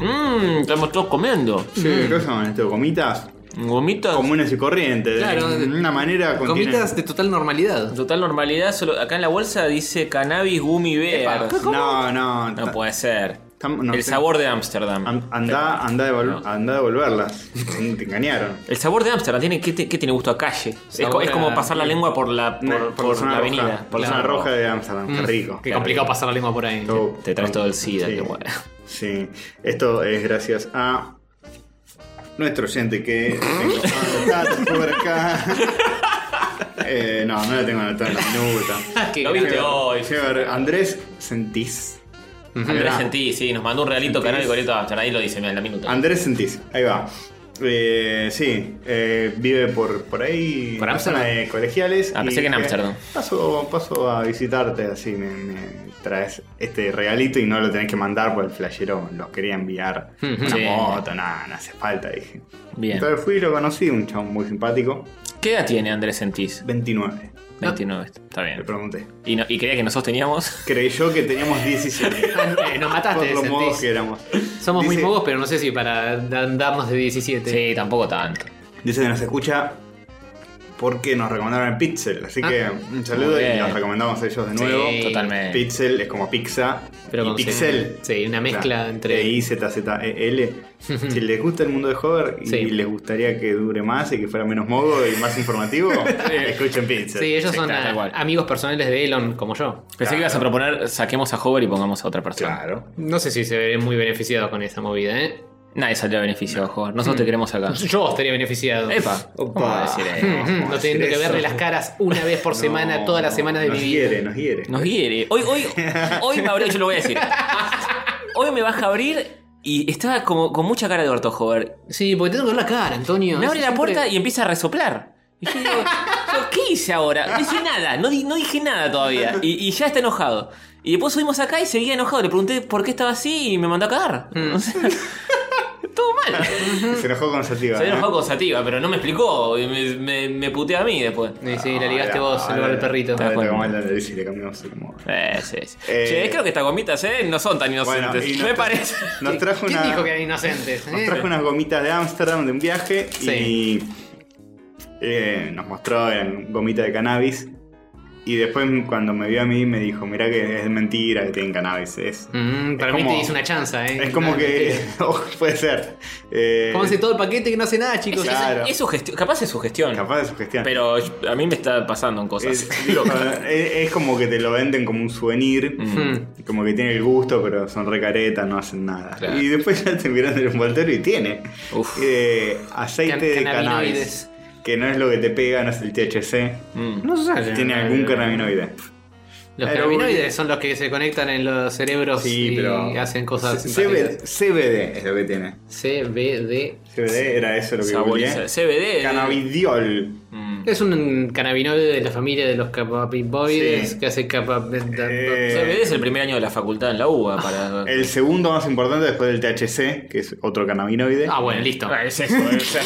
Mm, estamos todos comiendo. Sí, ¿qué son esto? ¿Gomitas? Gomitas. Comunes y corrientes. Claro, de una manera contiene- Comitas de total normalidad. Total normalidad, solo acá en la bolsa dice cannabis gummy bear. No, no. No ta- puede ser. tam- no El sé. sabor de Ámsterdam. An- Andá, andá, a devol- No. andá a devolverlas. Te engañaron. El sabor de Ámsterdam tiene, ¿qué, te- qué tiene gusto a calle? Es, Sabor co- es como a- pasar la lengua por la, por, Una- por zona la roja, avenida. Por la la zona roja de Amsterdam. Qué rico. Qué complicado pasar la lengua por ahí. Todo- Te traes todo el SIDA, qué bueno. Sí. Esto es gracias a nuestro oyente que tengo anotado por acá. Eh, no, no lo tengo anotado en la minuta. Qué Lo viste Quiero ver- hoy. quiero ver, Andrés Sentís. Ah, Andrés Mirá, Sentí, sí, nos mandó un regalito canal de Coreto Ámsterdam. Ahí lo dice, mira, en la minuta. Andrés Sentís, ahí va. Eh, sí, eh, vive por, por ahí, en ¿Por la Ámsterdam? zona de colegiales. Ah, y pensé que en dije, Ámsterdam. Paso, paso a visitarte, así me, me traes este regalito y no lo tenés que mandar por el flashero. Los quería enviar Ujú. una Sí. moto, nada, no hace falta, dije. Bien. Entonces fui y lo conocí, un chabón muy simpático. ¿Qué edad tiene Andrés Sentís? 29, 29, está le bien. pregunté. Y, no- y creía que nosotros teníamos. Creí yo que teníamos 17. Eh, nos mataste, Por los Sentís. modos que éramos. Somos muy Dice- mogos, pero no sé si para da- darnos de 17. Sí, tampoco tanto. Dice que nos escucha porque nos recomendaron el Pixel. Así Ah. que un saludo Muy y bien. los recomendamos a ellos de Sí. nuevo. Totalmente. Pixel es como pizza Pero y con pixel. Sí, una mezcla Claro, entre. I, Z, Z, E, L. si les gusta el mundo de Hover y Sí. les gustaría que dure más y que fuera menos mogo y más informativo, escuchen Pixel. Sí, ellos Sí, son claro, ah, tal cual. amigos personales de Elon, como yo. Pensé que ibas a proponer saquemos a Hover y pongamos a otra persona. Claro. No sé si se ve muy beneficiado con esa movida, ¿eh? Nadie saldría beneficiado a Hover. Nosotros te queremos acá. Yo estaría beneficiado. Epa. Opa. ¿Cómo va a decir eso? ¿Cómo va a No decir teniendo que eso? verle las caras una vez por semana, No, todas las semanas de mi nos vida. hiere, nos hiere. Nos hiere. Hoy, hoy, hoy me abrió, yo lo voy a decir. Hoy me vas a abrir y estaba como con mucha cara de orto, Hover. Sí, porque tengo que ver la cara, Antonio. Me Eso abre la siempre- puerta y empieza a resoplar. Y yo digo, yo, ¿qué hice ahora? No hice nada, no, di- no dije nada todavía. Y, y ya está enojado. Y después subimos acá y seguía enojado. Le pregunté por qué estaba así y me mandó a cagar. Mm. O sea, todo mal. Se enojó con Sativa. Se ¿eh? había ¿no? enojado con Sativa, pero no me explicó. y Me, me, me puteé a mí después. Y sí, la ligaste Ahora, vos en lugar del ahora, perrito. ahora Te das te cuenta. acomodás la nariz y le cambiamos el modo. Eh, sí, sí. Eh, Che, creo que estas gomitas, ¿eh? No son tan Bueno, inocentes. y nos me tra- parece. Nos trajo ¿Quién una... dijo que eran inocentes? Nos eh? trajo unas gomitas de Ámsterdam de un viaje Sí. y eh, nos mostró en gomita de cannabis. Y después cuando me vio a mí me dijo, mirá que es mentira que tienen cannabis. Es, Mm, para Es mí como- te hice una chanza, ¿eh? es como No, que... mentira. Ojo, puede ser. Eh, Cómanse todo el paquete que no hace nada, chicos. Claro. Es- es su gestión- capaz es su gestión. capaz de sugestión. Pero a mí me está pasando en cosas. es, digo, es- es como que te lo venden como un souvenir. Mm. Como que tiene el gusto, pero son re caretas, no hacen nada. Claro. Y después ya te miran el envoltorio y tiene Uf. eh, aceite Can- de cannabinoides. cannabis. Que no es lo que te pega, no es el THC. Mm. No eh, sé. Tiene algún cannabinoide. Los Pero- cannabinoides son los que se conectan en los cerebros Sí, y pero. hacen cosas. C- simpáticas. CBD, CBD es lo que tiene. CBD. CBD era eso lo que Saboriza. ponía. CBD. Cannabidiol. Mm. Es un cannabinoide de la familia de los capapiboides Sí. que hace capa. Eh, CBD es el primer año de la facultad en la UBA para. El segundo más importante después del THC, que es otro cannabinoide. Ah, bueno, listo. Ah, es eso, eh, o sea,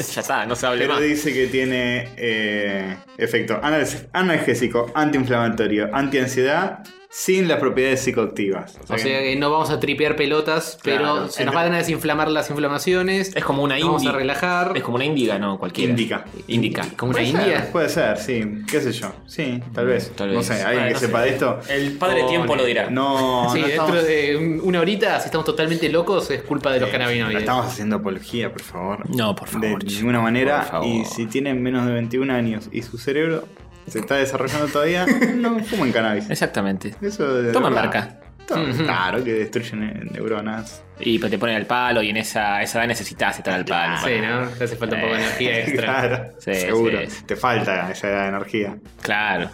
ya está, no se hable Pero más. dice que tiene eh, efecto anal- analgésico, antiinflamatorio, antiansiedad, sin las propiedades psicoactivas. O sea O que- sea que no vamos a tripear pelotas, pero Claro, se sí, nos te- van a desinflamar las inflamaciones. Es como una nos Vamos a indi. relajar. Es como una índiga, no, cualquiera. Indica. Indica. Como una Puede ser, india. Puede ser, sí. ¿Qué sé yo? Sí, tal vez. Tal No vez. sé, alguien Ah, que no sé. sepa de esto. El padre Oh, tiempo lo dirá. No, sí, no dentro estamos- eh, de un- una horita, si estamos totalmente locos, es culpa de los No cannabinoides. estamos haciendo apología, por favor. No, por de favor. che. ninguna manera. Por favor. Y si tienen menos de 21 años y su cerebro se está desarrollando todavía, no fumen cannabis. Exactamente. Eso de Toman verdad. marca. To- Ujú. Claro, que destruyen eh, neuronas. Y pues te ponen al palo y en esa, esa edad necesitas estar al palo. Sí, ¿no? Te hace falta un poco de Eh, energía extra. Claro, Sí, seguro. sí. Te falta esa edad de energía, Claro.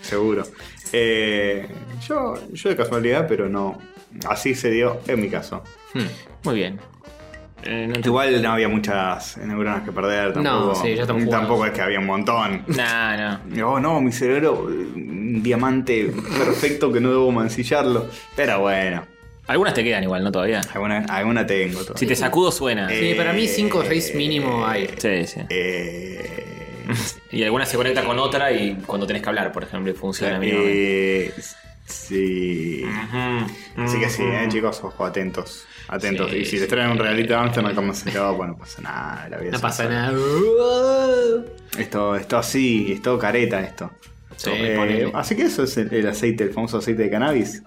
seguro. Eh, yo, yo de casualidad, pero no. Así se dio en mi caso. Hmm, Muy bien. Eh, no te- Igual no había muchas neuronas que perder tampoco. No, sí, ya estamos jugados. tampoco es que había un montón. Nah, no. Oh no, mi cerebro, eh, un diamante perfecto que no debo mancillarlo. Pero bueno, Algunas te quedan igual, ¿no? Todavía. alguna, alguna tengo todavía. Si te sacudo, suena. Eh. Sí, para mí 5 o 6 mínimo hay. Sí, sí. Eh, Y alguna se conecta con otra y cuando tenés que hablar, por ejemplo, y funciona. mínimamente. eh, Sí. Así que sí, eh, chicos, ojo, atentos. Atentos. Sí, y si les sí. traen un regalito de Amsterdam como se acabó, bueno, no pasa nada. La vida No se pasa hace. nada. Uh, Esto, esto así, es todo careta esto. Sí, Eh, ponele. así que eso es el, el aceite, el famoso aceite de cannabis.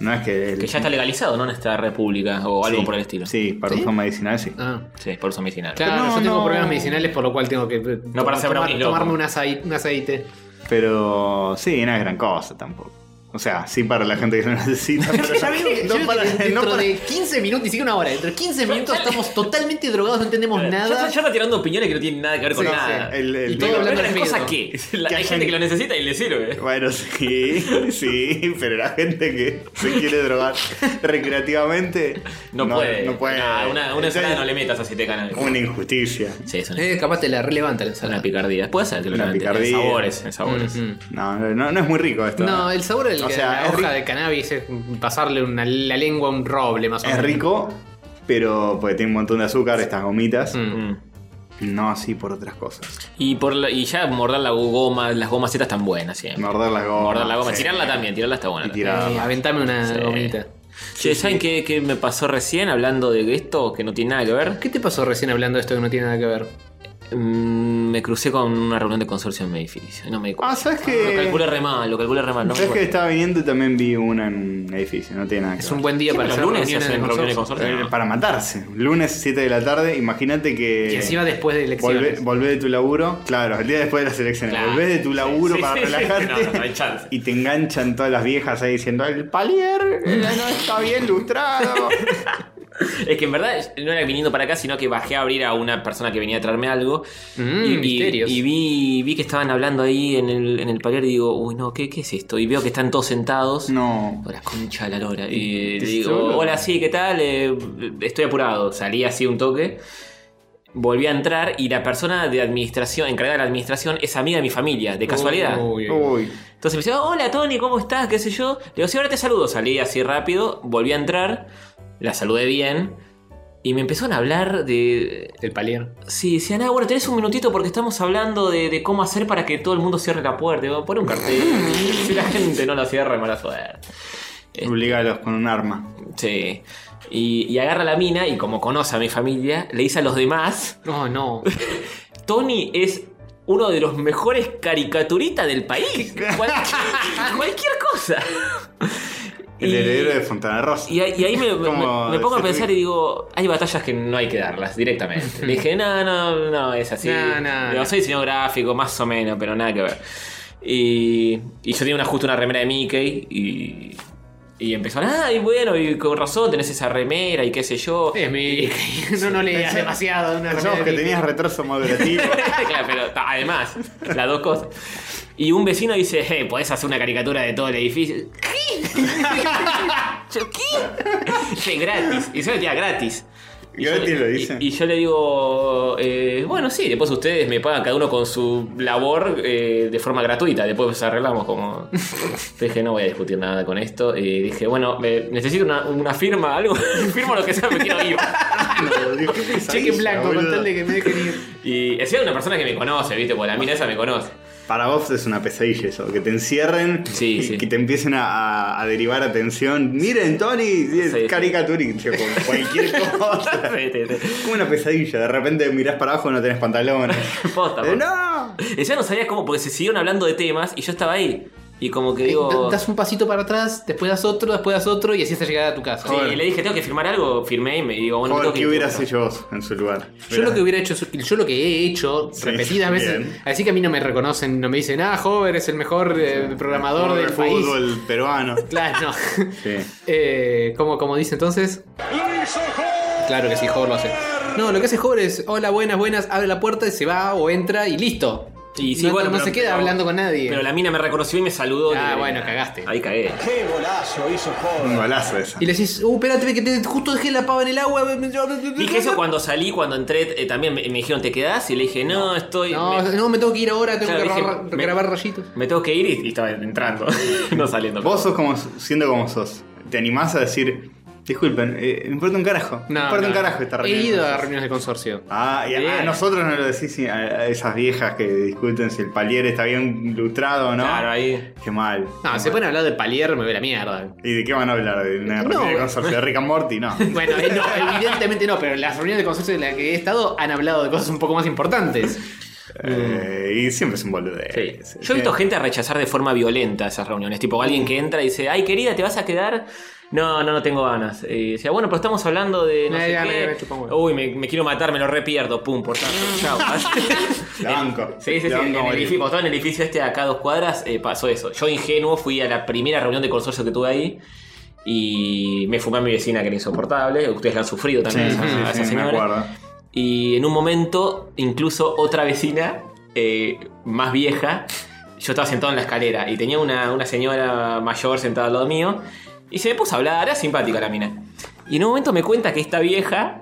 No es que. el- Que ya está legalizado, ¿no? En esta república o algo sí, por el estilo. Sí, para uso medicinal, sí. Ah, Sí, por eso medicinal. Claro, No, yo tengo no. problemas medicinales por lo cual tengo que eh, No, para ser tomar- brownies, loco. tomarme un, azaí- un aceite. Pero sí, no es gran cosa tampoco. O sea, sí para la gente que lo necesita. pero Ya veo que- no ya veo para- que dentro no para- de 15 minutos, ni siquiera una hora, dentro de 15 minutos Dale. estamos totalmente drogados, no entendemos Ya, nada. ya está tirando opiniones que no tienen nada que ver con Sí, nada. sí, el- el- y digo, todo hablando de el cosas miedo. que. la- Que hay hayan- gente que lo necesita y le sirve. Bueno, sí, sí, pero la gente que se quiere drogar recreativamente No, puede. No puede. Nah, una una Entonces, ensalada no le metas así te ganas. Una injusticia. Sí, es una, Eh, capaz te la relevanta la una ensalada. picardía. Puede ser que lo Una levanten. picardía. En sabores, en sabores. Mm, mm. No, no, no es muy rico esto. No, el sabor de O sea, la es hoja ri- de cannabis es pasarle una, la lengua a un roble más o Es menos. rico, pero porque tiene un montón de azúcar estas gomitas. Mm. Mm. No así por otras cosas. Y, por la- y ya morder la goma, las gomas estas están buenas siempre. Morder la goma. Morder la goma, sí. tirarla también, tirarla está buena. Y también. tirar. Eh, aventame una Sí. gomita. Che, ¿saben qué, qué me pasó recién hablando de esto que no tiene nada que ver? ¿Qué te pasó recién hablando de esto que no tiene nada que ver? Mm, me crucé con una reunión de consorcio en mi edificio. No me di cuenta. Ah, ¿sabes Lo calculé que re mal, lo calculé re mal. No me ¿Sabes que acuerdo. estaba viniendo y también vi una en un edificio? No tiene nada que Es ver. un buen día para Siempre hacer los lunes reuniones se hacen de reuniones de consorcio. consorcio. Eh, no. Para matarse. Lunes 7 de la tarde, imagínate que. Y encima después de Volvé, elecciones. volvé de tu laburo, claro, el día después de las elecciones, Claro. volvés de tu laburo Sí, para sí, sí. relajarte No, no, no hay chance. y te enganchan todas las viejas ahí diciendo, el palier eh, no está bien lustrado. Es que en verdad no era viniendo para acá, sino que bajé a abrir a una persona que venía a traerme algo. Mm, y, y- misterios. y vi, vi que estaban hablando ahí en el, en el palier y digo, uy, no, ¿qué, ¿qué es esto? Y veo que están todos sentados. no. Hola, concha de la lora. Y ¿Te digo, solo? hola, sí, ¿qué tal? Eh, estoy apurado. Salí así un toque. Volví a entrar y la persona de administración, encargada de la administración, es amiga de mi familia, de casualidad. Uy, uy. Uy, Entonces me dice, hola Tony, ¿cómo estás? ¿Qué sé yo? Le digo, sí, ahora te saludo. Salí así rápido, volví a entrar, la saludé bien y me empezaron a hablar de... El palier. Sí, decían, ah, bueno, tenés un minutito porque estamos hablando de, de cómo hacer para que todo el mundo cierre la puerta. Digo, pon un cartel. Mm. si la gente no la cierra, mala suerte. Eh, obligalos con un arma. Sí. Y, y agarra la mina y como conoce a mi familia, le dice a los demás, No, no. Tony es uno de los mejores caricaturistas del país. Cualquier, cualquier cosa. El Y- heredero de Fontana Rosa. Y, ahí- y ahí me, me- Como me pongo a decir- pensar y digo, hay batallas que no hay que darlas directamente. Le dije, no, no, no, es así. No, no, Digo, no. soy diseñador gráfico, más o menos, pero nada que ver. Y, y yo tenía una, justo una remera de Mickey y, y empezó, ah, y bueno, y con razón tenés esa remera y qué sé yo. Es mi. No, no leas demasiado. de Una Pensamos que remera de- tenías retraso moderativo. Claro, pero ta- además, las dos cosas. Y un vecino dice, hey, podés hacer una caricatura de todo el edificio. ¿Qué? Yo, ¿qué? Dice, gratis. Y eso decía gratis. Y yo Gratis le- lo dicen. Y, y yo le digo, eh, bueno, sí, después ustedes me pagan cada uno con su labor eh, de forma gratuita. Después arreglamos como... dije, no voy a discutir nada con esto. Y dije, bueno, eh, necesito una, una firma, algo. Firmo lo que sea, me quiero ir. No, digo, ¿qué pesadilla, Cheque en blanco, con boludo? tal de que me dejen ir. Y encima una persona que me conoce, ¿viste? Porque la mina esa me conoce. Para vos es una pesadilla eso, que te encierren Sí, y sí. que te empiecen a, a- a derivar atención. Miren, Tony, es Sí, sí. caricaturista, con cualquier cosa. Sí, sí, sí. Es como una pesadilla, de repente mirás para abajo y no tenés pantalones. Posta, posta. Eh, ¡No! Y ya no sabía cómo, porque se siguieron hablando de temas y yo estaba ahí. Y como que digo. Eh, Da- Das un pasito para atrás, después das otro, después das otro y así hasta llegar a tu casa. Sí, y le dije, tengo que firmar algo, firmé y me digo, bueno, me Joder, tengo que ¿qué ir, hubieras pero- hecho vos en su lugar? Yo lo que Mirá. hubiera hecho, yo lo que he hecho Sí, repetidas veces, bien. así que a mí no me reconocen, no me dicen, ah, joven, eres el mejor eh, programador Jugador del país. fútbol peruano. Claro, no. Sí. Eh, ¿cómo, cómo dice entonces? Claro que sí, Hover lo hace. No, lo que hace Hover es, hola, buenas, buenas, abre la puerta y se va o entra y listo. Y sí, no, bueno, no pero- se queda pero- hablando con nadie. Pero la mina me reconoció y me saludó. Ah, y- bueno, cagaste. Ahí cagué. ¡Qué golazo hizo Un Jorge! golazo eso. Y le decís, uh, espérate, que te- justo dejé la pava en el agua. Y que eso cuando salí, cuando entré, eh, también me, me dijeron, ¿te quedás? Y le dije, no, estoy. No, me, no, me tengo que ir ahora, tengo Claro, que dije, grabar, me- grabar rayitos. me tengo que ir y, y estaba entrando, no saliendo. Vos sos como, siendo como sos. ¿Te animás a decir, Disculpen, eh, me importa un carajo. me importa un carajo esta He reunión. ido a reuniones de consorcio. Ah, y a, a Bien. nosotros no lo decís sí, a, a esas viejas que discuten si el palier está bien lustrado o no. Claro, ahí. Qué mal. No, se pueden hablar de palier, me ve la mierda. ¿Y de qué van a hablar? ¿De una No. reunión de consorcio de Rick and Morty? No. Bueno, eh, no, evidentemente no, pero en las reuniones de consorcio en las que he estado han hablado de cosas un poco más importantes. Eh, y siempre es un boludo. Eh, Yo he visto gente a rechazar de forma violenta esas reuniones. Tipo, alguien que entra y dice, ay querida, ¿te vas a quedar? No, no, no tengo ganas. Y decía, bueno, pero estamos hablando de. No Eh, sé ya, qué. me- me chupa un huevo. Uy, me, me quiero matar, me lo repierdo. Pum, por tanto. Chao. Mm. La banco. Sí, sí, sí. La En banco el, morir. edificio, cuando estaba en el edificio este acá a dos cuadras eh, pasó eso. Yo ingenuo fui a la primera reunión de consorcio que tuve ahí y me fumé a mi vecina que era insoportable. Ustedes la han sufrido también Sí, a esa- a sí, esa sí, me señora. acuerdo. Y en un momento, incluso otra vecina, eh, más vieja, yo estaba sentado en la escalera y tenía una, una señora mayor sentada al lado mío y se me puso a hablar, era simpática la mina. Y en un momento me cuenta que esta vieja,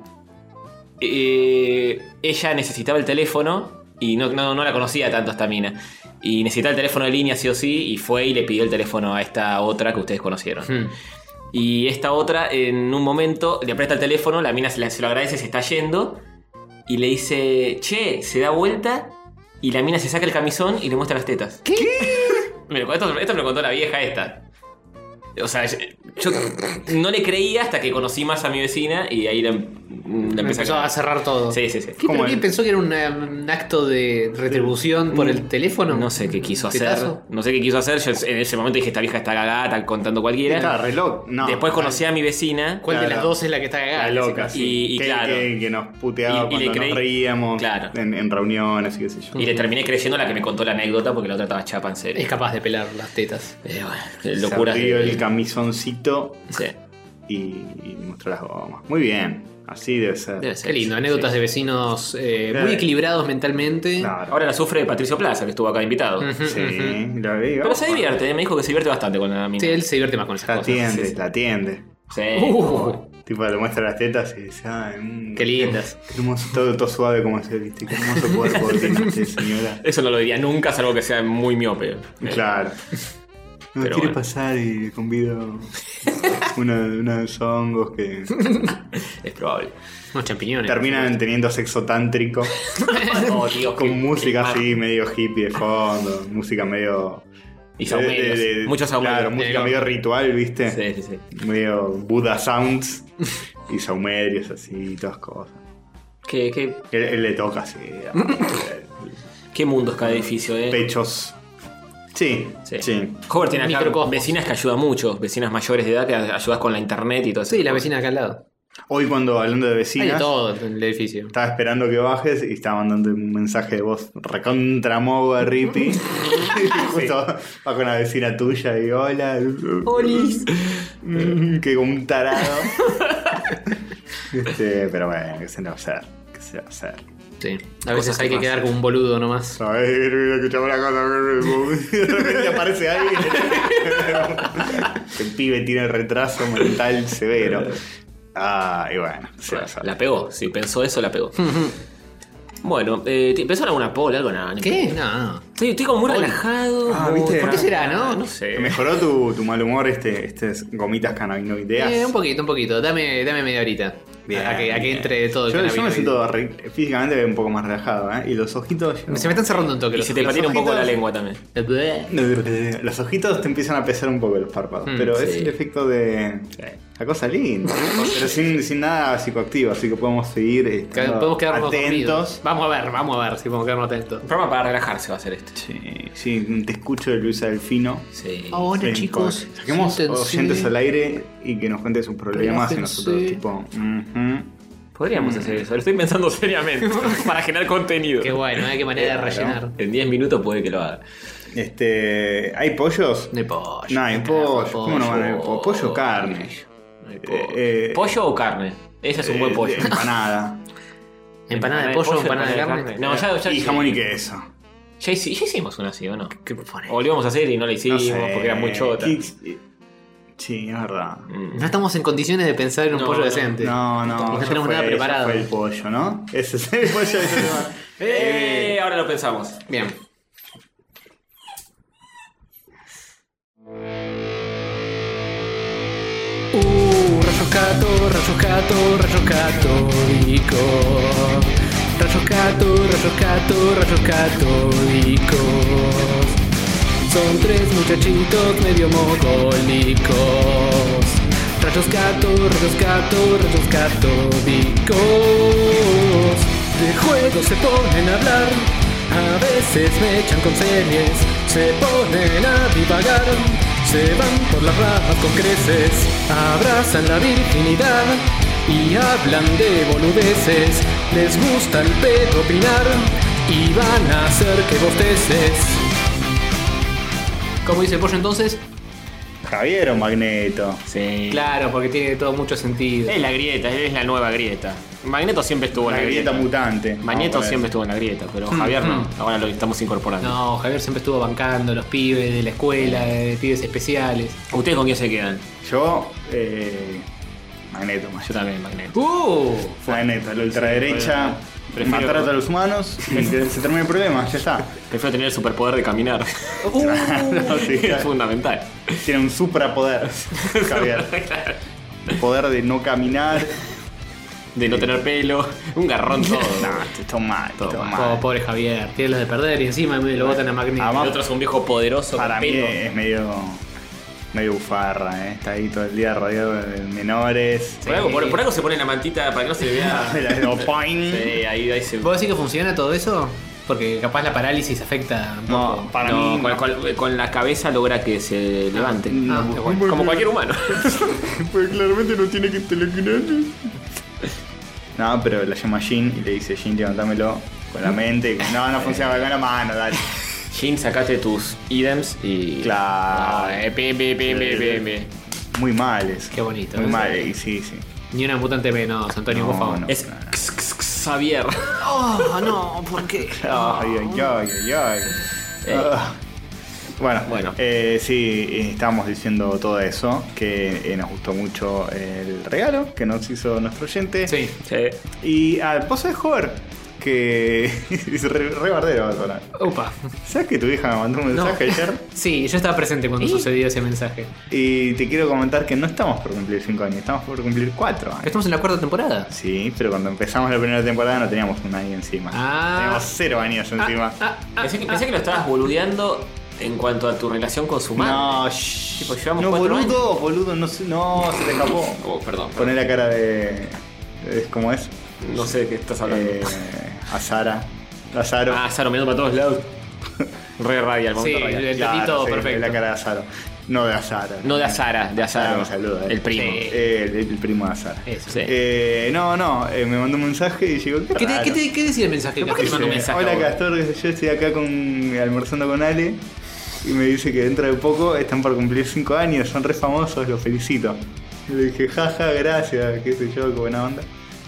eh, ella necesitaba el teléfono y no, no- no la conocía tanto esta mina. Y necesitaba el teléfono de línea sí o sí y fue y le pidió el teléfono a esta otra que ustedes conocieron. Hmm. Y esta otra, en un momento, le presta el teléfono, la mina se, la- se lo agradece, se está yendo. Y le dice, che, se da vuelta. Y la mina se saca el camisón y le muestra las tetas. ¿Qué? esto, esto me lo contó la vieja esta. O sea, yo yo no le creía hasta que conocí más a mi vecina y ahí la, la Me empecé empezó a creer. cerrar todo. Sí, sí, sí. ¿Qué, ¿Cómo pero es? qué pensó que era una- un um, acto de retribución por el teléfono? Mm, No sé qué quiso hacer. ¿Tetazo? No sé qué quiso hacer. Yo en ese momento dije, esta vieja está cagada, está contando cualquiera. Estaba re loco. No. Después conocí a mi vecina. ¿Cuál de Claro. las dos es la que está cagada? La loca, sí. Ah, Y- y que, claro. que- que nos puteaba Y- y le cuando creí- nos reíamos Claro. en, en reuniones y qué sé yo. Y le terminé creyendo la que me contó la anécdota porque la otra estaba chapa en serio. Es capaz de pelar las tetas. Eh, bueno, qué locura. Se abrió el camisoncito Sí, y, y mostró las gomas. Muy bien. Así debe ser. debe ser. Qué lindo, anécdotas de vecinos eh, muy equilibrados mentalmente. Claro. Ahora la sufre Patricio Plaza, que estuvo acá invitado. Ujú, sí, ujú. lo veo. Pero se divierte, eh, me dijo que se divierte bastante con la mina. Sí, él se divierte más con La esas cosas. atiende, la atiende. Sí. Uh, Tipo, le muestra las tetas y dice, ay, mm, qué lindas. qué hermoso, todo, todo suave como ese, viste, qué hermoso cuerpo tiene usted, señora. Eso no lo diría nunca, salvo que sea muy miope. Claro. No Pero quiere bueno. pasar y le convido una, unos hongos que Es probable. Unos champiñones. terminan teniendo sexo tántrico Oh, Dios, qué- con música qué así medio hippie de fondo, música medio Y saumeros, muchos saumeros. Claro, música Negro. medio ritual, ¿viste? Sí, sí, sí. Medio Buda sounds y saumerios así, todas cosas. Qué, qué, Él, él le toca así. qué mundo es cada edificio, eh. pechos. Sí, sí. Howard tiene acá Microcosmos. vecinas que ayudan mucho, vecinas mayores de edad que ayudas con la internet y todo eso. Sí, la vecina de acá al lado. Hoy cuando hablando de Hay de vecinas, todo en el edificio. estaba esperando que bajes y estaba mandando un mensaje de voz recontra mogo a Rippy. Y Justo va con la vecina tuya y hola. Olis. Mm, que como un tarado. Este, pero bueno, que se le va a hacer. Que se le va a hacer. Sí. A veces Cosas hay que que quedar pasan. como un boludo nomás. A ver, escuchamos la cosa. De repente aparece alguien. El pibe tiene retraso mental severo. Ah, y bueno, se va a hacer. La pegó, si pensó eso, la pegó. bueno, eh, ¿pensó en alguna pola, algo nada? ni ¿Qué? No, no. Estoy, estoy como muy Hoy. relajado. Ah, muy ¿viste? Ah, ¿Por qué será, no? No sé. ¿Mejoró tu, tu mal humor este, estas gomitas cannabinoideas? Eh, un poquito, un poquito. Dame, dame media horita. Bien, a, que, a que bien. entre todo el Yo, yo me cannabinoide. siento re- físicamente un poco más relajado, ¿eh? Y los ojitos. yo- Se me están cerrando un toque Y los se te ojos. patina un poco la ojitos. lengua también. Los ojitos te empiezan a pesar un poco los párpados. Mm, pero es sí. el efecto de. La cosa linda. ¿no? pero sin, sin nada psicoactivo, así que podemos seguir. eh, Ca- Podemos quedarnos atentos. dormidos. Vamos a ver, vamos a ver si podemos quedarnos atentos. Un programa para relajarse va a ser este. Sí, sí, te escucho de Luisa Delfino. Sí. Sí, con- Saquemos oyentes al aire y que nos cuente sus problemas y Relájense. nosotros, tipo. mhm. Podríamos hacer eso. Lo estoy pensando seriamente. para generar contenido. Qué bueno, ¿eh? qué manera de Claro. rellenar. En 10 minutos puede que lo haga. Este. ¿Hay pollos? No hay pollo. No, hay pollo. ¿Cómo no van a haber Oh. pollo? Eh, Pollo, carne. No hay pollo. Eh, eh, ¿Pollo o carne? Ese es un buen eh, pollo. Empanada. Empanada de pollo, empanada de carne. No, ya, ya, Eh, y jamón y queso. ya hici- ya hicimos una así, ¿o no? ¿Qué pone? O lo íbamos a hacer y no la No hicimos sé, porque era muy chota. ¿qué- qué- Sí, es verdad. Mm. No estamos en condiciones de pensar en un No, pollo no, decente. No, no, No ya tenemos fue, nada ya preparado. fue el pollo, ¿no? Ese es el pollo de este ese tema. ¡Eh! Ahora lo pensamos. Bien. Uh, rayos rayos gato, rayos católicos. Rayos gato, rayos gato, rayos católicos. Son tres muchachitos medio mogólicos. Rayos gato, rayos gato, rayos católicos. De juego se ponen a hablar. A veces me echan con series. Se ponen a divagar. Se van por las ramas con creces, abrazan la virginidad y hablan de boludeces. Les gusta el pedo opinar y van a hacer que bosteces. ¿Cómo dice el pollo entonces? Javier o Magneto. Sí. Claro, porque tiene todo mucho sentido. Es la grieta, es la nueva grieta. Magneto siempre estuvo en Una la grieta. grieta Ah, mutante. Magneto Vamos a ver. siempre estuvo en la grieta, pero Javier no. mm. Ahora lo estamos incorporando. No, Javier siempre estuvo bancando a los pibes de la escuela, de pibes especiales. ¿Ustedes con quién se quedan? Yo, eh, Magneto, más. Yo también, Magneto. ¡Uh! Magneto, la ultraderecha, prefiero- matar a todos los humanos y que se termine el problema, ya está. Prefiero tener el superpoder de caminar. Uh. No, sí, es ya. fundamental. Tiene un suprapoder, Javier. Claro. El poder de no caminar. De no tener pelo. Un garrón todo. No, esto está mal, Todo está mal. mal. Oh, pobre Javier, tiene los de perder y encima me lo botan a Magneto. Ah, El otro es un viejo poderoso Para con mí pelo. es medio. medio bufarra, ¿eh? Está ahí todo el día rodeado de menores. Por, algo, por- por algo se pone la mantita para que no se le vea. No, poing. Sí, ahí, ahí se. ¿Vos decís que funciona todo eso? Porque capaz la parálisis afecta un poco. No, para No, mí. con, con- con la cabeza logra que se levante. no. Ah, qué bueno. Como cualquier humano. Pues claramente no tiene que telequinar. No, pero la llama Jin y le dice Jin, levantámelo con la mente. y- No, no funciona con la mano, dale. Jin, sacate tus ítems y. Claro. Ah, eh, pim, pim, pim, pim, pim, pim. Muy males. Qué bonito, Muy ¿no? mal, y sí, sí. Ni una mutante menos, Antonio, No, por favor. no. Es x- x- x- Xavier. Oh, no, ¿por qué? Ay, ay, ay, ay, ay. Eh. Ah. Bueno, Bueno. eh, sí, eh, estábamos diciendo todo eso, que eh, nos gustó mucho el regalo que nos hizo nuestro oyente. Sí. Y ah, vos sabés, Hover, que es re, re bardero vas a hablar. Upa. ¿Sabes que tu hija me mandó un No. mensaje ayer? Sí, yo estaba presente cuando ¿Y? sucedió ese mensaje. Y te quiero comentar que no estamos por cumplir 5 años, estamos por cumplir 4 años. Estamos en la cuarta temporada. Sí, pero cuando empezamos la primera temporada no teníamos un año encima. Ah. Teníamos cero años encima. Ah, ah, Pensé, que, pensé que lo estabas boludeando en cuanto a tu relación con su madre. No, shh. Tipo, llevamos no cuatro boludo, boludo, no, sé- no, se te escapó. Oh, perdón. Poné la cara de. es- ¿Cómo es? No sé de qué estás hablando. Eh, a Sara. A Saro. Ah, Saro mirando para todos lados. Re radial, momento Sí, radial. el tatito perfecto. La cara de Azaro. No de Azaro. No de Azara, de Azaro. Azaro, saluda, eh. El primo. Sí. Eh, el, el primo de Azaro. eso. Sí. Eh, no, no, eh, me mandó un mensaje y llegó. ¿Qué, te- qué te- qué decía el mensaje? ¿Por qué te Castillo? mandó un mensaje a Hola vos? Castor, yo estoy acá con almorzando con Ale y me dice que dentro de poco están por cumplir 5 años, son re famosos, los felicito. Y le dije, jaja, gracias, qué sé yo, qué buena onda.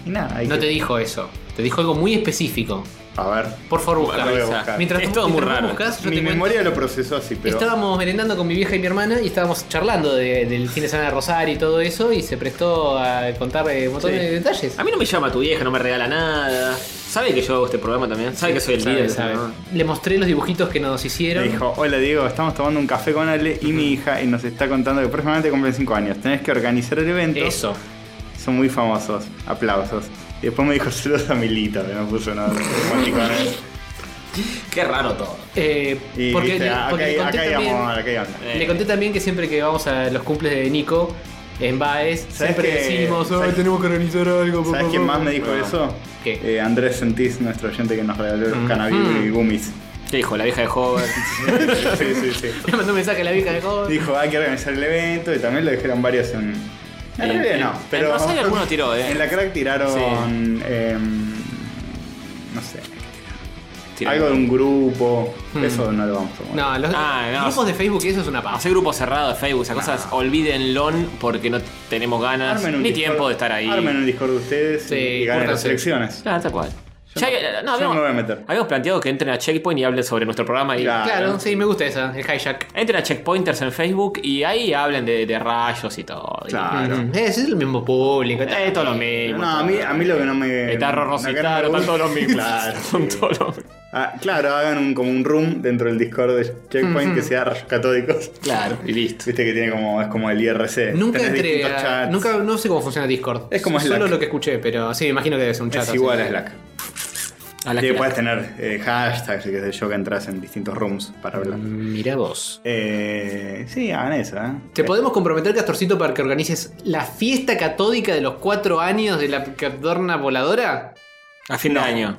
Y nada, ahí No que- te dijo eso. Te dijo algo muy específico. A ver, Por favor, busca. Lo voy a Avisa. buscar. Mientras Es todo muy mientras vos raro. buscas, yo mi te cuento. memoria lo procesó así, pero... Estábamos merendando con mi vieja y mi hermana y estábamos charlando de- del fin de semana de Rosario y todo eso y se prestó a contar eh, un montón Sí. Ah, de detalles. A mí no me llama tu vieja, no me regala nada. Sabe que yo hago este programa también. Sabe que soy el Sabe, líder. sabe. ¿no? Le mostré los dibujitos que nos Me hicieron. dijo, hola Diego, estamos tomando un café con Ale y mi hija y nos está contando que próximamente cumplen 5 años. Tenés que organizar el evento. Eso. Son muy famosos. Aplausos. Y después me dijo, saludos a Milito, que no puso nada. emoticones. Qué raro todo. Eh, Y porque viste, le, acá, porque le hay, conté acá hay también, amor, acá hay onda. Eh. le conté también que siempre que vamos a los cumples de Nico en Baez, ¿Sabes siempre que- decimos, "Ay, sabes- tenemos que organizar algo. pa, ¿Sabes pa, quién pa". más me dijo No. eso? ¿Qué? Eh, Andrés Sentís, nuestro oyente que nos regaló Mm. los cannabis y gummies. ¿Qué dijo? La vieja de joven. sí, sí, sí. Le mandó un mensaje a la vieja de joven. Dijo, hay que organizar el evento y también lo dijeron varios en... En En- realidad en- no, en pero... Rosario alguno tiró, eh. En la crack tiraron... Sí. em, no sé. Tira. Algo de un grupo. Mm. Eso no lo vamos a tomar. No, los Ah, no. grupos de Facebook, eso es una paz. Hacer grupos cerrados de Facebook, esas No. cosas, olvídenlo porque no tenemos ganas Armen un ni Discord- tiempo de estar ahí. Armen un Discord de ustedes Sí, y ganen las córtanse. elecciones. Claro, tal cual. Ya Ya había- no, yo no habíamos, me voy a meter. habíamos planteado que entren a Checkpoint y hablen sobre nuestro programa. Y, Claro. Claro, sí, me gusta esa, el hijack. Entren a Checkpointers en Facebook y ahí hablen de, de rayos y todo. Y- Claro. Mm, Es, es el mismo público. Eh, es todo lo mismo. No, a mí, a mí lo que no me. Está no Rorrosita, que no me están gusta- todos los mismos. Claro. Son todos los mismos. Ah, claro, hagan un, como un room dentro del Discord de Checkpoint que sea rayos catódicos. Claro. Y listo. Viste que tiene como. Es como el IRC. Nunca Tenés entré. distintos a- chats. nunca, no sé cómo funciona Discord. Es como Solo Slack. lo que escuché, pero sí, me imagino que debe ser un chat. Es así. igual a Slack. A la Y que- puedes tener eh, hashtags y qué sé yo que entras en distintos rooms para hablar. Mirá vos. Eh, sí, hagan eso, ¿eh? Te podemos comprometer, Castorcito, para que organices la fiesta catódica de los cuatro años de la cadorna voladora. A fin de año.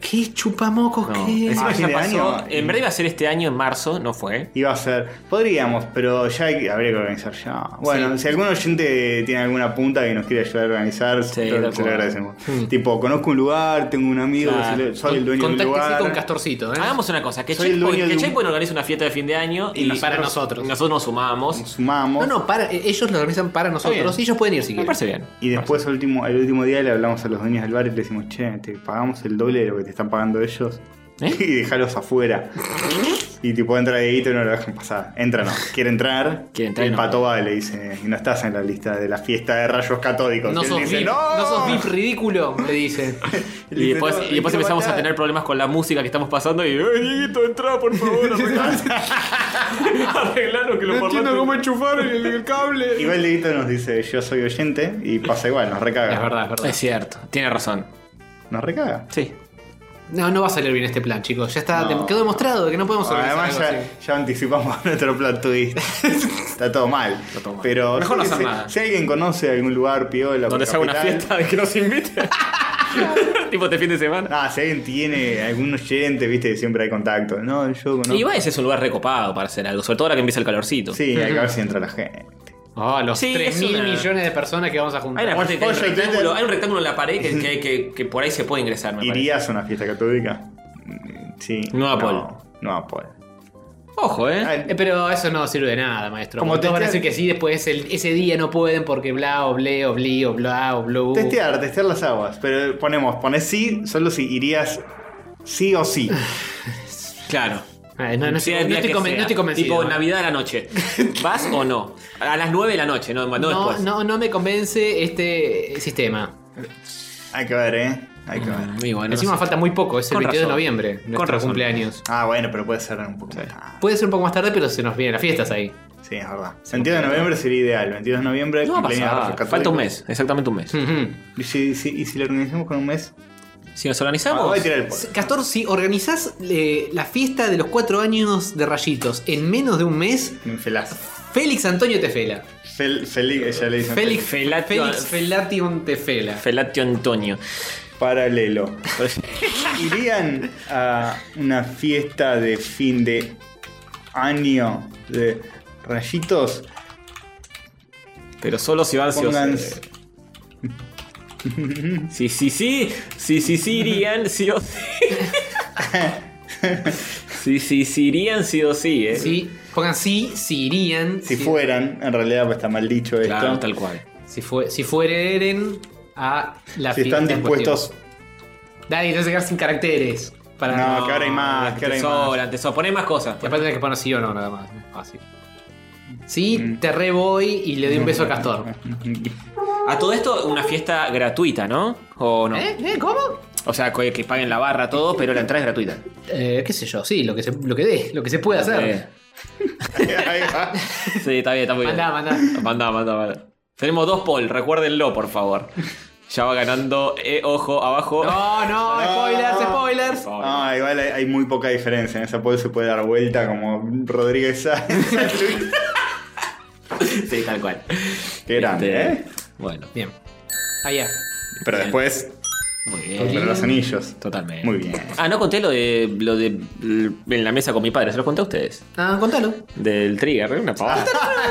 ¿Qué chupamocos No. que Encima Ah, ya fin de pasó. año. En verdad iba a ser este año, en marzo, no fue. Iba a ser. Podríamos, pero ya hay que- habría que organizar ya. Bueno, si algún oyente tiene alguna punta que nos quiere ayudar a organizar, Sí, se de lo- acuerdo. se lo agradecemos. Tipo, conozco un lugar, tengo un amigo, Claro. se lo- soy el dueño del Contáctese lugar. con Castorcito, ¿eh? Hagamos una cosa, que Soy el dueño Checkpoint, que de un- Checkpoint organiza una fiesta de fin de año y, Y para nosotros. Nosotros nos sumamos. sumamos. No, no, para, eh, ellos lo organizan para nosotros bien. y ellos pueden ir si Me quieren. parece bien. Y después, el último, el último día, le hablamos a los dueños del bar y le decimos, che, te pagamos el doble de lo que te están pagando ellos. ¿Eh? Y dejalos afuera. y tipo, entra Dieguito y no lo dejan pasar. Entra, no. Quiere entrar. Quiere entrar y el y no. pato va y le dice, no estás en la lista de la fiesta de rayos catódicos. No Y él sos, dice, VIP, no, no sos VIP ridículo, me dice. Y después, Dice, no, y después quiero empezamos a matar. tener problemas con la música que estamos pasando y ¡Eh, Dieguito, entra, por favor! Arreglalo que lo parlantes- enchufar el, cable. Igual Dieguito nos dice, yo soy oyente. Y pasa igual, nos recaga. Es verdad, es verdad. Es cierto, tiene razón. Nos recaga. Sí. No, no va a salir bien este plan, chicos. Ya está, No. quedó demostrado que no podemos organizar Además algo ya, ya anticipamos nuestro plot twist. Está todo mal. todo mal. Pero Mejor no si- hacer si, nada. si alguien conoce algún lugar piola, Donde por se haga una capital, fiesta de que nos invite. tipo este fin de semana. Ah, si alguien tiene algún oyente, viste, siempre hay contacto. No, yo conozco. Y Baez es un lugar recopado para hacer algo, sobre todo ahora que empieza el calorcito. Sí, hay que ver si entra la gente. así. Ah, los Sí, 3 es mil una- millones de personas que vamos a Hay, una juntar. parte que hay un Oye, rectángulo, Twitter. hay un rectángulo en la pared que, que, que- que por ahí se puede ingresar, me ¿Irías a una fiesta católica? Mm, Sí. No a No, no a Paul. parece. Ojo, eh. Ay, Eh, pero eso no sirve de nada, maestro. Como Como todos van a testear- decir que sí, después el- ese día no pueden porque bla, o ble, o bli, o bla, o Uh. blu. Testear, testear las aguas. Pero ponemos, pones sí, solo si irías sí o sí. Claro. Ay, Eh, no, no, Sea el estoy, no día estoy que conven- sea. no estoy convencido. ¿eh? Tipo Navidad a la noche. ¿Vas o no? A las 9 de la noche, no, no, no, después. no, no me convence este sistema. Hay que ver, ¿eh? Hay que ver. Y bueno, Encima no sé. falta muy poco, es el Con 22 de razón. noviembre, nuestro Con razón. cumpleaños. Ah, bueno, pero puede ser un poco más tarde. Puede ser un poco más tarde, pero se nos vienen las fiestas ahí. Sí, es verdad. 22 de noviembre sería ideal. 22 de noviembre, No va a cumpleaños de Rafa pasar. Católico. Falta un mes, exactamente un mes. Ujú. ¿Y si, si- y si lo organizamos con un mes? Si nos Ah, organizamos. voy a tirar el polvo. Castor, si organizás eh, la fiesta de los cuatro años de rayitos en menos de un mes, Felaz. Félix Antonio Tefela. Fel, Félix, ya le dicen. Félix Felati- Félix Felation Tefela. Felatio Antonio. Paralelo. ¿Irían a una fiesta de fin de año de rayitos? Pero solo si vas. Pongan- Sí, sí, sí. Sí, sí, sí irían, sí o sí. Sí, sí, sí irían, sí o sí, eh. Sí, pongan sí, si irían. Si fueran, en realidad pues, está mal dicho esto. Claro, tal cual. Si, fue, si fueren a la si fiesta. están en dispuestos. cuestión. Dale, te vas a quedar sin caracteres. Para No, y que ahora hay más, que ahora hay más. Tesora, tesora. Poné más cosas. pues. aparte tenés que poner sí o no, nada más. Fácil. Sí, Mm. te re voy y le doy un beso a Castor. A todo esto, una fiesta gratuita, ¿no? ¿O no? ¿Eh? ¿Eh? ¿Cómo? O sea, que, que paguen la barra, todo, pero la entrada es gratuita. Eh, qué sé yo, sí, lo que se, lo que dé, lo que se puede hacer. Ahí va. Sí, sí, está bien, está muy bien. Mandá, mandá. Mandá, mandá, mandá. Tenemos dos poll, recuérdenlo, por favor. Ya va ganando, eh, ojo, abajo. No, no, Ah. spoilers, No. spoilers. Por favor. Ah, igual hay, hay muy poca diferencia. En esa poll se puede dar vuelta como Rodríguez Sáenz. Sí, tal cual. Qué grande, Este, ¿eh? Bueno, Bien. Allá. Pero después, muy pero bien. los anillos. Totalmente. Muy bien. Ah, no conté lo de lo de en la mesa con mi padre, se los conté a ustedes. Ah, contalo. Del trigger, ¿eh? Ah, una pavada.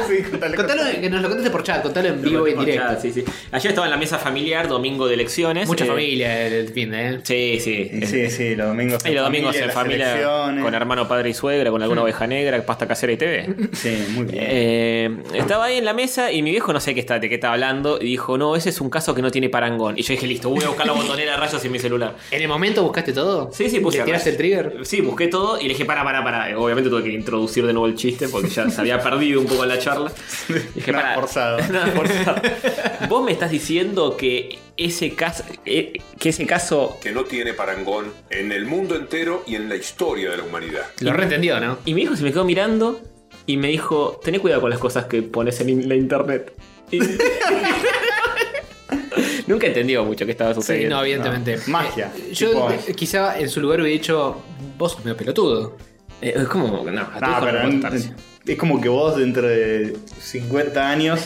sí, contale, Contalo, contale. que nos lo contaste por chat, contalo en vivo y en directo. Sí, sí. Ayer estaba en la mesa familiar, domingo de elecciones. Mucha eh, familia el fin de, ¿eh? Sí, sí. Y Sí, sí, los domingos. Y los domingos en las familia, elecciones. con hermano, padre y suegra, con alguna oveja negra, pasta casera y TV. Sí, muy bien. Eh, estaba ahí en la mesa y mi viejo no sé qué está, de qué estaba hablando y dijo, no, ese es un caso que no tiene parangón. Y yo dije, listo, voy a buscar la poner a rayos en mi celular. ¿En el momento buscaste todo? Sí, sí, puse ¿Le a tiraste el rayos. trigger? Sí, busqué todo y le dije, para, para, para. Obviamente tuve que introducir de nuevo el chiste porque ya se había perdido un poco en la charla. Dije, Nada para. forzado. Nada forzado. Vos me estás diciendo que ese caso. eh, que ese caso. que no tiene parangón en el mundo entero y en la historia de la humanidad. Lo reentendió, ¿no? Y mi hijo se me quedó mirando y me dijo, tené cuidado con las cosas que pones en in- la internet. Y- Nunca entendió mucho qué estaba Sí, sucediendo. no, evidentemente. no. Magia. Eh, yo Tipo- eh, quizá en su lugar hubiera dicho, vos sos medio pelotudo. Eh, es como, no, a tu Ah. No, hijo no pero lo en- puedes contar. es como que vos dentro de 50 años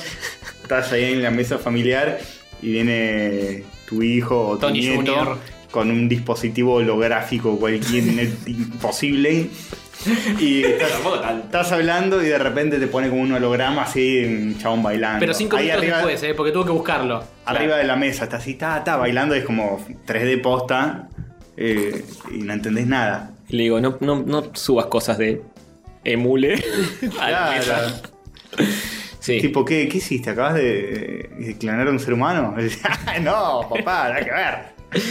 estás ahí en la mesa familiar y viene tu hijo o tu Tony nieto Junior. con un dispositivo holográfico cualquier net- imposible y estás, Tampoco tanto. estás hablando y de repente te pone como un holograma así un chabón bailando. Pero cinco Ahí minutos arriba, después, ¿eh? Porque tuvo que buscarlo. arriba de la mesa, estás así, está, está bailando, es como 3D posta eh, y no entendés nada. Y Le digo, no, no, no subas cosas de emule. a la mesa". Claro. Sí. Tipo, ¿qué, qué hiciste? ¿Acabas de, de clonar a un ser humano? Ah, no, papá, nada que ver.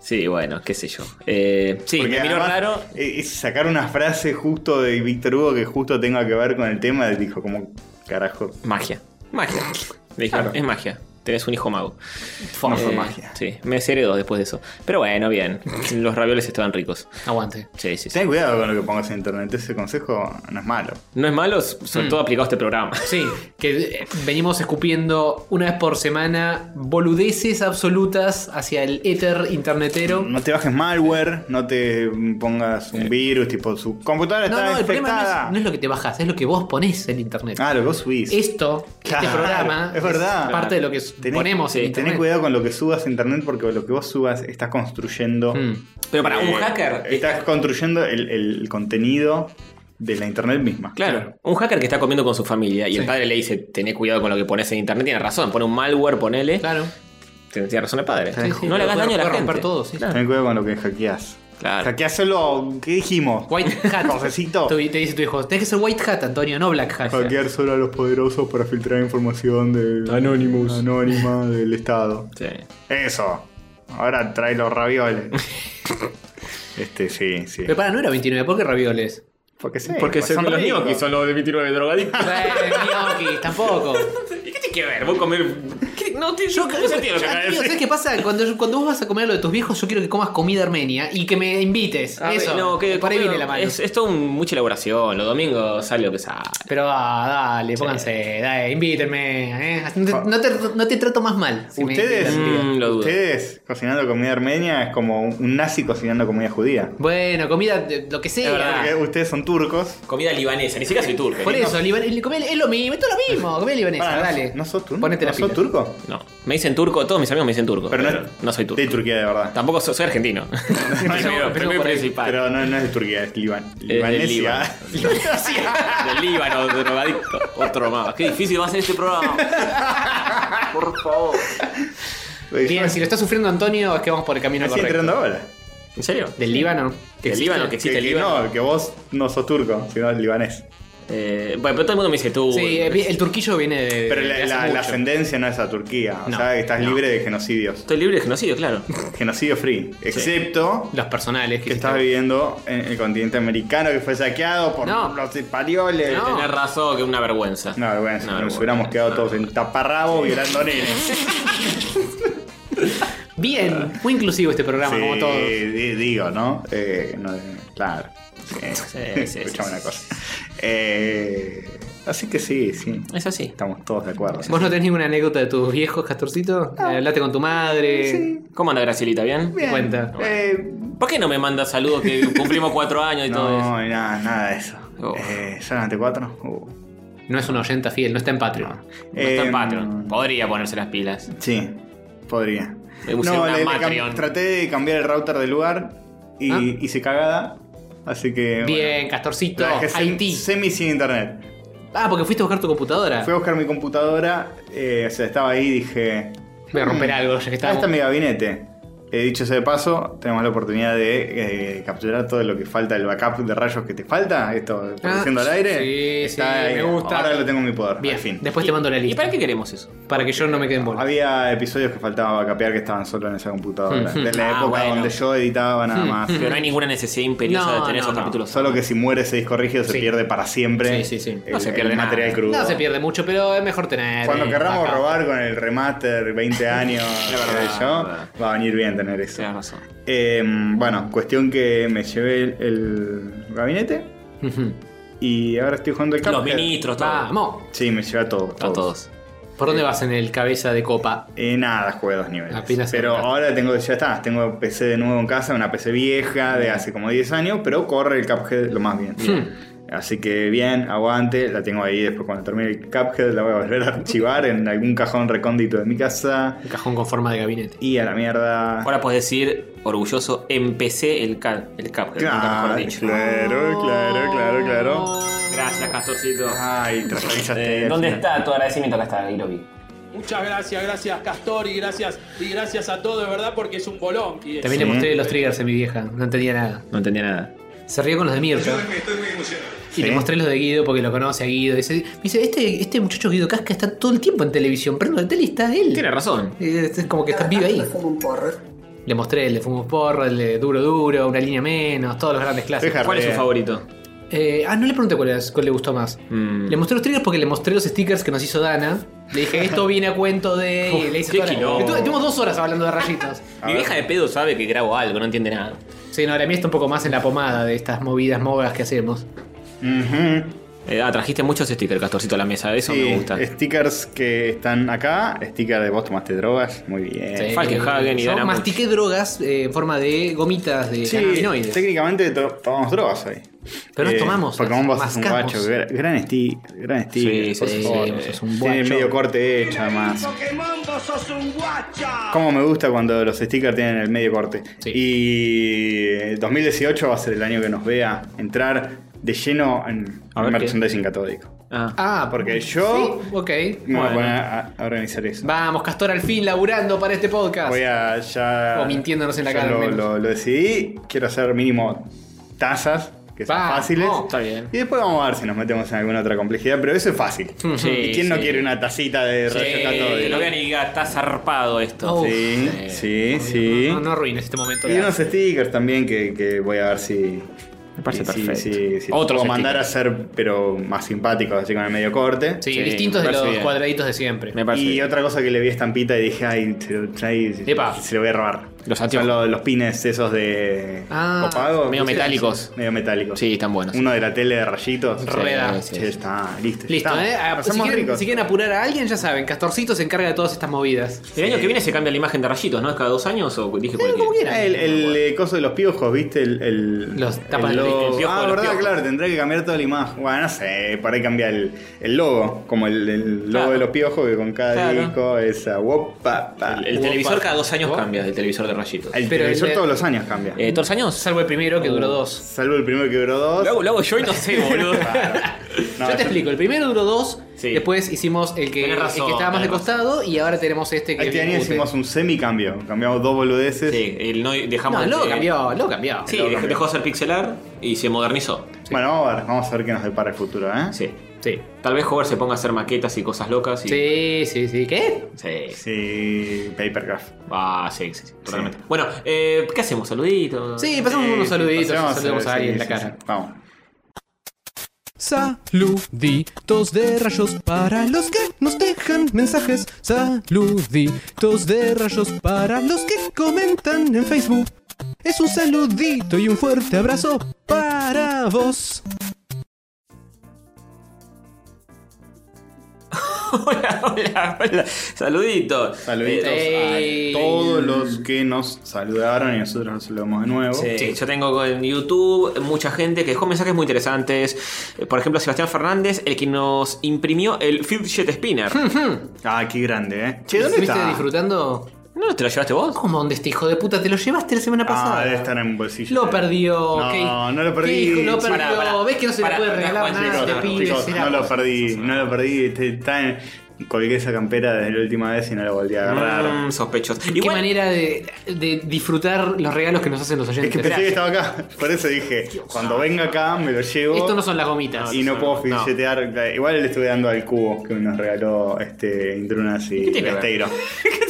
sí, bueno, qué sé yo. Eh, sí, Porque me miró además, raro. eh, Es sacar una frase justo de Víctor Hugo que justo tenga que ver con el tema. Dijo, como, carajo. Magia. Magia. Le dije, Claro. es magia. Tenés un hijo mago. No fue Eh, magia. Sí, me seré dos después de eso. Pero bueno, bien. Los ravioles estaban ricos. Aguante. Sí, sí, sí. Ten cuidado con lo que pongas en internet. Ese consejo no es malo. No es malo, sobre todo aplicado a este programa. Sí, que eh, venimos escupiendo una vez por semana boludeces absolutas hacia el éter internetero. No te bajes malware, no te pongas un virus, tipo, su computadora No, está no, el problema no infectada. es, no es lo que te bajas, es lo que vos ponés en internet. Ah, lo que vos subís. Esto, este Claro, programa, es verdad. parte de lo que Tenés- ponemos en tenés internet. cuidado con lo que subas a internet porque lo que vos subas estás construyendo. Mm. Pero para un Eh, hacker. Estás construyendo el, el contenido de la internet misma. Claro, un hacker que está comiendo con su familia y el Sí. padre le dice, tené cuidado con lo que pones en internet, tiene razón, pone un malware, ponele. Claro. Tiene tiene razón el padre. Sí, sí, no le hagas puede- daño a la puede gente. romper todo, sí. Claro. Ten cuidado con lo que hackeás. Claro. Hackeás solo. ¿Qué dijimos? White hat. Josecito. Tu- Te dice tu hijo, tenés que ser white hat, Antonio, no black hat. Hackear solo a los poderosos para filtrar información de. Anonymous. Anónima del Estado. Sí. Eso. Ahora trae los ravioles. este, sí, sí. Pero para, no era 29, ¿por qué ravioles? Porque sí. pues Porque son según los ricos. ñoquis son los de 29 drogadictos. Eh, gnocchi, tampoco. ¿Qué tiene que ver? Vos comer. ¿Qué- No, te, yo no sentido lo que acabas de Amigo, ¿Sabes decir. qué pasa? Cuando, yo- cuando vos vas a comer lo de tus viejos, yo quiero que comas comida armenia y que me invites. A ver, Eso. Ah, eh, no, que- Por ahí bueno, viene la mano. Es, es todo un- mucha elaboración. Los domingos sale lo que sale. Pero ah, dale, pónganse, dale, invítenme. eh. No, te, no te- no te trato más mal. si me Ah. Ustedes, invitan. Mm, lo dudo. ustedes cocinando comida armenia es como un nazi cocinando comida judía. Bueno, comida, de- lo que sea. Es verdad. Porque ustedes son turcos. Comida libanesa, ni siquiera soy turco. Por eso, liban- el- comida- es lo mismo, es todo lo mismo. Comida libanesa, Pará, dale. ¿No sos turco? Ponete ¿No la sos pila. turco? No, me dicen turco, todos mis amigos me dicen turco. Pero no pero es- no soy turco. De Turquía, de verdad. Tampoco soy, soy argentino. empecemos Primero primero por ahí. principal. Pero no, no es de Turquía, es Liban. del Libanesia. Líbano. Del Líbano, drogadicto. Otro más. Qué difícil va a ser este programa. Por favor. Bien, si lo está sufriendo Antonio, es que vamos por el camino Me estoy correcto. enterando ahora. ¿En serio? ¿Del Líbano? ¿Del Líbano? ¿Que Que, existe el que Líbano? no, que vos no sos turco, sino libanés. Eh, bueno, pero todo el mundo me dice tú. Sí, eh, el turquillo viene de. Pero de la, hace la- la mucho. ascendencia no es a Turquía. O No, sea, estás libre de genocidios. Estoy libre de genocidio, claro. Genocidio free. Excepto Los personales que que estás viviendo en el continente americano que fue saqueado por No. los españoles. No. Tener razón, que es una vergüenza. No, vergüenza, Una vergüenza. nos hubiéramos quedado todos en taparrabo violando nenes. Bien, muy inclusivo este programa, Ah. Sí, como todos. di- digo, ¿no? Eh, no, eh, claro. Sí, sí, sí, Escuchame sí, una sí, cosa. Eh, así que sí, sí. Es así. Estamos todos de acuerdo. ¿Vos no tenés ninguna anécdota de tus viejos, Castorcito? Eh, ¿Hablaste con tu madre? Sí. ¿Cómo anda Gracielita? ¿Bien? Bien, cuenta? eh, ¿Por qué no me manda saludos que cumplimos cuatro años y todo eso? no, y nada, nada de eso. Oh. Eh, ¿Son ante cuatro? Uh. No es una oyenta fiel, no está en Patreon. No está Eh, en Patreon. Podría ponerse las pilas. Sí, podría. Debe ser una le- le cam- Matreon. traté de cambiar el router de lugar y Ah. hice cagada. Así que. Bien, bueno, Castorcito, la dejé sem- Haití. semi sin internet. Ah, porque fuiste a buscar tu computadora. Fui a buscar mi computadora, eh, o sea, estaba ahí y dije. Voy a romper algo, ya que Ah, está estábamos. mi gabinete. Eh, dicho sea de paso, tenemos la oportunidad de eh, capturar todo lo que falta, el backup de rayos que te falta, esto produciendo al aire. sí, Está sí, ahí. me gusta. Ahora lo tengo en mi poder. Bien, al fin. después te mando la ¿Y lista. para qué queremos eso? Para que yo no me quede en bola. Había episodios que faltaba capear que estaban solo en esa computadora. Mm, mm. De la Ah, época bueno. donde yo editaba nada más. Pero no hay ninguna necesidad imperiosa de No, tener no, esos no. capítulos. Solo que si muere ese disco rígido se Sí. pierde para siempre. eh, Sí, sí, sí. No el- se pierde el nada. material crudo. No se pierde mucho, pero es mejor tener. Cuando eh, querramos backup. robar con el remaster 20 años, La qué verdad, la sé yo, verdad. va a venir bien tener eso. Tienes razón. Eh, bueno, cuestión que me llevé el, el gabinete Ujú. y ahora estoy jugando el Los Cuphead. ministros, todo. Vamos. Sí, me llevé a todo. A todos. ¿Por dónde vas en el cabeza de copa? Eh, nada, jugué dos niveles. Apenas pero arrancaste. ahora tengo, ya está, tengo PC de nuevo en casa, una PC vieja de hace como 10 años, pero corre el Cuphead lo más bien. Hmm. Así que bien, aguante, la tengo ahí, después cuando termine el Cuphead la voy a volver a archivar en algún cajón recóndito de mi casa El cajón con forma de gabinete. y a la mierda. Ahora puedes decir, orgulloso, empecé el cal, el cap, Claro, claro, claro, claro, claro. Gracias, Castorcito. Ay, te realizaste. Ah. Eh, al ¿Dónde final. está tu agradecimiento? Acá está, ahí lo vi. Muchas gracias, gracias Castor y gracias, y gracias a todos, de verdad, porque es un bolón. Y es- También Sí. le mostré los triggers a mi vieja, no entendía nada. No entendía nada. Se rió con los de Mirta. Y Sí. le mostré los de Guido porque lo conoce a Guido. Dice, me dice, este, este muchacho Guido Casca está todo el tiempo en televisión. Prendo la tele y está él. Tiene razón. Eh, Es como que está vivo ahí. Fumo un porro. Le mostré el de Fumo Porro, el de Duro Duro, Una Línea Menos, todos los grandes clásicos. Deja ¿Cuál es re- su favorito? Eh, ah, no le pregunté cuál, es- cuál le gustó más. Mm. Le mostré los triggers porque le mostré los stickers que nos hizo Dana. Le dije, esto viene a cuento de... Y le hice qué toda la- quilombo. Estuve- Estuvimos dos horas hablando de rayitos. Mi vieja de pedo sabe que grabo algo, no entiende nada. Sí, no, la mía está un poco más en la pomada de estas movidas mogas que hacemos. Ujú. Eh, ah, trajiste muchos stickers, Castorcito, a la mesa. Eso Sí, me gusta. Stickers que están acá, sticker de vos tomaste drogas, muy bien. Sí. Eh, Falkenhagen y Yo Dana Bush. mastiqué drogas eh, en forma de gomitas de Sí, cannabinoides. técnicamente to- tomamos drogas hoy. Pero no tomamos, Pokémon las vos sos un mascamos. guacho. gra- Gran sticker, gran sticker. Sí, por sí, favor. sí, vos sos un Tiene guacho. medio corte hecho, además. Como me gusta cuando los stickers tienen el medio corte. Sí. Y eh, 2018 va a ser el año que nos vea entrar de lleno en A ver qué. merchandising catódico. Ah. Ah, Porque yo sí, ok. me voy a Bueno. poner a, a organizar eso. Vamos, Castor, al fin laburando para este podcast. Voy a ya. O mintiéndonos en la ya cara, al Lo, menos. lo- lo decidí. Quiero hacer mínimo tazas, que son Vamos. fáciles. Está bien. Y después vamos a ver si nos metemos en alguna otra complejidad, pero eso es fácil. Sí, ¿Y quién no sí. quiere una tacita de Sí, rayo Eh, lo catódico? vean y diga, está zarpado esto. Oh. Sí, sí, sí. No, no arruines este momento. Y unos stickers también que, que voy a ver si. Me parece si- perfecto. si- si Otros puedo mandar stickers. a ser, pero más simpáticos, así con el medio corte. Sí, Sí, distintos me de los parece bien. cuadraditos de siempre. Me parece. Y bien. otra cosa que le vi estampita y dije, ay, se lo trae, se, Epa. se lo voy a robar. Los Son anteojos. lo- los, pines esos de Ah, copago. medio Sí. metálicos. Medio metálicos. Sí, están buenos. Uno de la tele de rayitos. Reda. Sí, Che, está, listo. ya Listo, está. ¿eh? Ah, Nos Si hacemos quieren, ricos. si quieren apurar a alguien, ya saben, Castorcito se encarga de todas estas movidas. El año que viene se cambia la imagen de rayitos, ¿no? ¿Es cada dos años o dije como cualquier? quieran. Ah, el, el, eh, coso de los piojos, ¿viste? El, el- Los tapas el de- logo. el piojo Ah, de los verdad, piojos. claro, tendría que cambiar toda la imagen. Bueno, no sé, por ahí cambia el, el logo, como el, el logo Claro. de los piojos que con cada Claro. disco es a wopa, pa. El, el televisor cada dos años cambia, el televisor de rayitos. El Pero televisor el de- todos los años cambia. Eh, ¿Todos los años? Salvo el primero que duró dos. Salvo el primero que duró dos. Lo hago, lo hago yo y no sé, boludo. No, yo te yo- explico, el primero duró dos, Sí. después hicimos el que, Tenés el razón, que estaba más de tenés costado y ahora tenemos este que... Este año discute. hicimos un semicambio. Cambiamos dos boludeces. Sí, el no dejamos. No, el- lo cambió, lo cambió. Sí, Lo dejó, cambió. dejó de ser pixelar y se modernizó. Bueno, vamos a ver, vamos a ver qué nos depara el futuro, ¿eh? Sí. Sí. Tal vez Hover se ponga a hacer maquetas y cosas locas. Y... Sí, sí, sí. ¿Qué? Sí. Sí, Papercraft. Ah, sí, sí, sí, totalmente. Bueno, eh, ¿qué hacemos? ¿Saluditos? Sí, pasamos Sí, unos sí, saluditos, pasemos, saludamos a sí, alguien en la sí, cara. sí. Vamos. Saluditos de rayos para los que nos dejan mensajes. Saluditos de rayos para los que comentan en Facebook. Es un saludito y un fuerte abrazo para vos. hola, hola, hola. Saluditos. Saluditos Eh, Eh, a todos los que nos saludaron y nosotros nos saludamos de nuevo. Sí, yo tengo en YouTube mucha gente que dejó mensajes muy interesantes. Eh, Por ejemplo, Sebastián Fernández, el que nos imprimió el fidget spinner. Ah, qué grande, ¿eh? Che, ¿dónde ¿Estuviste está? disfrutando? ¿No te lo llevaste vos? ¿Cómo? ¿Dónde este hijo de puta? ¿Te lo llevaste la semana pasada? Ah, debe estar en un bolsillo. Lo perdió. No, ¿qué- no lo qué perdí. hijo? Lo perdió. Pará, pará. ¿Ves que no se Pará, le puede pará, regalar Juan, nada? chicos, a este Chicos, pibe? chicos, Será no lo vos. perdí, no lo perdí. Este Está en, colgué esa campera desde la última vez y no la volví a agarrar. Mm, sospechosos. Qué Igual, manera de, de disfrutar los regalos que nos hacen los Es oyentes. que pensé que estaba acá. Por eso dije, cuando venga acá me lo llevo. Esto no son las gomitas. Y no puedo fichetear. Igual le estuve dando al cubo que nos regaló este Intrunas y tiene que ver? Besteiro.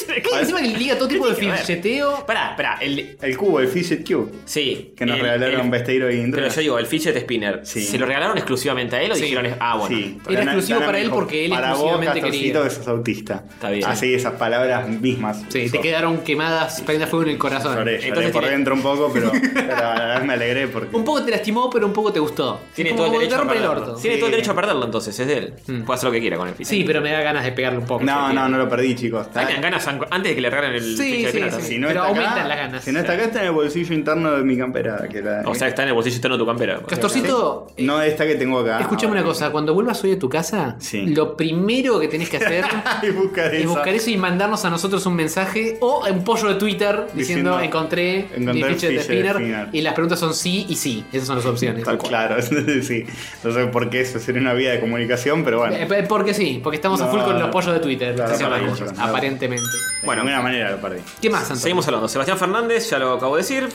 ¿Qué? Encima que liga todo tipo de tiene que ver? filcheteo. Pará, pará. El, El cubo, el Fidget Cube. sí. Que nos el- regalaron el- Besteiro y Pero Intrunas. yo digo, el fidget spinner. Sí. ¿Se lo regalaron exclusivamente a él o dijeron, ah, bueno? Sí, Era Dana- exclusivo Dana para me él dijo, porque él para exclusivamente vos, Castorcito, quería". que sos autista. Está bien. Así esas palabras mismas. Sí, te So- quedaron quemadas, prendidas fuego en el corazón. Lloré, lloré Entonces por tiene- dentro un poco, pero, pero a la vez me alegré porque. Un poco te lastimó, pero un poco te gustó. Tiene Es todo el como cuando derecho te a rompe el perderlo. orto. Mm. Tiene Sí. todo el derecho a perderlo entonces, es de él. Puede hacer lo que quiera con el fidget. Sí, pero me da ganas de pegarle un poco. No, no, no lo perdí, chicos. Ahí me dan ganas an- antes de que le regalen el Sí, fidget sí, spinner. sí. también. Si no Pero está acá, aumentan las ganas. Si no está acá, está en el bolsillo interno de mi campera. Que la, O sea, está en el bolsillo interno de tu campera. Castorcito, no esta que tengo acá. escúchame una cosa. Cuando vuelvas hoy a tu casa, Ah, Sí. lo primero que tenés que hacer Y buscar es esa. buscar eso y mandarnos a nosotros un mensaje o un pollo de Twitter diciendo, Diciendo, encontré, encontré mi el ficha de ficha de spinner. spinner. Y las preguntas son sí y sí. Esas son las opciones. Está claro, sí. No sé por qué eso sería una vía de comunicación, pero bueno. Eh, eh, Porque sí, porque estamos a full No. con los pollos de Twitter. Claro, así se claro, llaman, claro. aparentemente. bueno. bueno, de alguna manera lo perdí. ¿Qué más, Antonio? Seguimos hablando. Sebastián Fernández, ya lo acabo de decir.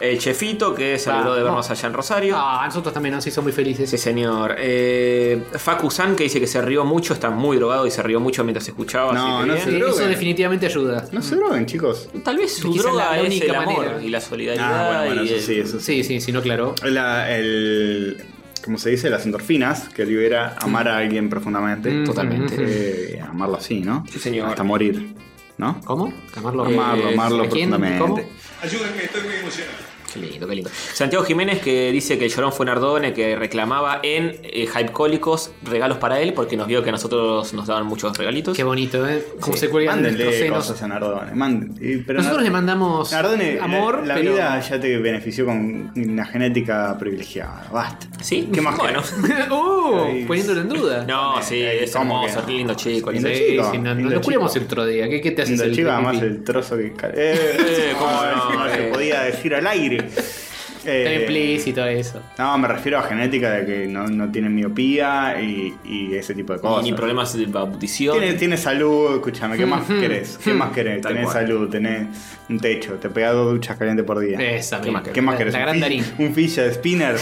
El Chefito, que saludó de Vamos. vernos allá en Rosario. Ah, a nosotros también nos hizo muy felices. Sí, señor. Eh, Facu San, que dice que se rió mucho, está muy drogado y se rió mucho mientras escuchaba. No, así que no bien. Sí, Creo eso que- definitivamente ayuda. No se droguen, chicos. Tal vez su Quizá droga la es única el amor manera. y la solidaridad. Ah, bueno, bueno, y eso el- sí, eso sí. Sí, sí, sí, no claro. La, el, como se dice, las endorfinas que libera amar a alguien profundamente. Mm, Totalmente. Eh, amarlo así, ¿no? Sí, señor. Hasta morir, ¿no? ¿Cómo? Amarlo. Amarlo, Eh, amarlo ¿a quién? ¿Cómo? profundamente. Ayúdenme, estoy muy emocionado. Qué lindo, qué lindo. Santiago Jiménez que dice que el llorón fue Nardone que reclamaba en eh, Hype Cólicos regalos para él porque nos vio que a nosotros nos daban muchos regalitos. Qué bonito, ¿eh? Como Sí. se cuelgan nuestros Mándenle senos. cosas a Nardone. mándenle. Pero Nosotros Nar- le mandamos Nardone, la- amor, la, pero- vida ya te benefició con una genética privilegiada. Basta. ¿Sí? ¿Qué más Bueno. ¡Oh! Ay. Poniéndolo en duda. No, sí, Eh, es ¿cómo que hermoso, no? qué lindo chico. lindo Lindo Sí, chico. chico, sí, no, lindo lo chico. curamos el otro día. ¿Qué, qué te haces Lindo el chico, pipí? además este, el trozo que. ca- Eh, Eh, cómo no, no, se eh. podía decir al aire. Tan Eh, implícito eso. No, me refiero a genética de que no, no tiene miopía y, y ese tipo de Y cosas. ni problemas de bautición. Tiene, tiene salud, escúchame, ¿qué más querés? ¿Qué más querés? Tal Tenés cual. salud, tenés un techo, te pegás dos duchas calientes por día. Esa, ¿Qué mira. más querés? ¿Qué más La- querés? La ¿Un gran fi- Darín. ¿Un ficha de spinner?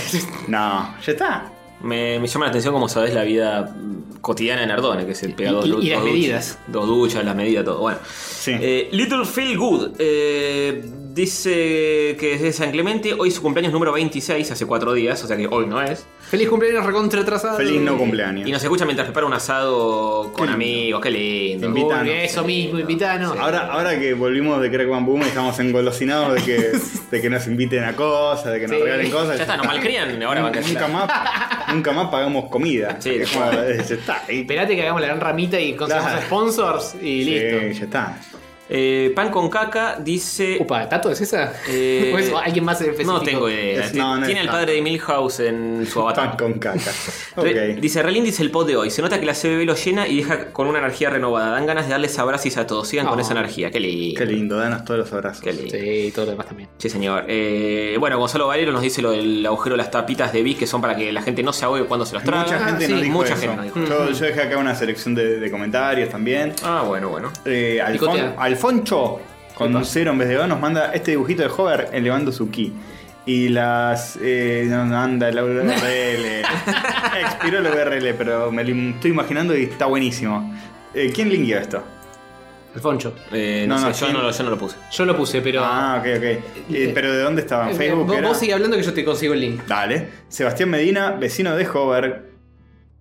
No, ya está. Me, me llama la atención como sabes la vida mm, cotidiana de Nardone, que se pega Y- dos, y du- las dos duchas. medidas. Dos duchas, las medidas, todo. Bueno. Sí. Eh, Little Feel Good eh, dice que es de San Clemente. Hoy su cumpleaños número 26, hace cuatro días, o sea que hoy no es. Feliz cumpleaños recontra atrasado. Feliz no Y cumpleaños. nos escucha mientras prepara un asado con amigos. Qué lindo. Invita- Uy, eso mismo, invitanos. Ahora, ahora que volvimos de Crack Bam Boom estamos engolosinados de que, de que nos inviten a cosas, de que nos Sí. regalen cosas. Ya está, nos malcrian. Ahora van a Nunca más, nunca más pagamos comida. Sí, Es como, eh, ya está. ahí. Esperate que hagamos la gran ramita y consigamos Claro. sponsors Sí, y listo. ya está. Eh, Pan con caca dice. Upa, ¿Tato es esa? Eh, ¿O es alguien más específico? No tengo idea. Es- no, no Tiene es- al padre de Milhouse en su Pan avatar. con caca. Re- Ok. Dice, Relín dice el pod de hoy. Se nota que la CB lo llena y deja con una energía renovada. Dan ganas de darles abrazos a todos. Sigan con Ah. esa energía. Qué lindo. Qué lindo, danos todos los abrazos. Qué lindo. Sí, y todo lo demás también. Sí, señor. Eh, bueno, Gonzalo Valero nos dice lo del agujero de las tapitas de Vic, que son para que la gente no se ahogue cuando se las traga. Ah, Mucha gente sí, no dijo mucha eso. gente no dijo yo, yo dejé acá una selección de, de comentarios también. Ah, bueno, bueno. Eh, Alfon- Picotea. Alfoncho, con un cero en vez de dos, nos manda este dibujito de Hover elevando su ki. Y las. Eh, no, no, anda, la URL. Expiró la URL, pero me lo im- estoy imaginando y está buenísimo. Eh, ¿Quién linkeó esto? Alfonso. Eh, no, No, sé, no, yo, sí. no, lo- yo no lo puse. Yo lo puse, pero. ah, ok, ok. Eh, ¿Pero de dónde estaba? ¿En Eh, Facebook? vos, era? vos sigue hablando que yo te consigo el link. Dale. Sebastián Medina, vecino de Hover.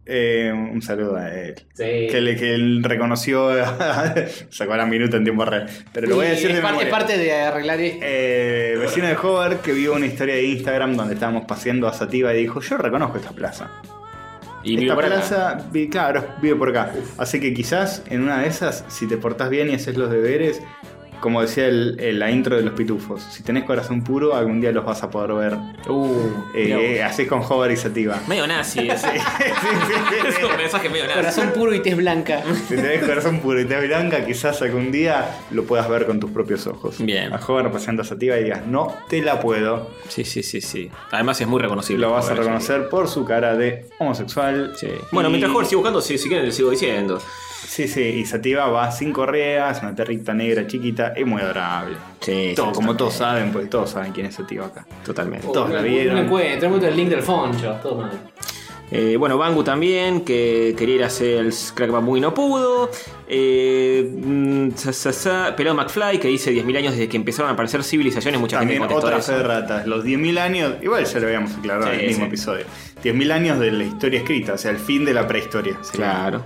Eh, un saludo a él. Sí. Que, le, que él reconoció. sacó la minuta en tiempo real. Pero lo voy a Y decir es, de parte, memoria. es parte de arreglar esto. Eh, vecino de Hover que vio una historia de Instagram donde estábamos paseando a Sativa y dijo: Yo reconozco esta plaza. Y esta vivo por acá. plaza, vi- claro, vive por acá. Así que quizás en una de esas, si te portás bien y haces los deberes, como decía el- el- la intro de los pitufos, si tenés corazón puro, algún día los vas a poder ver. Uh, mirá vos. Eh, así es con Hover y Sativa. Medio nazi ese. es un mensaje medio nazi. Corazón puro y tez blanca. Si tenés corazón puro y tez blanca, quizás algún día lo puedas ver con tus propios ojos. Bien. A Hover representa a Sativa y digas, no te la puedo. Sí, sí, sí, sí. Además es muy reconocible. Lo vas a Joder, reconocer por su cara de homosexual. sí. Sí. Bueno, mientras Jorge sigue buscando, si, si quieren le sigo diciendo. Sí, sí, y Sativa va sin correas, una territa negra chiquita, es muy adorable. Sí, Todo, como todos saben, pues todos saben quién es Sativa acá. totalmente. Todos la vieron. No encuentro, no encuentro el link del Foncho. Todo mal. Eh, bueno, Bangu también, que quería ir a hacer el Crack Bamboo y no pudo. Eh, mm, sa, sa, sa. Pelado McFly, que dice 10.000 años desde que empezaron a aparecer civilizaciones, mucha También gente contestó otra eso. fe de ratas, los 10.000 años, igual ya lo habíamos aclarado en Sí, el mismo sí. episodio. 10.000 años de la historia escrita, o sea, el fin de la prehistoria. sería. Claro.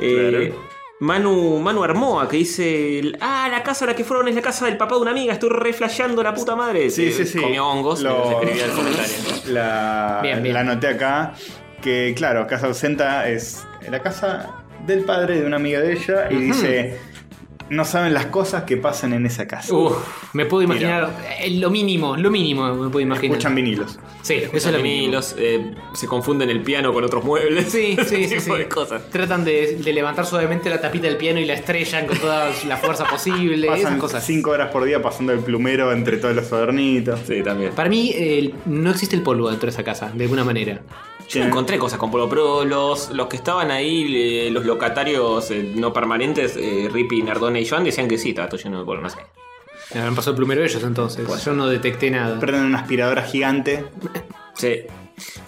Eh, Claro. Manu, Manu Armoa, que dice: Ah, la casa a la que fueron es la casa del papá de una amiga, estoy reflashando la puta madre. Sí, Eh, sí, sí. Comió hongos, Lo- mientras escribía el comentario. La, Bien, bien. la anoté acá, que claro, Casa Ausenta es la casa del padre de una amiga de ella y dice, no saben las cosas que pasan en esa casa. Uf, me puedo imaginar eh, lo mínimo, lo mínimo me puedo imaginar. Escuchan vinilos. sí, eso es lo Y mínimo. los, eh, se confunden el piano con otros muebles. Sí, sí, sí, Ese tipo sí. de cosas. Tratan de, de levantar suavemente la tapita del piano y la estrellan con toda la fuerza posible. esas Pasan cosas. 5 horas por día pasando el plumero entre todos los adornitos. Sí, también. Para mí eh, el- no existe el polvo dentro de esa casa, de alguna manera. Yo no encontré cosas con polvo, pero los, los que estaban ahí, eh, los locatarios eh, no permanentes, eh, Rippy, Nardone y Joan, decían que sí, estaba todo lleno de polvo, no sé. Me habrán pasado el plumero ellos entonces. Yo no detecté nada. Prenden una aspiradora gigante. Sí.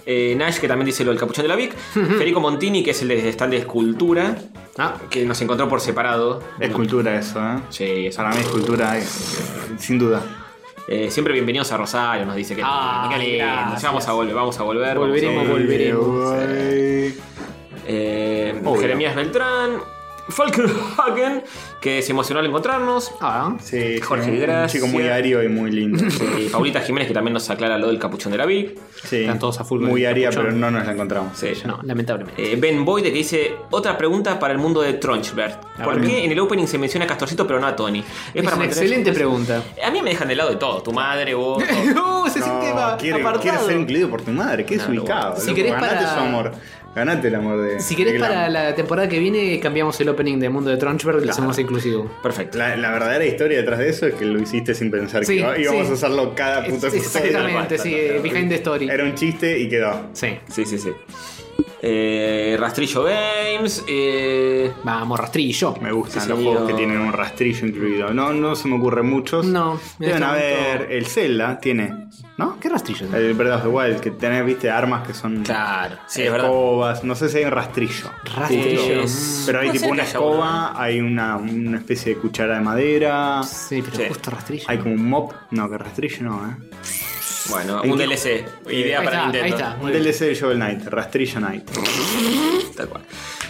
Eh, Nash, que también dice lo del capuchón de la Vic. Federico Montini, que es el de stand de escultura, Ah, que nos encontró por separado. Es cultura eso, ¿eh? Sí, eso. Para mí es cultura, eh, sin duda. Eh, siempre bienvenidos a Rosario, nos dice que Ah, qué lindo. gracias. Ya vamos a volver, vamos a volver. vamos a Volveremos, volver. volveremos. Ay. Eh, Obvio. Jeremías Beltrán. Falkenhagen, que se emocionó al encontrarnos. Ah, Sí, Jorge, sí, un gracias. chico muy ario y muy lindo. Y Eh, Paulita Jiménez, que también nos aclara lo del capuchón de la Vic. Sí. Están todos a full con Muy el aria, capuchón. pero no nos la encontramos. Sí. no, lamentablemente. Eh, ben Boyd, que dice: Otra pregunta para el mundo de Tronchbert. ¿Por ver. qué en el opening se menciona a Castorcito, pero no a Tony? Es, para una mantener- excelente pregunta. A mí me dejan de lado de todo, tu madre, vos. todo. No, ese es un tema quiere, apartado. quiere ser incluido por tu madre, qué No, desubicado. Si loco, querés ganate para- su amor. Ganate el amor de. Si querés de para Glam. la temporada que viene cambiamos el opening de Mundo de Tronchberg y lo hacemos inclusivo. Perfecto. La, la verdadera historia detrás de eso es que lo hiciste sin pensar Sí, que iba- íbamos sí. a hacerlo cada Es- puto Exactamente, sí, eh, behind the story. Era un chiste y quedó. Sí. Sí, sí, sí. Eh, Rastrillo Games. eh, Vamos, rastrillo. Me gustan Sí, los señor. juegos que tienen un rastrillo incluido. No, no se me ocurren muchos. No, en Deben este haber. momento- El Zelda tiene. ¿No? ¿Qué rastrillo? El Breath of the Wild, que tenés, viste, armas que son. claro. Sí, Eh, es oh, verdad. Eh, escobas. No sé si hay un rastrillo. Rastrillo. Es- Pero hay Puede tipo ser una que haya uno, escoba, hay una, una especie de cuchara de madera. Sí, pero Sí. justo rastrillo. Hay como un mop. No, que rastrillo no, ¿eh? Bueno, Hay un que- DLC. Idea Eh, ahí para está, Nintendo. ahí está. Un DLC de Shovel Knight, Rastrillo Knight. Tal cual.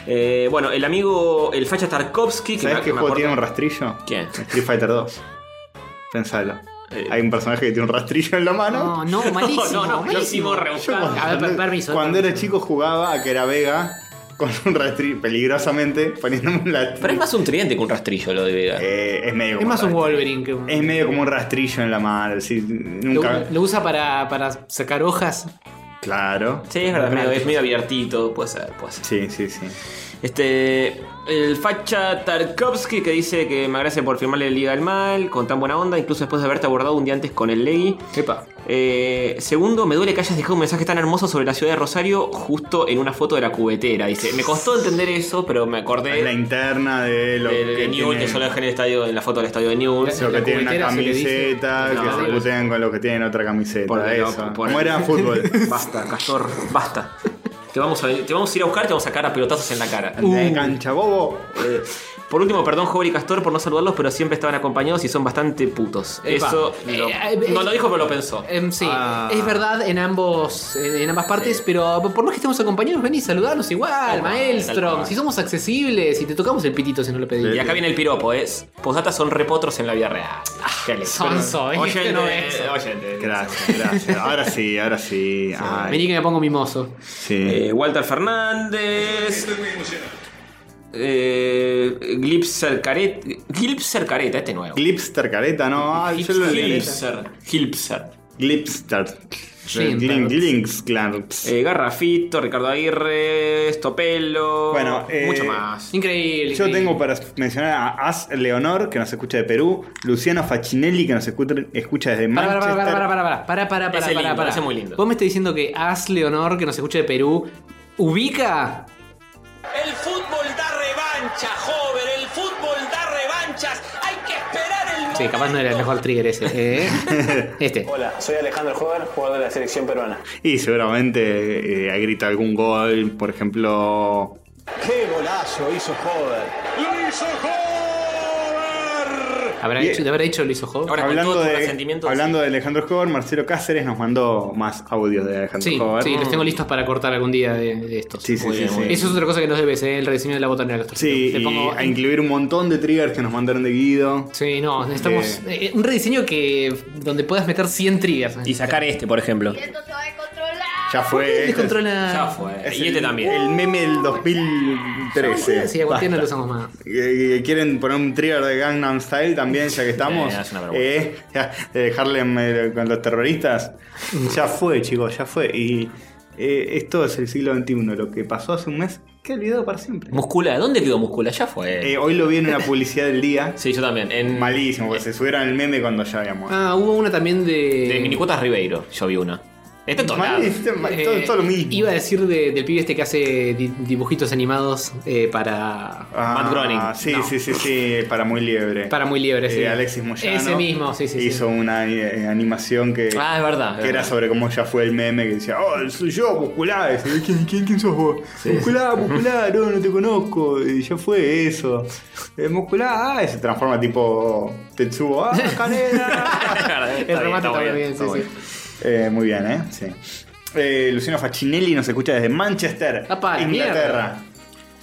Eh, bueno, el amigo, el facha Tarkovsky. Que ¿Sabes me- qué me juego acuerdo- tiene un rastrillo? ¿Quién? Street Fighter 2. Pensalo. Eh. Hay un personaje que tiene un rastrillo en la mano. No, no, malísimo. No, no, malísimo. malísimo, rebuscado. A ver, per- permiso. Cuando permiso. era chico jugaba a que era Vega con un rastrillo, peligrosamente, poniéndome un Pero es rastrillo. más un tridente que un rastrillo lo de Vega. Eh, es medio Es como más un rastrillo. Wolverine que un. Es medio como un rastrillo en la mano. sí, Lo, nunca. lo usa para, para sacar hojas. Claro. Sí, es verdad, medio- es medio abiertito, puede ser, puede ser. Sí, sí, sí. Este, el facha Tarkovsky que dice que me agradece por firmarle Liga del Mal, con tan buena onda, incluso después de haberte abordado un día antes con el Leggy. Epa. Eh, segundo, me duele que hayas dejado un mensaje tan hermoso sobre la ciudad de Rosario justo en una foto de la cubetera. Dice, me costó entender eso, pero me acordé la de, interna de lo de que Newell, que yo lo tienen, dejé en, el estadio, en la foto del estadio de Newell. Gracias. lo que La tienen una cubetera se le dice. camiseta, No, que se digo- putean con los que tienen otra camiseta. Por el eso. loco, por Como el- era fútbol. Basta, Castor, basta. Te vamos, a, te vamos a ir a buscar, te vamos a sacar a pelotazos en la cara. Andá de cancha, bobo. Uh. Eh, Por último, perdón, Hover y Castor por no saludarlos, pero siempre estaban acompañados y son bastante putos. Epa. Eso lo- Eh, eh, no eh, lo dijo, pero lo pensó. Em, sí, Ah. es verdad en ambos eh, en en ambas partes, pero por más que estemos acompañados, ven y saludarnos igual, Tal cual, tal maelstrom. cual. Si somos accesibles y te tocamos el pitito si no lo pedís. Y acá viene el piropo, es. Posdata son repotros en la vida real. Ah, Qué alegre. Sonso, ¿eh? Oyente, No es. oyente. Gracias, gracias. Ahora sí, ahora sí. Ay, Vení que me pongo mimoso. sí. Eh, Walter Eh, Fernández. Estoy muy emocionado. Eh, Glipser Careta. Glipser Careta, este nuevo. Glipster careta, no. Ay, yo lo leí. Glipser. Glipser. Glipster. Sí, Glin- claro. Glinks, Glamps. Eh, Garrafito, Ricardo Aguirre, Estopelo. Bueno, eh, mucho más. Increíble. Yo increíble. tengo para mencionar a As Leonor, que nos escucha de Perú, Luciano Facinelli, que nos escucha, escucha desde Para, Manchester. para, para, para, para, para, para, para, para, Ese para, lindo, para. ese muy lindo. Vos me estás diciendo que As Leonor, que nos escucha de Perú, ubica. El fútbol da revancha, joven. El fútbol da revanchas. Hay que esperar el momento. Sí, capaz no era el mejor trigger ese. ¿eh? este. Hola, soy Alejandro Jover, jugador de la selección peruana. Y seguramente eh, grita algún gol, por ejemplo. ¡Qué golazo hizo Jover! ¿Habrá, Bien. hecho, ¿Habrá hecho lo hizo Job? Ahora, con hablando todo tu de, resentimiento, hablando de Alejandro Escobar, Marcelo Cáceres nos mandó más audios de Alejandro Sí, Escobar. sí, los tengo listos para cortar algún día de, de estos. Sí, sí, Muy sí, bien, sí. muy bien. Eso es otra cosa que nos debes, ¿eh? el rediseño de la botonera. Los Sí, Te y pongo- a incluir un montón de triggers que nos mandaron de Guido. Sí, no, necesitamos eh, un rediseño que donde puedas meter 100 triggers. Y sacar este, por ejemplo. Esto se va a descontrolar. Ya fue. este es- Descontrola. Ya fue. es y este el- también. El meme del 2013. Ah, Sí, Basta. a cualquier no lo usamos más. Eh, eh, Quieren poner un trigger de Gangnam Style también, ya que estamos. Eh, es una vergüenza. Eh, ya, de Harlem eh, con los terroristas. Ya fue, chicos, ya fue. Y eh, esto es el siglo XXI. Lo que pasó hace un mes, queda olvidado para siempre. Muscula, ¿dónde quedó Muscula? Ya fue. Eh, hoy lo vi en una publicidad del día. sí, yo también. En, Malísimo, porque se subieron el meme cuando ya habíamos. Ah, hubo una también de. de Minicuotas Ribeiro, yo vi una. Está en todos lados. Malísimo, mal- eh, todo, todo lo mismo. Iba a decir de- del pibe este que hace di- dibujitos animados eh, para. Ah, Matt Groening. Sí, No. sí, sí, sí, para muy liebre. Para muy liebre, sí. Eh, Alexis Moyano. Ese mismo, sí, sí. sí. Hizo una eh, animación que. Ah, es verdad. es Que era verdad. sobre cómo ya fue el meme que decía, oh, soy yo, musculá. Y decía, ¿Quién, quién, quién sos vos? musculá, musculá, no, no te conozco. Y ya fue eso. Eh, musculá, ah, y se transforma tipo Tetsuo, ah, canela. El remate está muy bien, sí, sí. Eh, muy bien, ¿eh? Sí. Eh, Luciano Facinelli nos escucha desde Manchester, Apa, la Inglaterra.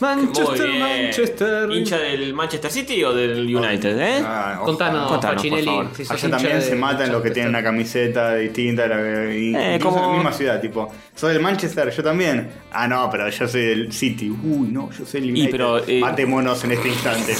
Manchester, Muy bien. Manchester. ¿Hincha del Manchester City o del United, eh? Ah, ojo. Contanos, Contanos, por Facinelli. favor. si sos Allá hincha también de se matan los que Manchester. tienen una camiseta distinta, la que- incluso Eh, como- en la misma ciudad, tipo, soy del Manchester, yo también. Ah, no, pero yo soy del City. Uy, no, yo soy del United. pero, eh, Matémonos en este instante.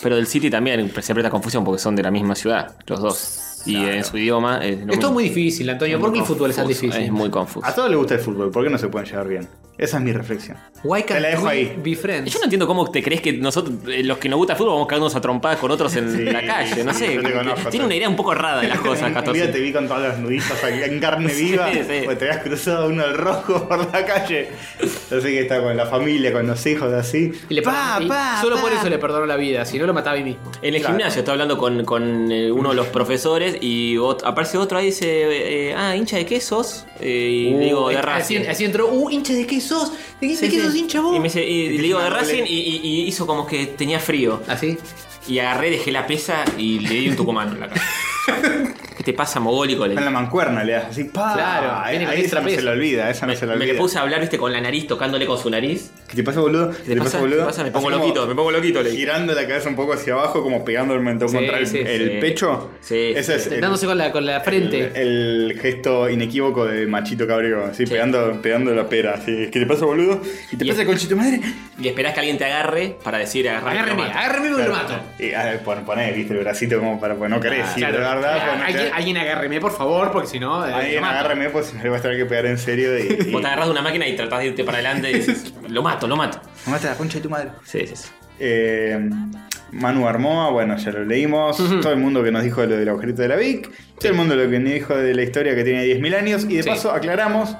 Pero del City también se aprieta confusión porque son de la misma ciudad, los dos. Y en su idioma es lo Esto es mismo. muy difícil, Antonio. ¿Por qué el fútbol es tan Confuso, difícil? Es muy confuso. A todos les gusta el fútbol, ¿por qué no se pueden llevar bien? Esa es mi reflexión. Why Te la can't dejo we ahí. be friends? Yo no entiendo cómo te crees que nosotros, eh, los que nos gusta el fútbol, vamos cagándonos a trompadas con otros en Sí, la calle. No sí, sé. yo te conozco, tiene una Antonio. idea un poco rara de las cosas, Un día te 14. vi con todas las nudistas aquí en carne viva, Sí, sí. porque te habías cruzado uno al rojo por la calle. Así que está con la familia, con los hijos, así. Y le Pa, y pa, solo por pa. eso le perdonó la vida, si no lo mataba a mí mismo. Uh, En el gimnasio estaba hablando con, con, eh, uno de los profesores y ot- aparece otro ahí y dice, eh, ah, hincha de quesos. eh, y le digo, de Uh, así, Racing. así entró, uh, hincha de qué sos, de qué, de Sí, qué sí. sos hincha vos. Y, me dice- y te le digo hizo de una Racing boleta. y, y- y hizo como que tenía frío. Así. Y agarré, dejé la pesa y le di un tucumano en la cara. ¿Qué te pasa, mogólico? Le Con dije. la mancuerna le das así, pa. Claro, Ahí- viene con ahí extra esa no se peso. la olvida, esa no Me, se la me olvida. le puse a hablar, viste, con la nariz, tocándole con su nariz. ¿Qué te pasa, boludo? ¿Qué ¿Qué te pasa? boludo? ¿Qué pasa? Me Así pongo como loquito, me pongo loquito, le dije. Girando la cabeza un poco hacia abajo, como pegando el mentón Sí, contra el, sí, el sí. pecho. Sí, Ese sí. es el, Dándose con la, con la frente. el- el gesto inequívoco de Machito Cabreo, así pegando, pegando la pera. Así, ¿Qué te pasa, boludo? ¿Y te Y- pasa, conchito madre? Y esperás que alguien te agarre para decir agarrame. agárreme, tomate". agárreme y me lo mato. Ah, Y a ver, pon- ponés, viste, el bracito como para, pues no Ah, querés, sí, Claro, de verdad. claro, pues, no alguien, querés. alguien agárreme, por favor, porque si no. eh, Alguien lo mato. agárreme, pues si me lo vas a tener que pegar en serio. Y, y- Vos te agarrás de una máquina y tratás de irte para adelante y decís, lo mato, lo mato. Mamá, te la concha de tu madre. Sí, sí, sí. Eh, Manu Armoa, bueno, ya lo leímos. Todo el mundo que nos dijo lo del agujerito de la Vic. Todo el mundo lo que nos dijo de la historia que tiene 10.000 años. Y de Sí. paso aclaramos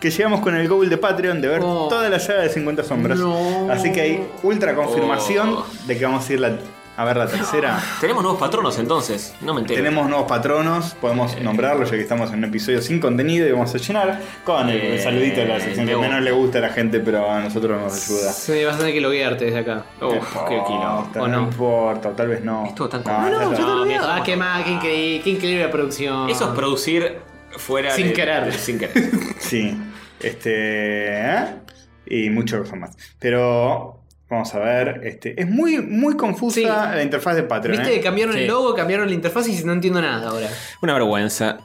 que llegamos con el goal de Patreon de ver Oh. toda la saga de 50 sombras. No. Así que hay ultra confirmación Oh. de que vamos a ir la- a ver la tercera. Tenemos nuevos patronos entonces, no me entero. Tenemos nuevos patronos, podemos nombrarlos ya que estamos en un episodio sin contenido y vamos a llenar con el, Eh, saludito de la sección que me menos gusta. le gusta a la gente, pero a nosotros nos ayuda. Sí, vas a tener que loguearte desde acá. Uf, qué quilombo. importa, ¿O no no? importa, tal vez no. Estuvo tan no, complicado. ya No, está. yo te lo mira, veo. Ah, somos- qué, ma- qué increíble, qué increíble la producción. Eso es producir fuera Sin de- querer. de- sin querer. Sí. Este. ¿eh? Y mucho cosa más. Pero. Vamos a ver. Este. Es muy, muy confusa Sí. la interfaz de Patreon. Viste, ¿eh? cambiaron Sí. el logo, cambiaron la interfaz y no entiendo nada ahora. Una vergüenza.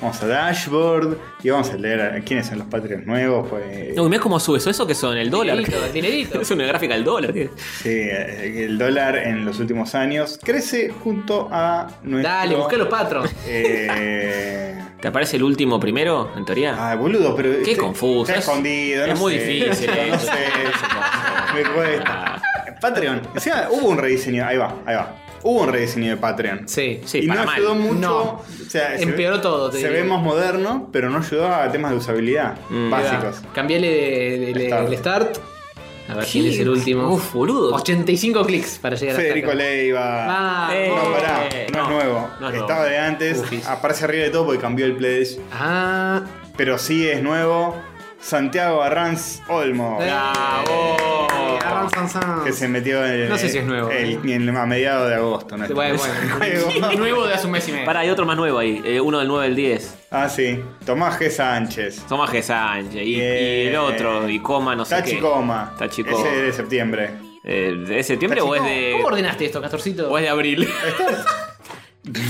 Vamos a Dashboard y vamos a leer a- quiénes son los Patreons nuevos. Pues, Uy, mirá cómo sube eso. ¿Eso que son? ¿El dólar? Dinerito, dinerito. es una gráfica del dólar. tío. sí, eh, el dólar en los últimos años crece junto a nuestro. Dale, busca los patros. Eh, ¿Te aparece el último primero, en teoría? Ay, boludo, pero. Qué está- confuso, Este, Está es- escondido, es no muy sé, difícil, eh. No sé. Me cuesta. Patreon. O sea, hubo un rediseño. Ahí va, ahí va. Hubo un rediseño de Patreon. Sí. Sí, y para no mal. ayudó mucho. No. o sea, se Empeoró ve- todo, te Se diría. Mm, ve más moderno, pero no ayudó a temas de usabilidad básicos. Mira, Cambiale de- de- de- Start. el start. A ver quién es el último. Uf, boludo. 85 clics para llegar Federico a Leiva. Ah, Eh. no, pará, eh, no, no, es nuevo. no es nuevo. Estaba de antes. Ufis. aparece arriba de todo porque cambió el pledge. ah, Pero sí es nuevo. Santiago Arranz Olmo. ¡Bravo! que se metió en Eh, No sé si es nuevo. eh. el- en- a mediados de agosto. ¿no? Bueno, bueno. Nuevo de hace un mes y medio. Pará, hay otro más nuevo ahí. eh, uno del 9 al 10. ah, sí. Tomás G. Sánchez. Tomás G. Sánchez. Y, Eh, y el otro. Y coma, no sé qué. Tachicoma. Tachicoma. Ese de septiembre. Eh, ¿De septiembre o es ¿Cómo de, ordenaste esto, Castorcito? o es de abril?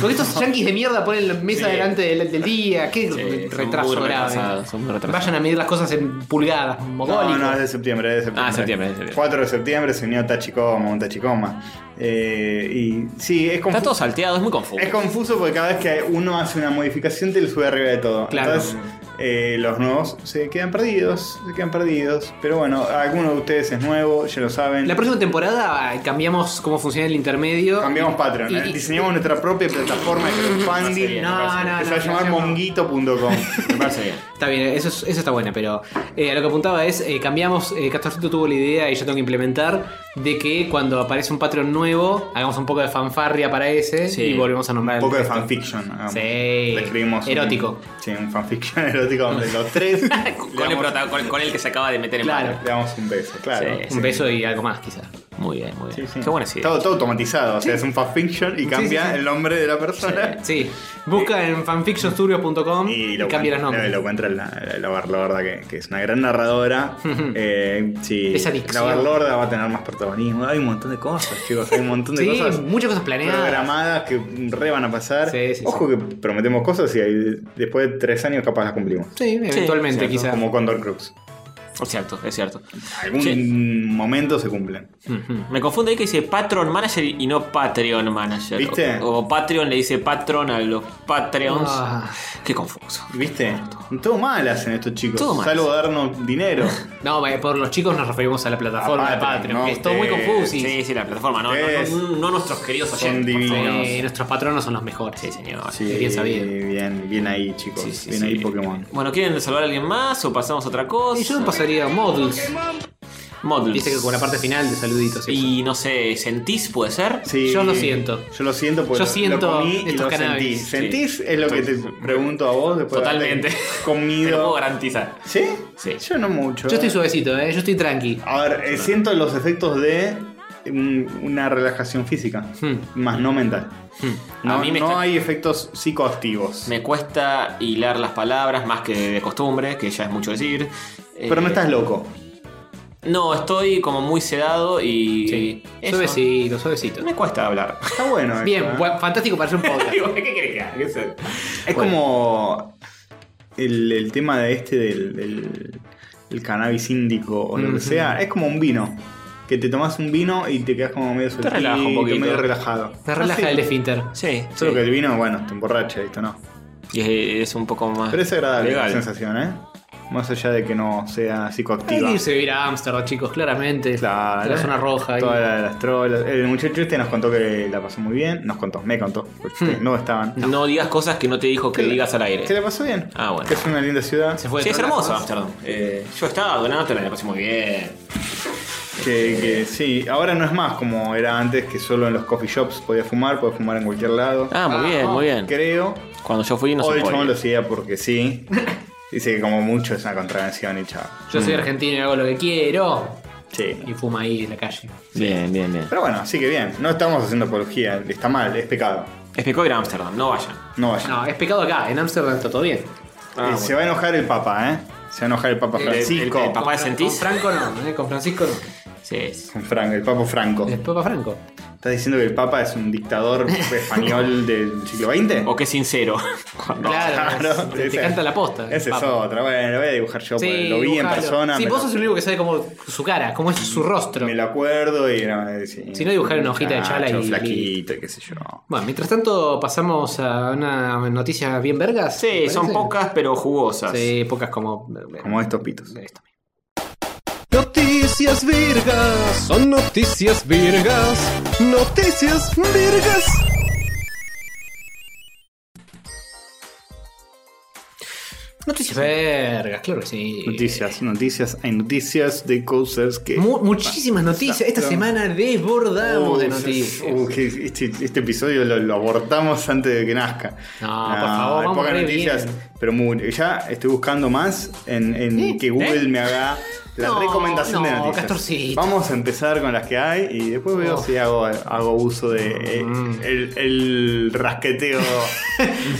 Porque estos yanquis de mierda ponen la mesa Sí. delante del, del día. Qué Sí, son retraso muy grave. retrasados, son muy retrasados. Vayan a medir las cosas en pulgadas, No, mogólicos. no, es de septiembre, es de septiembre. Ah, septiembre, es septiembre. 4 de septiembre se unió Tachicoma, un Tachicoma. Eh, y sí, es Está todo confuso. salteado, es muy confuso. Es confuso porque cada vez que uno hace una modificación te lo sube arriba de todo. Claro. Entonces, eh, los nuevos se quedan perdidos, se quedan perdidos. Pero bueno, alguno de ustedes es nuevo, ya lo saben. La próxima temporada ah, cambiamos cómo funciona el intermedio. Cambiamos Patreon, Y- eh. y- diseñamos nuestra propia plataforma de crowdfunding. No, no, no, que se va a no, llamar no. monguito.com. Me parece bien. Está bien, eso, es- eso está bueno, pero eh, a lo que apuntaba es, eh, cambiamos, eh, Castorcito tuvo la idea y yo tengo que implementar, de que cuando aparece un Patreon nuevo, hagamos un poco de fanfarria para ese Sí. y volvemos a nombrar Un el poco de resto. fanfiction. hagamos. Sí. Le escribimos un- Erótico. sí, un fanfiction erótico donde los tres. le Con el, damos- prota- con- con el que se acaba de meter en Claro. mano. le damos un beso, claro. Sí, Un beso y algo más, quizás. Muy bien, muy bien. Sí, sí. Qué buena idea. Todo, todo automatizado, o sea, es un fanfiction y cambia el nombre de la persona. Sí, busca en fanfictionstudios.com y, lo cambia encuentra- los nombres. Lo encuentra la, la Barlorda, que, que es una gran narradora. Eh, sí, Esa dicción. La Barlorda va a tener más protagonismo. Hay un montón de cosas, chicos. Hay un montón de Sí, cosas. muchas cosas planeadas. Programadas que re van a pasar. Sí, sí, Ojo que prometemos cosas y ahí, después de tres años capaz las cumplimos. Sí, eventualmente ¿Cierto? quizás. Como Condor Crux. Es cierto, es cierto. Algún Sí. momento se cumplen. Ujú. Me confunde ahí que dice Patron Manager y no Patreon Manager. ¿Viste? O, o Patreon le dice Patron a los Patreons. Ah. Qué confuso. ¿Viste? Todo mal hacen estos chicos. Todo mal. Salvo darnos dinero. No, vaya, por los chicos nos referimos a la plataforma A de Patreon, Patreon, ¿no? que es todo muy Ustedes, confuso. Sí, sí, la plataforma, no, no, Es- no- no nuestros queridos son oyentes. por divinos. favor. Eh, nuestros patronos son los mejores. Sí, señor. Sí, bien sabido. Bien, bien ahí, chicos. Sí, sí, bien sí. ahí, Pokémon. Bueno, ¿quieren salvar a alguien más o pasamos a otra cosa? Y yo pasaría a Models. Models. Dice que con la parte final de saluditos. Y Y no sé, ¿sentís puede ser? Sí, Yo lo siento. Yo lo siento porque Yo lo- siento lo comí y estos lo sentí. cannabis. ¿Sentís? Es lo que te pregunto a vos después Totalmente. de haberte Te lo puedo comido. garantizar. ¿Sí? Sí. Yo no mucho. yo estoy suavecito, eh, yo estoy tranqui. A ver, eh, siento los efectos de mm, una relajación física, Hmm. más no mental. No, A mí me no está- hay efectos psicoactivos. Me cuesta hilar las palabras más que de costumbre, que ya es mucho decir. Eh, Pero no estás loco. No, estoy como muy sedado y. Eso. Suavecito, suavecito. Me cuesta hablar. Está bueno. eso, Bien, ¿eh? bu- fantástico para hacer un podcast. ¿Qué querés que haga? ¿Qué sé? Es como el, el tema de este del, del- el cannabis índico o lo que sea. Es como un vino. Que te tomas un vino y te quedas como medio sueltito, relaja un poquito. medio relajado. Ah, Te relaja el esfínter. Sí. Solo sí. que el vino, bueno, te emborracha, esto no. Y es, es un poco Ah, más. Pero es agradable legal. la sensación, ¿eh? Más allá de que no sea Hay psicoactiva. que irse a vivir a Ámsterdam, chicos, claramente. Claro. La zona roja. ahí. Todas las, las trolas. El muchacho este nos contó que la pasó muy bien. Nos contó, me contó. Porque Hmm. ustedes no estaban. No. digas cosas que no te dijo que Que la- digas al Que aire. la pasó bien. Ah, bueno. Que es una linda ciudad. Se fue de Sí, es trolas. hermoso Amsterdam. Eh, yo estaba donando, la pasé muy bien. Que, que sí, ahora no es más como era antes, que solo en los coffee shops podía fumar, podía fumar en cualquier lado. Ah, muy bien, muy bien. Creo. Cuando yo fui no o se el chabón lo podía. hacía porque sí. Dice que como mucho es una contravención y chao. Yo soy argentino y hago lo que quiero. Y Sí. fuma ahí en la calle. Bien, bien, bien. Pero bueno, así que bien. No estamos haciendo apología, está mal, es pecado. Explicó ir a Amsterdam, no vayan. No vayan. No, es pecado acá. En Ámsterdam está todo bien. Eh, Se va a enojar el Papa, ¿eh? Se va a enojar el Papa El- Francisco. el- el Papa. ¿Papá Con- sentís? Con Franco no, eh, con Francisco no. Sí, sí. Con Franco, el Papa Franco. El Papa Franco. ¿Estás diciendo que el Papa es un dictador español del siglo XX? O que es sincero. Cuando- Claro, te- te ese- canta la posta, el Esa es Papa. otra. Bueno, lo voy a dibujar yo. porque lo vi en dibujalo. persona. Sí, me vos lo- sos el único que sabe cómo su cara, cómo es su rostro. Me lo acuerdo y no, eh, sí. Si no, dibujar una hojita de chala Chacho, y- flaquito y qué sé yo. Bueno, mientras tanto pasamos a una noticia bien vergas. ¿te Sí, parece? son pocas pero jugosas. Sí, pocas como... Como estos pitos. Esto. Noticias virgas, son noticias virgas, noticias virgas. Noticias vergas, claro que sí. Noticias, noticias, hay noticias de cosas que. Mu- muchísimas noticias. Esta Exacto. semana desbordamos Uh, de es- noticias. uh, que este, este episodio lo, lo abortamos antes de que nazca. No, por favor, hay vamos pocas re noticias, bien. pero muy- ya estoy buscando más en, en ¿Eh? que Google ¿Eh? me haga la No, recomendación de no, noticias. Castorcito. Vamos a empezar con las que hay y después veo Oh. Mm. si hago, hago uso de eh, el, el rasqueteo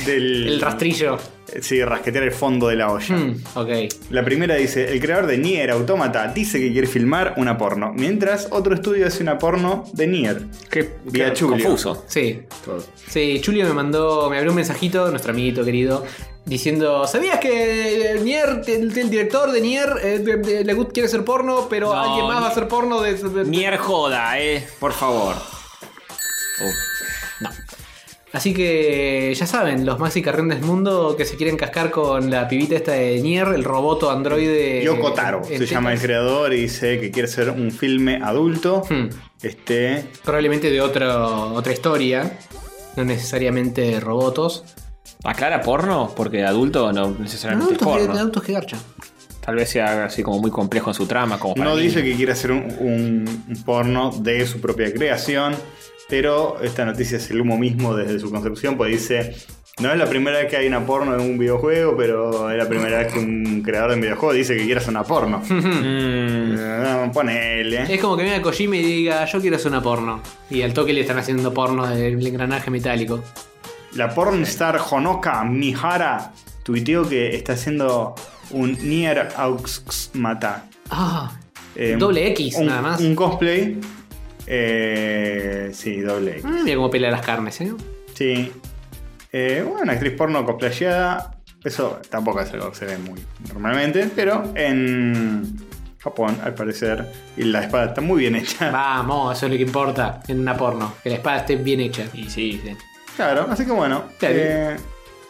del. El rastrillo. Sí, rasquetear el fondo de la olla. Mm, ok. La primera dice, el creador de Nier Automata dice que quiere filmar una porno, mientras otro estudio hace una porno de Nier. Qué, Vía qué Chulio. confuso. Sí. Todo. Sí, Julio me mandó, me abrió un mensajito, nuestro amiguito querido, diciendo, ¿sabías que eh, Nier, el, el director de Nier, eh, de- de- le gust- quiere hacer porno, pero No, alguien más va a hacer porno de... de- de- Mier joda, eh, por favor. No. Así que ya saben, los maxi carrión del mundo que se quieren cascar con la pibita esta de Nier, el roboto androide... Yoko Taro en- en se tetas, llama el creador y dice que quiere hacer un filme adulto. Hmm. Este, Probablemente de otro, otra historia, no necesariamente robotos. ¿Aclara porno? Porque adulto no necesariamente es Adultos, que, porno. adultos que garchan. Tal vez sea así como muy complejo en su trama. Como para no mí. dice que quiere hacer un, un- un porno de su propia creación, pero esta noticia es el humo mismo desde su concepción, pues dice... No es la primera vez que hay una porno en un videojuego, pero es la primera vez que un creador de un videojuego dice que quiere hacer una porno. Mm, Eh, Ponele. Es como que venga Kojima y diga, yo quiero hacer una porno. Y al toque le están haciendo porno del engranaje metálico. La pornstar Honoka Mihara tuiteó que está haciendo un Nier Auxmata. Ah, Eh, doble X un- nada más. Un cosplay. Eh, sí, doble X. Mm, mira cómo pelea las carnes, ¿eh? Sí. Eh, una actriz porno cosplayada. Eso tampoco es algo que se ve muy normalmente, pero en Japón, al parecer, y la espada está muy bien hecha. Vamos, eso es lo que importa en una porno. Que la espada esté bien hecha. y sí, sí. Claro, así que bueno. Claro. eh,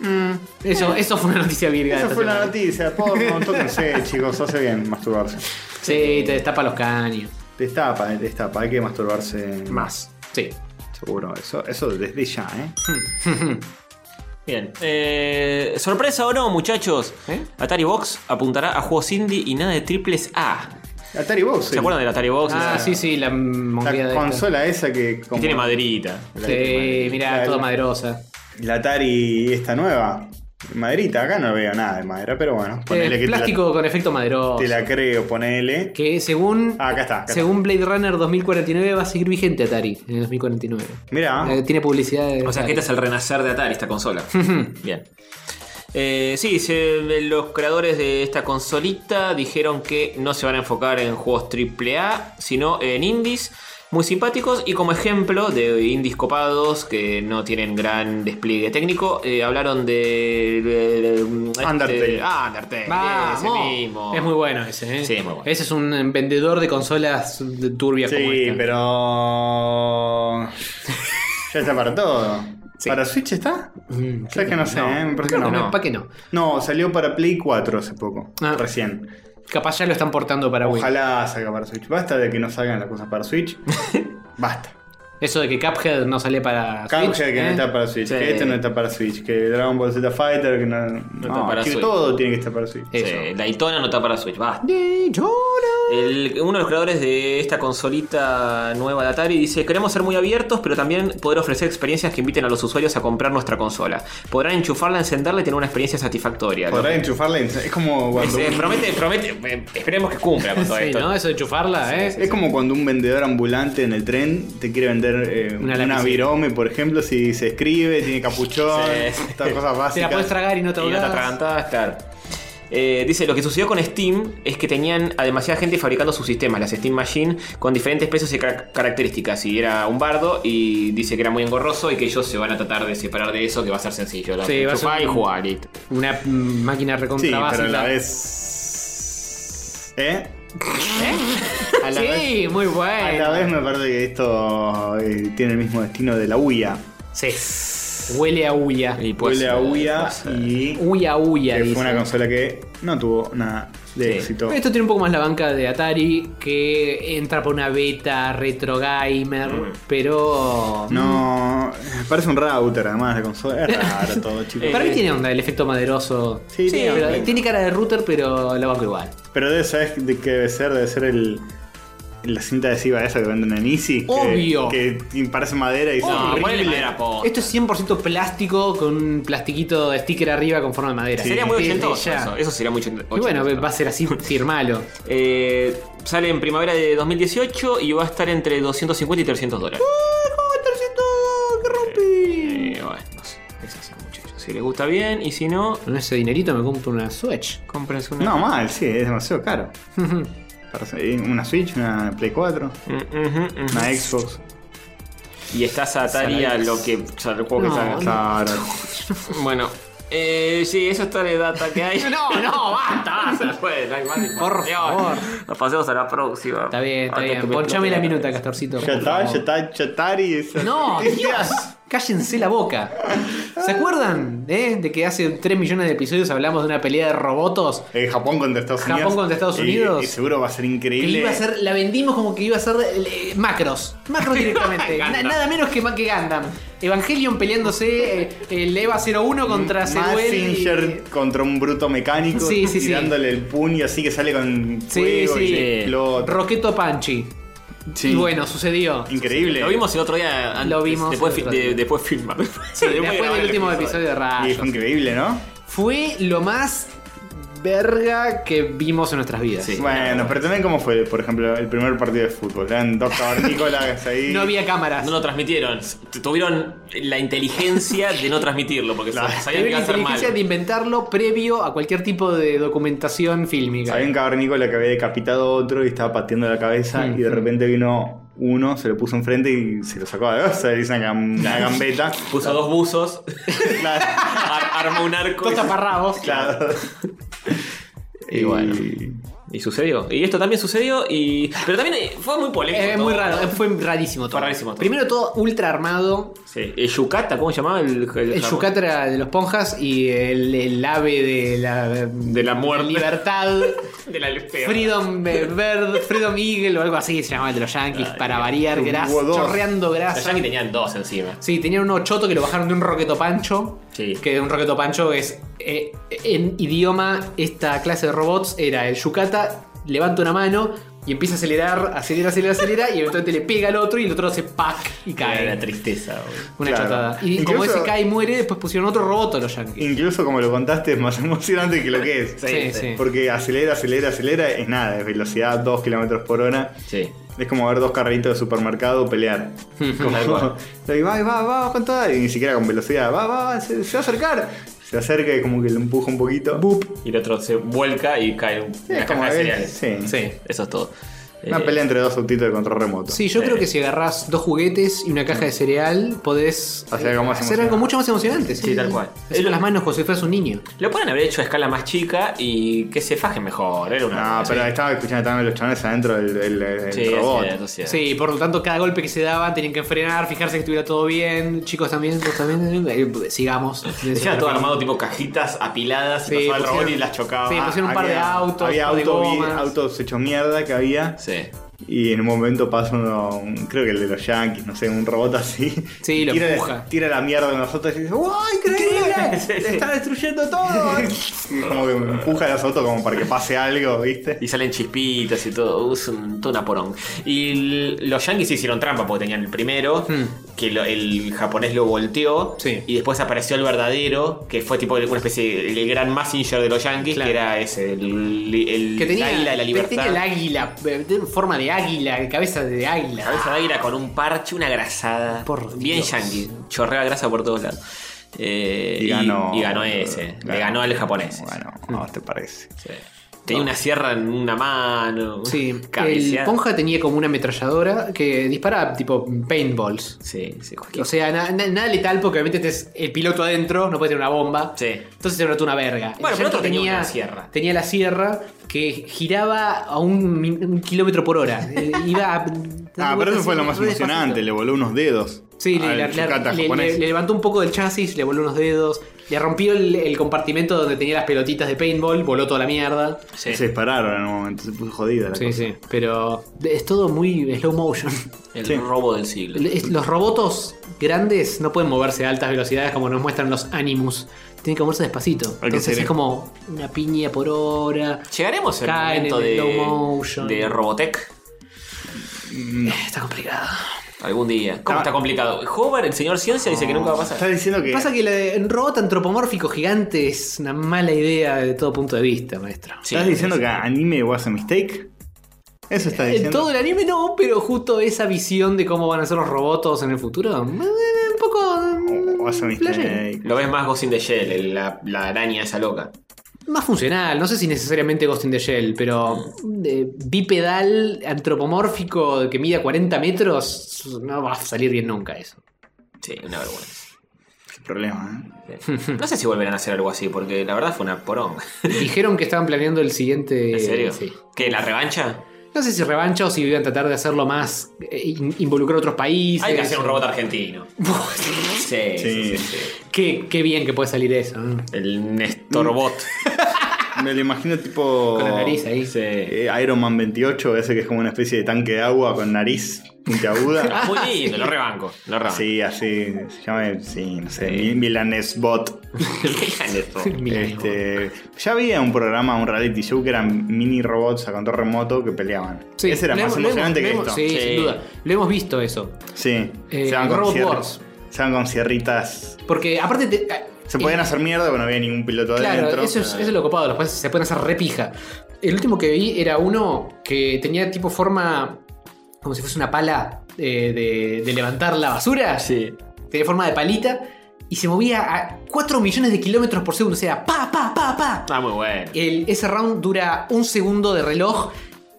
mm, Eso, eso fue una noticia virga. de esa esta fue la semana. noticia, porno, tóquense, chicos, hace bien masturbarse. Sí, te destapa los caños. Destapa, eh, destapa, hay que masturbarse Más. Sí. Seguro, eso, eso desde ya, ¿eh? Bien. Eh, ¿Sorpresa o no, muchachos? ¿Eh? Atari Box apuntará a juegos indie y nada de triples A. Atari Box. ¿Se acuerdan del Atari Box? ah, Esa- sí, sí, la monguía La de. consola esa que. Que como- tiene maderita. esta. Sí, mirá, La- toda la- maderosa. La Atari esta nueva. Maderita, acá no veo nada de madera, pero bueno. Ponele Eh, que te la- plástico con efecto maderoso. te la, creo, ponele. Que según. Ah, acá está. Acá Según Blade Runner 2049 va a seguir vigente Atari en el 2049. Mirá. Eh, tiene publicidad de O sea que Atari. este es el renacer de Atari, esta consola. Bien. Eh, sí, se- los creadores de esta consolita dijeron que no se van a enfocar en juegos AAA, sino en indies muy simpáticos y como ejemplo de indies copados que no tienen gran despliegue técnico, eh, hablaron de... de- de- este- Undertale. Ah, Undertale. ese ¡Vamos! mismo. Es muy bueno ese, ¿eh? Sí, es muy bueno. Ese es un eh, vendedor de consolas de- turbias como este. Sí, esta. pero. ya está para todo. Sí. ¿Para Switch está? Mm, Sabes que no sé, ¿eh? Me parece que Creo no. que no, ¿Para qué no? No, salió para Play 4 hace poco. Ah. Recién. Capaz ya lo están portando para Wii. Ojalá salga para Switch. Basta de que no salgan las cosas para Switch. Basta. Eso de que Cuphead no sale para Canje Switch, que no ¿eh? está para Switch, Sí. que este no está para Switch, que Dragon Ball Z Fighter, que no. no, está para que Switch. todo tiene que estar para Switch. Sí, Daytona no está para Switch, basta. Daytona. El- uno de los creadores de esta consolita nueva de Atari dice, queremos ser muy abiertos, pero también poder ofrecer experiencias que inviten a los usuarios a comprar nuestra consola. Podrán enchufarla, encenderla y tener una experiencia satisfactoria. Podrás enchufarla, en- es como Es- cuando. eh, un- promete, promete, eh, esperemos que cumpla con todo Sí, esto. ¿no? Eso de enchufarla, ¿eh? es como cuando un vendedor ambulante en el tren te quiere vender eh, Una una, lapicera. virome, por ejemplo, si se escribe, tiene capuchón, Sí. estas cosas Te la puedes básicas. tragar y no te Y no te ahogás. atragantás, claro. Eh, dice, lo que sucedió con Steam es que tenían a demasiada gente fabricando sus sistemas, las Steam Machine, con diferentes precios y car- características. Y era un bardo y dice que era muy engorroso y que ellos se van a tratar de separar de eso, que va a ser sencillo. Lo Sí, va a ser enchufás y un- jugá, listo. Una mm, máquina recontra Sí, pero a básica. la vez. ¿Eh? A la sí, vez- muy A la bueno. vez me parece que esto eh, tiene el mismo destino de la huya. Sí. Huele a huya. Y pues, eh, Huele a huya y. Huya, huya, que dice. fue una consola que no tuvo nada de Sí. éxito. Esto tiene un poco más la banca de Atari, que entra por una beta, retro gamer, pero... No. Parece un router además la consola. Es raro todo, chicos. Para mí tiene onda el efecto maderoso. Sí, tiene pero- onda. tiene cara de router, pero la banco igual. Pero debe, ¿sabes de qué debe ser? Debe ser el. La cinta adhesiva esa que venden en Easy. que- Obvio. Que, parece madera pues, y No, horrible. ponele madera, Oh. po. Esto es 100% plástico con un plastiquito de sticker arriba con forma de madera. Sería muy Desde ochentoso ya. eso. Eso sería muy ochento- Y bueno, ochentoso. va a ser así, firmalo. Eh, sale en primavera de 2018 y va a estar entre 250 y 300 dólares. ¡Qué rompí! bueno, no sé. Es así, muchachos. Si les gusta bien y si no, Con ese dinerito me compro una Switch. cómprense una. No, mal, sí, es demasiado caro. Para hacer una Switch, una Play 4, Mm, mhm, mhm. una Xbox. Y estás Atari a lo que. o sea, el juego que No, salga. Claro. Bueno. Eh, sí, eso es toda la data que hay. No, no, basta, basta. Bueno, no hay más información. Por favor. Nos pasemos a la próxima. Está bien, Ah, está Antes que bien. me Ponchame explote la minuta, cabeza. Castorcito. Ya por está, favor. ya está, ya está, y eso. No, Dios, cállense la boca. ¿Se acuerdan eh, de que hace 3 millones de episodios hablamos de una pelea de robotos? Eh, Japón contra Estados Japón Unidos. contra Estados Y- Unidos. Y, seguro va a ser Que increíble. iba a ser, la vendimos como que iba a ser eh, macros. Macros directamente. Na- nada menos que, que Gundam. Evangelion peleándose eh, el Eva 01 contra Seduel. y- Mm, Mazinger contra un bruto mecánico Sí, sí, sí. tirándole el puño así que sale con Sí, fuego y sí. explota. Roqueto Panchi. Sí. Y bueno, sucedió. Increíble. Lo vimos el otro día. antes- Lo vimos Después, el fi- otro día. de- después filmar. Sí, después del último episodio de Y Rayos. fue increíble, ¿no? Fue lo más verga que vimos en nuestras vidas. Sí. Bueno, pero también cómo fue, por ejemplo, el primer partido de fútbol. Eran dos cavernícolas ahí. No había cámaras. No lo transmitieron. T- Tuvieron la inteligencia de no transmitirlo, porque Claro. sa- sabían Tener que la iba a ser inteligencia de mal. inventarlo previo a cualquier tipo de documentación fílmica. Había un cavernícola que había decapitado a otro y estaba pateando la cabeza Mm. y de repente vino uno, se lo puso enfrente y se lo sacó a dos, le hizo una, gam- una gambeta. Puso dos buzos, Claro. ar- armó un arco. Dos y- taparrabos. Claro. Y bueno. Y sucedió. Y esto también sucedió y. Pero también eh, fue muy polémico. Es todo. muy raro, eh, fue rarísimo todo. Fue rarísimo todo. Primero todo ultra armado. Sí. El Yucata, ¿cómo se llamaba? El, el- El Yucatra de los Ponjas y el, el ave de la, de la muerte. libertad. De la luz fea. Freedom eh, Bird, Freedom Eagle o algo así se llamaba el de los Yankees. para variar, grasa, hubo dos. chorreando Los grasa. Yankees tenían dos encima. Sí, tenían un ochoto que lo bajaron de un roqueto pancho. Sí. Que un roqueto pancho es. eh, en idioma, esta clase de robots era el Yucata, levanta una mano y empieza a acelerar, acelera, acelera, acelera, y eventualmente le pega al otro y el otro hace pack y Era la cae. tristeza, boludo. Una Claro. chotada. Y Incluso- como ese cae y muere, después pusieron otro robot a los yankees. Incluso como lo contaste, es más emocionante que lo que es. Sí, sí. Porque acelera, acelera, acelera, es nada, es velocidad 2 kilómetros por hora. Sí. Es como ver dos carritos de supermercado pelear. Como, y va, y va, va, con toda, y ni siquiera con velocidad. Va, va, va, se, se va a acercar. Se acerca y como que lo empuja un poquito. Bup. Y el otro se vuelca y cae un Sí, es una como caja de él, cereales. sí. Sí. Eso es todo. Una Eh, pelea entre dos autitos de control remoto. Sí, yo creo que si agarrás dos juguetes y una caja de cereal, podés eh, Hacer algo más hacer algo emocionante. mucho más emocionante. Sí, tal cual. Hacer con las manos como si fueras un niño. Lo pueden haber hecho a escala más chica y que se fajen mejor. Era una. No, pero estaba escuchando también los chavales adentro del, del- del Sí, robot. así es, así es. Sí, por lo tanto, cada golpe que se daban tenían que frenar, fijarse que estuviera todo bien. Chicos también, vos también, eh, sigamos. Estaba todo armado tipo cajitas apiladas Sí, y pasaba el pusieron- robot y las chocaba. Sí, pusieron un par de autos, Había un par de autos vi- gomas. autos hechos mierda que había. Sí. Y en un momento pasa uno, un- creo que el de los Yankees, no sé, un robot así. Sí, lo tira, empuja. Tira la mierda en nosotros y dice, ¡Wow, increíble! Sí, ¡Te sí. está destruyendo todo! y como que empuja a los autos como para que pase algo, ¿viste? Y salen chispitas y todo. Es un- toda una porón. Y l- los yankees hicieron trampa porque tenían el primero, Hmm. que lo- el japonés lo volteó. Sí. Y después apareció el verdadero, que fue tipo una especie. de- El gran messenger de los yankees, Claro. que era ese. El, el- Que tenía, el águila de la libertad. tenía el águila, eh, tenía forma de águila, de cabeza de águila. Ah, Cabeza de águila con un parche, una grasada. Por Bien Dios. yankee. Chorrea grasa por todos lados. Eh, y, y ganó ese. le ganó al japonés. Bueno, no te parece. Sí. Tenía una sierra en una mano. Sí, el cabeceada. Ponja tenía como una ametralladora que disparaba tipo paintballs. Sí, sí, O cualquier- sea, na- na- nada letal porque obviamente tenés el piloto adentro, no puede tener una bomba. Sí. Entonces se notó una verga. El Bueno, pero Yankee otro tenía una sierra. Tenía la sierra que giraba a un, min- un kilómetro por hora. Eh, Iba a- Ah, pero eso fue lo más re despacito. emocionante. Le voló unos dedos. Sí, le, al le- Yucata le- japonés. le- le levantó un poco del chasis, le voló unos dedos, le rompió el, el compartimento donde tenía las pelotitas de paintball, voló toda la mierda. Sí. Se dispararon en un momento, se puso jodida la Sí, cosa. sí, pero es todo muy slow motion. El Sí. robo del siglo. Es- Los robotos grandes no pueden moverse a altas velocidades como nos muestran los Animus. Tienen que moverse despacito. que Entonces ser- es como una piña por hora. Llegaremos al Caen momento en el slow de, motion. de Robotech Está complicado. algún día. ¿Cómo Ah. está complicado? Hover, el señor Ciencia, dice que nunca va a pasar. Está diciendo que. Pasa que la de- un robot antropomórfico gigante es una mala idea de todo punto de vista, maestro. Sí, ¿Estás diciendo que ah, anime was a mistake? Eso está En diciendo. Eh, todo el anime no, pero justo esa visión de cómo van a ser los robots en el futuro. eh, Un poco. mm, Oh, was a flashero. mistake. Lo ves más Ghost in the Shell, el- la, la araña esa loca. Más funcional, no sé si necesariamente Ghost in the Shell, pero eh, bipedal antropomórfico que mida 40 metros, no va a salir bien nunca eso. Sí, una vergüenza. Qué problema, ¿eh? No sé si volverán a hacer algo así, porque la verdad fue una poronga. Dijeron que estaban planeando el siguiente. ¿En serio? sí. ¿Qué? ¿La revancha? No sé si revancha o si iban a tratar de hacerlo más. eh, in- involucrar otros países. Hay que hacer un robot argentino. sí, sí, sí, Sí. sí. Qué, qué bien que puede salir eso. ¿no? El Mm. Nestorbot. ¿eh? Me lo imagino tipo. Con la nariz ahí. sí. eh, Iron Man 28, ese que es como una especie de tanque de agua con nariz puntiaguda. Muy lindo, lo rebanco. Lo Ah. rebanco. sí, así. Se llama. Sí, no sé. Mil- Milanes Bot. Mira, Este, ya había un programa, un reality show que eran mini robots a control remoto que peleaban. Sí, Ese era lo más hemos- lo emocionante hemos- que lo esto. hemos- Sí, Sí. sin duda. Lo hemos visto eso. Sí. Eh, se van con Robot cier- Wars. Se van con sierritas. Porque aparte. te- Se eh, podían hacer mierda porque no había ningún piloto Claro, adentro. eso es, eso es lo copado. Los jueces se pueden hacer repija. El último que vi era uno que tenía tipo forma. como si fuese una pala eh, de, de levantar la basura. Sí. Tenía forma de palita y se movía a 4 millones de kilómetros por segundo. O sea, pa, pa, pa, pa. Está muy bueno. El- ese round dura un segundo de reloj.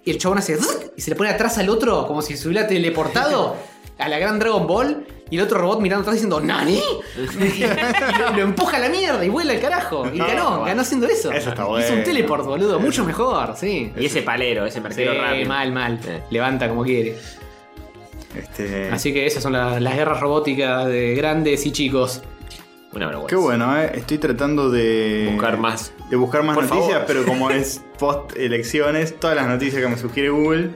Y el chabón hace ¡zuc! y se le pone atrás al otro, como si se hubiera teleportado a la gran Dragon Ball. Y el otro robot mirando atrás diciendo ¡Nani! Y lo, lo empuja a la mierda y vuela al carajo. Y No, ganó, bueno. ganó haciendo eso. Eso está Hizo un bueno. teleport, boludo, mucho mejor, sí. Y ese palero, ese Sí, mercero rápido. mal, mal. Sí. Levanta como quiere. Este, Así que esas son la- las guerras robóticas de grandes y chicos. Una vergüenza. Qué bueno, ¿eh? Estoy tratando de. Buscar más. De buscar más Por noticias, favor. pero como es post elecciones, todas las noticias que me sugiere Google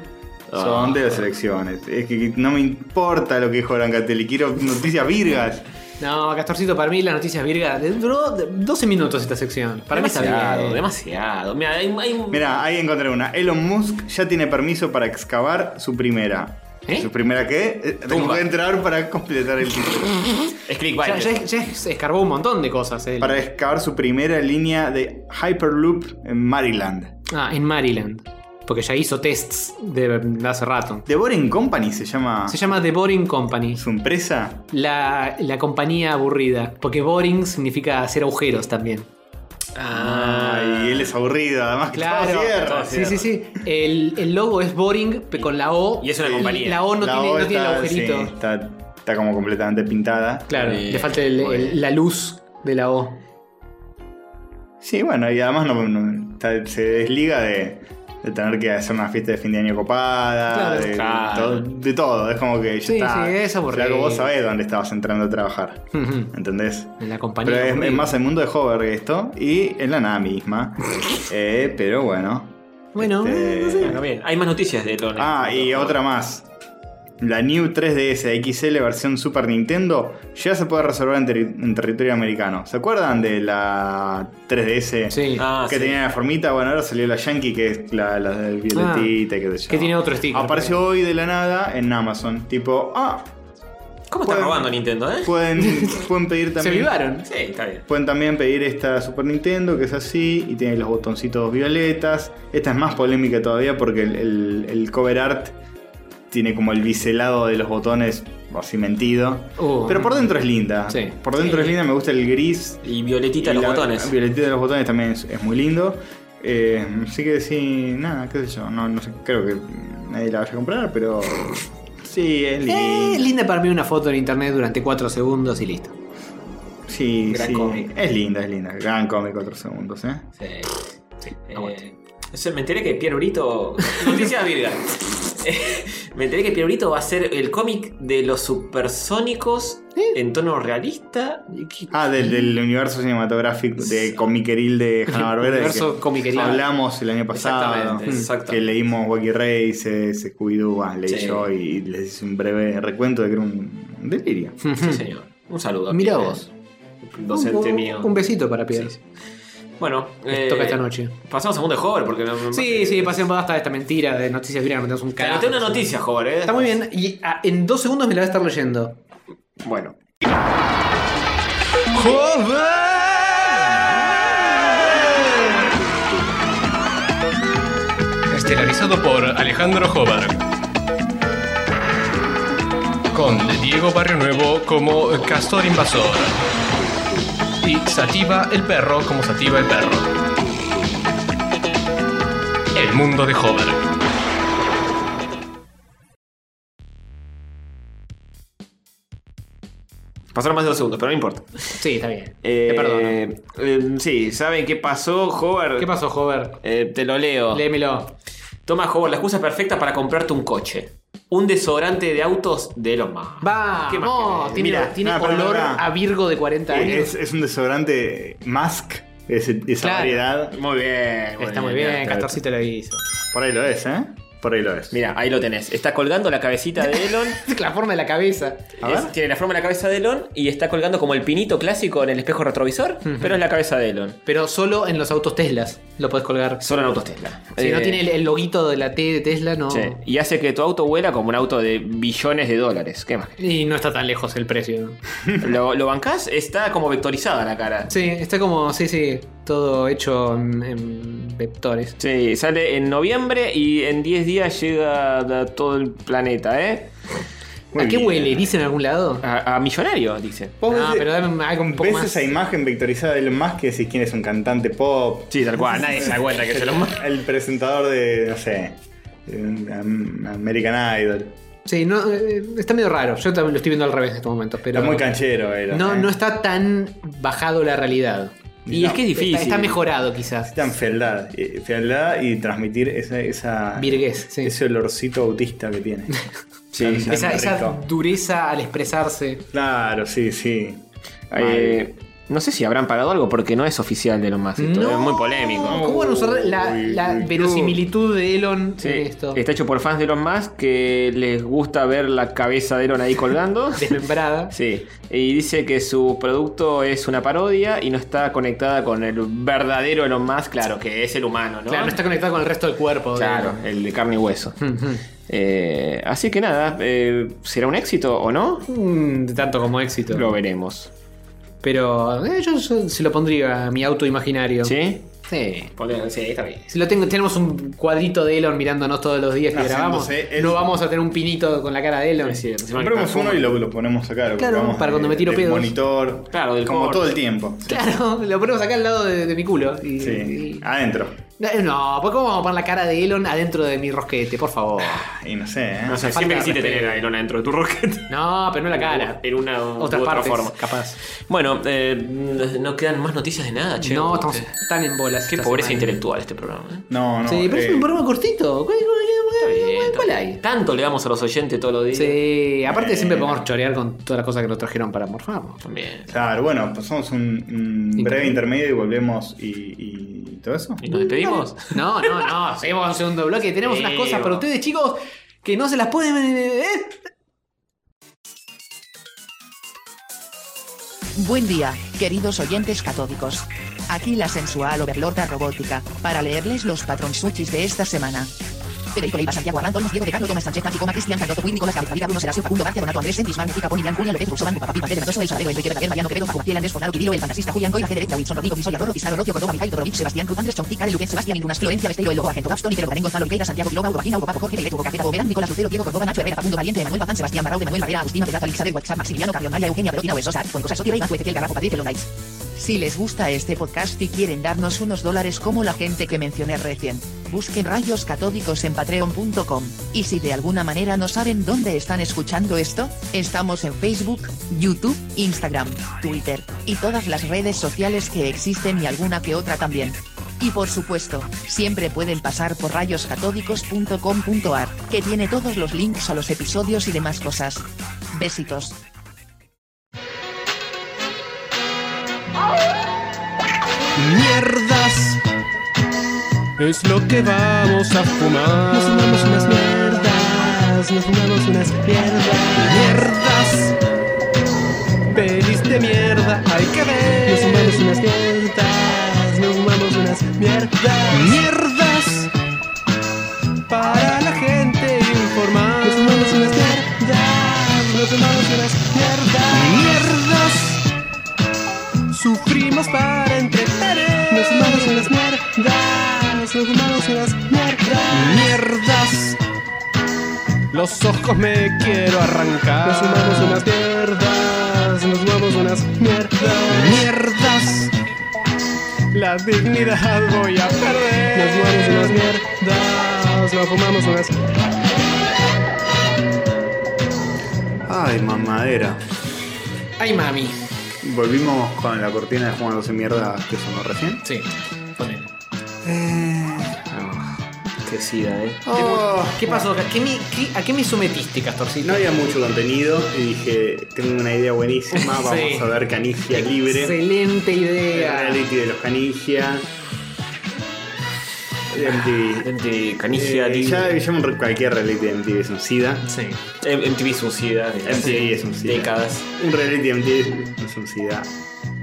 Ah. son de las elecciones. Es que no me importa lo que dijo Brancatelli, quiero noticias virgas. No, Castorcito, para mí las noticias virgas. Duró 12 minutos esta sección. Para mí está demasiado, bien. demasiado. Mira, hay, hay un- Mira, ahí encontré una. Elon Musk ya tiene permiso para excavar su primera. ¿Eh? ¿Su primera qué? Eh, Tengo Tumba. que entrar para completar el título. es Ya, clickbait. ya- ya se escarbó un montón de cosas él. para excavar su primera línea de Hyperloop en Maryland. Ah, en Maryland. Porque ya hizo tests de, de hace rato. The Boring Company se llama Se llama The Boring Company. su empresa. La, la compañía aburrida. Porque boring significa hacer agujeros también. Ay, él es aburrido, además que todo cierra. Ah. Sí, sí, sí. El, el logo es boring pe- con la O. Y es una compañía. La O no, La tiene, O no tiene el está- agujerito. sí, está, está como completamente pintada. Claro, Bien, le falta el- muy el- bien. la luz de la O. Sí, bueno, y además no, no- está- se desliga de, de tener que hacer una fiesta de fin de año copada, Claro. de, de Claro. todo, de todo. Es como que ya Sí, está. sí, es aburrido. Flaco, vos sabés dónde estabas entrando a trabajar. Ujú. ¿Entendés? En la compañía. Pero es, aburrida. es más el mundo de Hover que esto y en la nada misma. Eh, pero bueno. Bueno, Este, no sé. Bueno, Ah, bien. Hay más noticias de Elon. Ah, y otra más. La New 3DS XL versión Super Nintendo ya se puede resolver en, terri- en territorio americano. ¿Se acuerdan de la 3DS Sí. Ah, que sí. tenía la formita? Bueno, ahora salió la Yankee, que es la, la del violetita, que Ah, Que tiene otro sticker. Apareció hoy de la nada en Amazon. Tipo, ah, ¿Cómo está Pueden- robando Nintendo, eh? pueden, pueden pedir Se también. vivaron. Sí, está bien. Pueden también pedir esta Super Nintendo, que es así, y tiene los botoncitos violetas. Esta es más polémica todavía porque el, el- el cover art tiene como el biselado de los botones así mentido. Oh. Pero por dentro es linda. Sí. Por dentro es linda, me gusta el gris. Y violetita Y los la- botones. Violetita de los botones también es, es muy lindo. Eh, así que sí, nada, qué sé yo. No, no sé, creo que nadie la vaya a comprar, pero. Sí, es lindo. Eh, linda para mí una foto en internet durante 4 segundos y listo. Sí, Gran sí. cómic. Es linda, es linda. Gran cómic, otros segundos, ¿eh? Sí. Eh, aguante. eso- me enteré que Piero Brito. Noticias Virga. Eh, me enteré que Piero Brito va a ser el cómic de los supersónicos en tono realista. Y que- Ah, del, del universo cinematográfico de comiqueril de Hanna Barbera. Universo comiqueril. Hablamos el año pasado. Exactamente, exacto. Que leímos Wacky Races, Scooby-Doo, ah, leí Sí. yo y, y les hice un breve recuento de que era un delirio. Sí, señor. Un saludo. a Mira Piero, vos. Docente un, mío. un besito para Pierre. Sí, Bueno, eh, Toca esta noche. Pasamos a un de Hover porque no- no- Sí, sí, pasemos hasta esta mentira de noticias virales, no tenemos un Te carajo. anoté una noticia, Hover, eh. Está muy bien, y ah, en dos segundos me la voy a estar leyendo. Bueno. Eh, Estelarizado por Alejandro Jobar. Con Diego Barrio Nuevo como Castor Invasor. Y Sativa el Perro como Sativa el Perro. El mundo de Jobar. Pasaron más de dos segundos, pero no importa. Sí, está bien. Eh, Te perdono. eh, sí, ¿saben qué pasó, Hover? ¿Qué pasó, Hover? Eh, te lo leo. Léemelo. Toma, Hover, la excusa perfecta para comprarte un coche. Un desodorante de autos de los más. ¿Qué más Vamos, querés? Ah, tiene, Mira, tiene no, pero olor no, no. a Virgo de 40 años. Es, es un desodorante Mask, ese- esa Claro. variedad. Muy bien. está muy bien, Castorcito lo hizo. Por ahí lo es, ¿eh? Por ahí lo es. Mira, ahí lo tenés. Está colgando la cabecita de Elon. La forma de la cabeza. A Es- ver. tiene la forma de la cabeza de Elon y está colgando como el pinito clásico en el espejo retrovisor, pero es la cabeza de Elon. Pero solo en los autos Teslas lo podés colgar. Solo en autos Tesla. Si no Eh, tiene el, el loguito de la T de Tesla, no. sí. Y hace que tu auto vuela como un auto de billones de dólares. ¿Qué más? Y no está tan lejos el precio. ¿no? ¿Lo, ¿Lo bancás? Está como vectorizada la cara. Sí, está como, sí, sí, todo hecho en, en vectores. Sí, sale en noviembre y en 10 días llega a todo el planeta, ¿eh? Muy ¿A qué bien. huele? ¿Dice en algún lado? A, a millonario, dice. Vos No, ves- Ah, pero dame un- algo un poco ves más. esa imagen vectorizada del Musk que decís quién es un cantante pop, Sí, tal cual, nadie se da cuenta que se lo manda. el presentador de, no sé, eh, Am- American Idol. Sí, no, eh, está medio raro. Yo también lo estoy viendo al revés en estos momentos. Pero Era muy canchero, era. no, eh. no está tan bajado la realidad. Y es que es difícil. Está, está mejorado quizás. Necesitan fealdad, eh, fealdad y transmitir esa, esa Virgués, sí. ese olorcito autista que tiene. Sí, Tan- sí. tan Esa, esa rico. dureza al expresarse. Claro, sí, sí. Eh, no sé si habrán pagado algo porque no es oficial de Elon Musk. Esto No. es muy polémico. ¿Cómo van a usar la, Uy, la uy, verosimilitud de Elon Sí, en esto? Está hecho por fans de Elon Musk que les gusta ver la cabeza de Elon ahí colgando. Desmembrada. Sí, y dice que su producto es una parodia y no está conectada con el verdadero Elon Musk, claro, que es el humano, ¿no? Hmm. Claro, no está conectado con el resto del cuerpo. de- Claro, el de carne y hueso. Ujú. Eh, así que nada, eh, ¿será un éxito o no? Mm, de tanto como éxito. Lo veremos. Pero eh, yo, yo se lo pondría a mi auto imaginario. ¿Sí? Sí. Ponle- Sí, está bien. Si lo tengo, tenemos un cuadrito de Elon mirándonos todos los días que grabamos. Haciéndose el- No vamos a tener un pinito con la cara de Elon. Compramos uno y lo, lo ponemos acá. Lo Claro, colgamos para cuando me tiro del pedos. monitor. Claro, del como corte. todo el tiempo. Claro, lo ponemos acá al lado de, de mi culo. y- Sí, y- Ah. adentro. No, pues cómo vamos a poner la cara de Elon adentro de mi rosquete, por favor. Ah. Y no sé, ¿eh? No sé, Falta siempre de quisiste respeto. tener a Elon dentro de tu rocket. No, pero no la cara. En una u Otras otra partes, forma. capaz. Bueno, eh, no quedan más noticias de nada, che. no, estamos tan en bolas. Qué esta pobreza semana. intelectual este programa. ¿eh? No, no. Sí, pero eh, es un programa cortito. ¿Cuál, cuál- Está bien, cuál- está cuál bien. hay? Tanto le damos a los oyentes todos los días. Sí, aparte siempre podemos chorear con todas las cosas que nos trajeron para morfarnos. También. Claro, bueno, pasamos un, un breve intermedio y volvemos y, y todo eso. ¿Y nos despedimos? No, no, no, seguimos un segundo bloque. Tenemos unas Sí, cosas para vamos. ustedes, chicos, que no se las pueden. ¿eh? Buen día, queridos oyentes catódicos. Aquí la sensual overlorda robótica, para leerles los patronsuchis de esta semana. Pereiro Leiva Santiago Arran Olmos Diego de Carlo Tomás Sánchez Tati Goma Cristian Carlotto Will Nicolás Gabriel Bruno Serasio Facundo García Donato Andrés Sentis Magnífica Poni Blanc Julián López Russo Banco Papi Pedro Mendoza El Sabero Enrique Verdaguer Mariano Quevedo Facu Maciel Andrés Fornaro Quirilo El Fantasista Julián Goira Federer Wilson Rodrigo Pisoya Rorro Pizarro Rocio Córdoba Mijail Todorovic Sebastián Cruz Andrés Chontica Luquet Sebastián Ilunas Florencia Besteiro El Lobo Argento Gastón Ibero Darengo Gonzalo Oliveira Santiago Globa Ugo Vagina Ugo Papo Jorge Leito Bocafeta Boberán Nicolás Lucero Diego Córdoba Nacho Herrera Facundo Valiente Manuel Bazán Sebastián Barrau de Manuel Barrera Agustina Pedrata Elizabeth WhatsApp Maximiliano Carrionalia Eugenia Perotina Huesosa Juan Cosa Sotireira Ezequiel Garrafo Padilla Lonais Si les gusta este podcast y quieren darnos unos dólares como la gente que mencioné recién, busquen rayos catódicos en patreon.com. Y si de alguna manera no saben dónde están escuchando esto, estamos en Facebook, YouTube, Instagram, Twitter, y todas las redes sociales que existen y alguna que otra también. Y por supuesto, siempre pueden pasar por rayoscatódicos.com.ar, que tiene todos los links a los episodios y demás cosas. Besitos. Mierdas es lo que vamos a fumar. Nos fumamos unas mierdas, nos fumamos unas mierdas. Mierdas, pelis de mierda, hay que ver. Nos fumamos unas mierdas, nos fumamos unas mierdas. Mierdas para la gente informar. Nos fumamos unas mierdas, nos fumamos unas mierdas. Mierdas, sufrimos para entretener. Nos fumamos unas mierdas los humanos y las mierdas. Mierdas. Los ojos me quiero arrancar. Los humanos unas mierdas. Los huevos unas mierdas. Mierdas. La dignidad voy a perder. Los huevos unas mierdas. Los fumamos unas. Ay, mamadera. Ay, mami. Volvimos con la cortina de Juan 12 Mierdas que sonó recién. Sí, ponele. Ah, qué sida, eh. Oh, ¿Qué pasó? ¿Qué me- qué- ¿A qué me sometiste, Castorcito? no había mucho contenido y dije, tengo una idea buenísima, vamos Sí. a ver Canigia libre. Excelente El idea. reality de los Canigia. De MTV. MTV, Canigia, Eh, Disney. ya, ya un re- cualquier reality de MTV es un SIDA. Sí. M- MTV suicida. MTV es un SIDA. Décadas. Un reality de MTV es un SIDA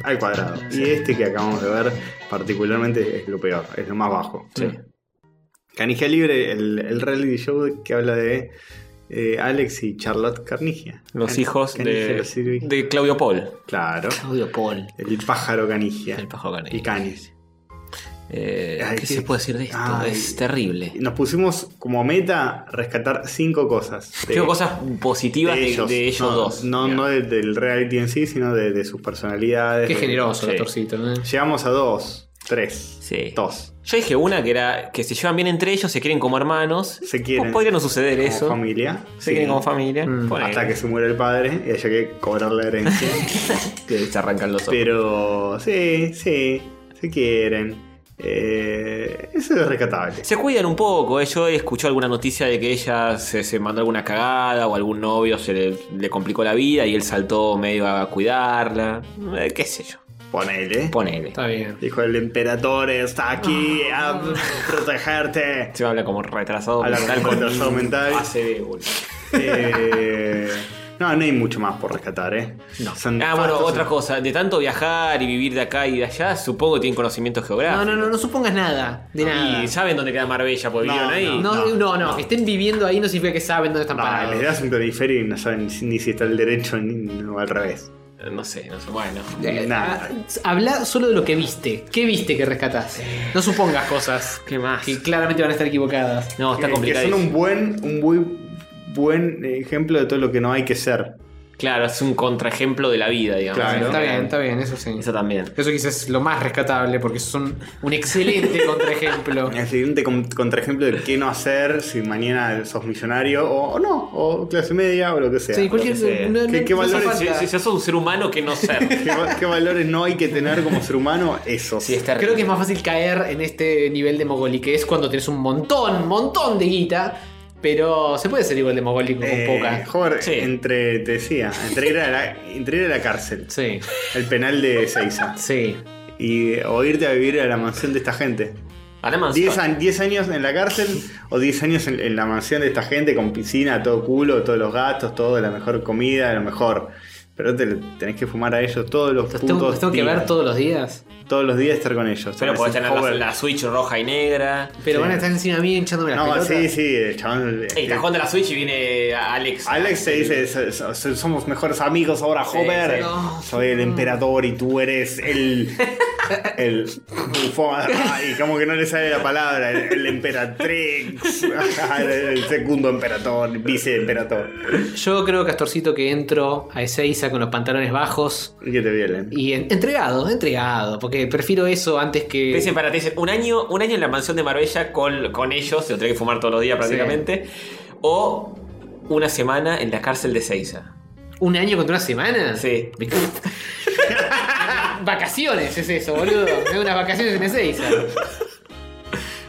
al cuadrado. Y este que acabamos de ver, particularmente, es lo peor, es lo más bajo. Canigia Libre, el, el reality show que habla de eh, Alex y Charlotte Carnigia. Los Can- hijos Canigia, de, los sirvi- de Claudio Paul. Claro. Claudio Paul. El pájaro Canigia. El pájaro Canigia. Y Canis. Eh, Ay, ¿Qué qué- se puede decir de esto? ay. es terrible. Nos pusimos como meta rescatar cinco cosas. de- Tengo cosas positivas de de ellos, no, dos. No, no de- del reality en sí, sino de, de sus personalidades. Qué de- generoso, Sí. Castorcito. ¿eh? Llegamos a dos, tres, Sí. dos. Yo dije una que era que se llevan bien entre ellos, se quieren como hermanos. Se quieren. Pues podría no suceder Como eso. familia. Se sí. quieren como familia. Ponele. Hasta que se muere el padre y haya que cobrar la herencia. Que se arrancan los ojos. Pero sí, sí, se quieren. Eh, eso es rescatable. Se cuidan un poco, eh. yo escuché alguna noticia de que ella se, se mandó alguna cagada o algún novio se le, le complicó la vida y él saltó medio a cuidarla. Eh, qué sé yo. Ponele. Ponele. Está bien. Dijo el emperador está aquí a protegerte. Se habla como retrasado A la mental con retrasado mental. pase de gol. Eh, no, no hay mucho más por rescatar, ¿eh? Son Ah, bueno, fastos- otra cosa. De tanto viajar y vivir de acá y de allá, supongo que tienen conocimientos No, geográficos. no, no, no supongas nada. De nada. Y saben dónde queda Marbella, porque No, vivieron ahí. No, no, no, no, que estén viviendo ahí no significa que saben dónde están Ah, parados. les das un planiferio y no saben ni si- ni si está el derecho ni, no, al revés. No sé, no sé. Bueno. Eh, Nada. ha- Habla solo de lo que viste. ¿Qué viste que rescatás? No supongas cosas ¿Qué más? que claramente van a estar equivocadas. No, está Que- complicado. Que son un buen, un muy buen ejemplo de todo lo que no hay que ser. Claro, es un contraejemplo de la vida, digamos. Claro. está bien, está bien, eso sí. Eso también. Eso quizás es lo más rescatable porque son un excelente contraejemplo. El siguiente con- contraejemplo de qué no hacer si mañana sos millonario o, o no, o clase media o lo que sea. Sí, cualquier. lo que sea. no- no- ¿Qué- qué no hace valores- falta. Si, si sos un ser humano que no ser. ¿Qué, va- qué valores no hay que tener como ser humano? Esos. Sí, está Creo que es más fácil caer en este nivel de mogoliquez cuando tenés un montón, montón de guita. Pero se puede ser igual de mogólico Eh, con poca. Jorge, Sí. entre, te decía, entre ir, a la, entre ir a la cárcel, Sí, el penal de Seiza, sí. y, o irte a vivir a la mansión de esta gente. A la mansión. 10 an- 10 años en la cárcel o 10 años en, en la mansión de esta gente con piscina, todo culo, todos los gastos, todo, la mejor comida, lo mejor. Pero te tenés que fumar a ellos todos los ¿Los putos tengo, los tengo que días. ver todos los días? Todos los días estar con ellos. Pero Con podés ese tener la, Howard. la Switch roja y negra. Pero Sí. van a estar encima mío hinchándome las No, pelotas. sí, sí, el chabón. este, Ey, está jugando a la Switch y viene Alex. Alex te dice, "So- so- so- somos mejores amigos ahora, Sí, Homer. sí. No. Soy el emperador y tú eres el... El bufón. Y como que no le sale la palabra. El, el emperatrix. El, el segundo emperador, viceemperador. Yo creo, Castorcito, que entro a Ezeiza con los pantalones bajos Y que te violen. y en- entregado, entregado, porque prefiero eso antes Te que. dicen para, te dicen, un año, un año en la mansión de Marbella con, con ellos, te lo tenés que fumar todos los días prácticamente. O una semana en la cárcel de Seiza. ¿Un año contra una semana? Ah, Sí. vacaciones es eso, boludo. Es unas vacaciones en Ezeiza.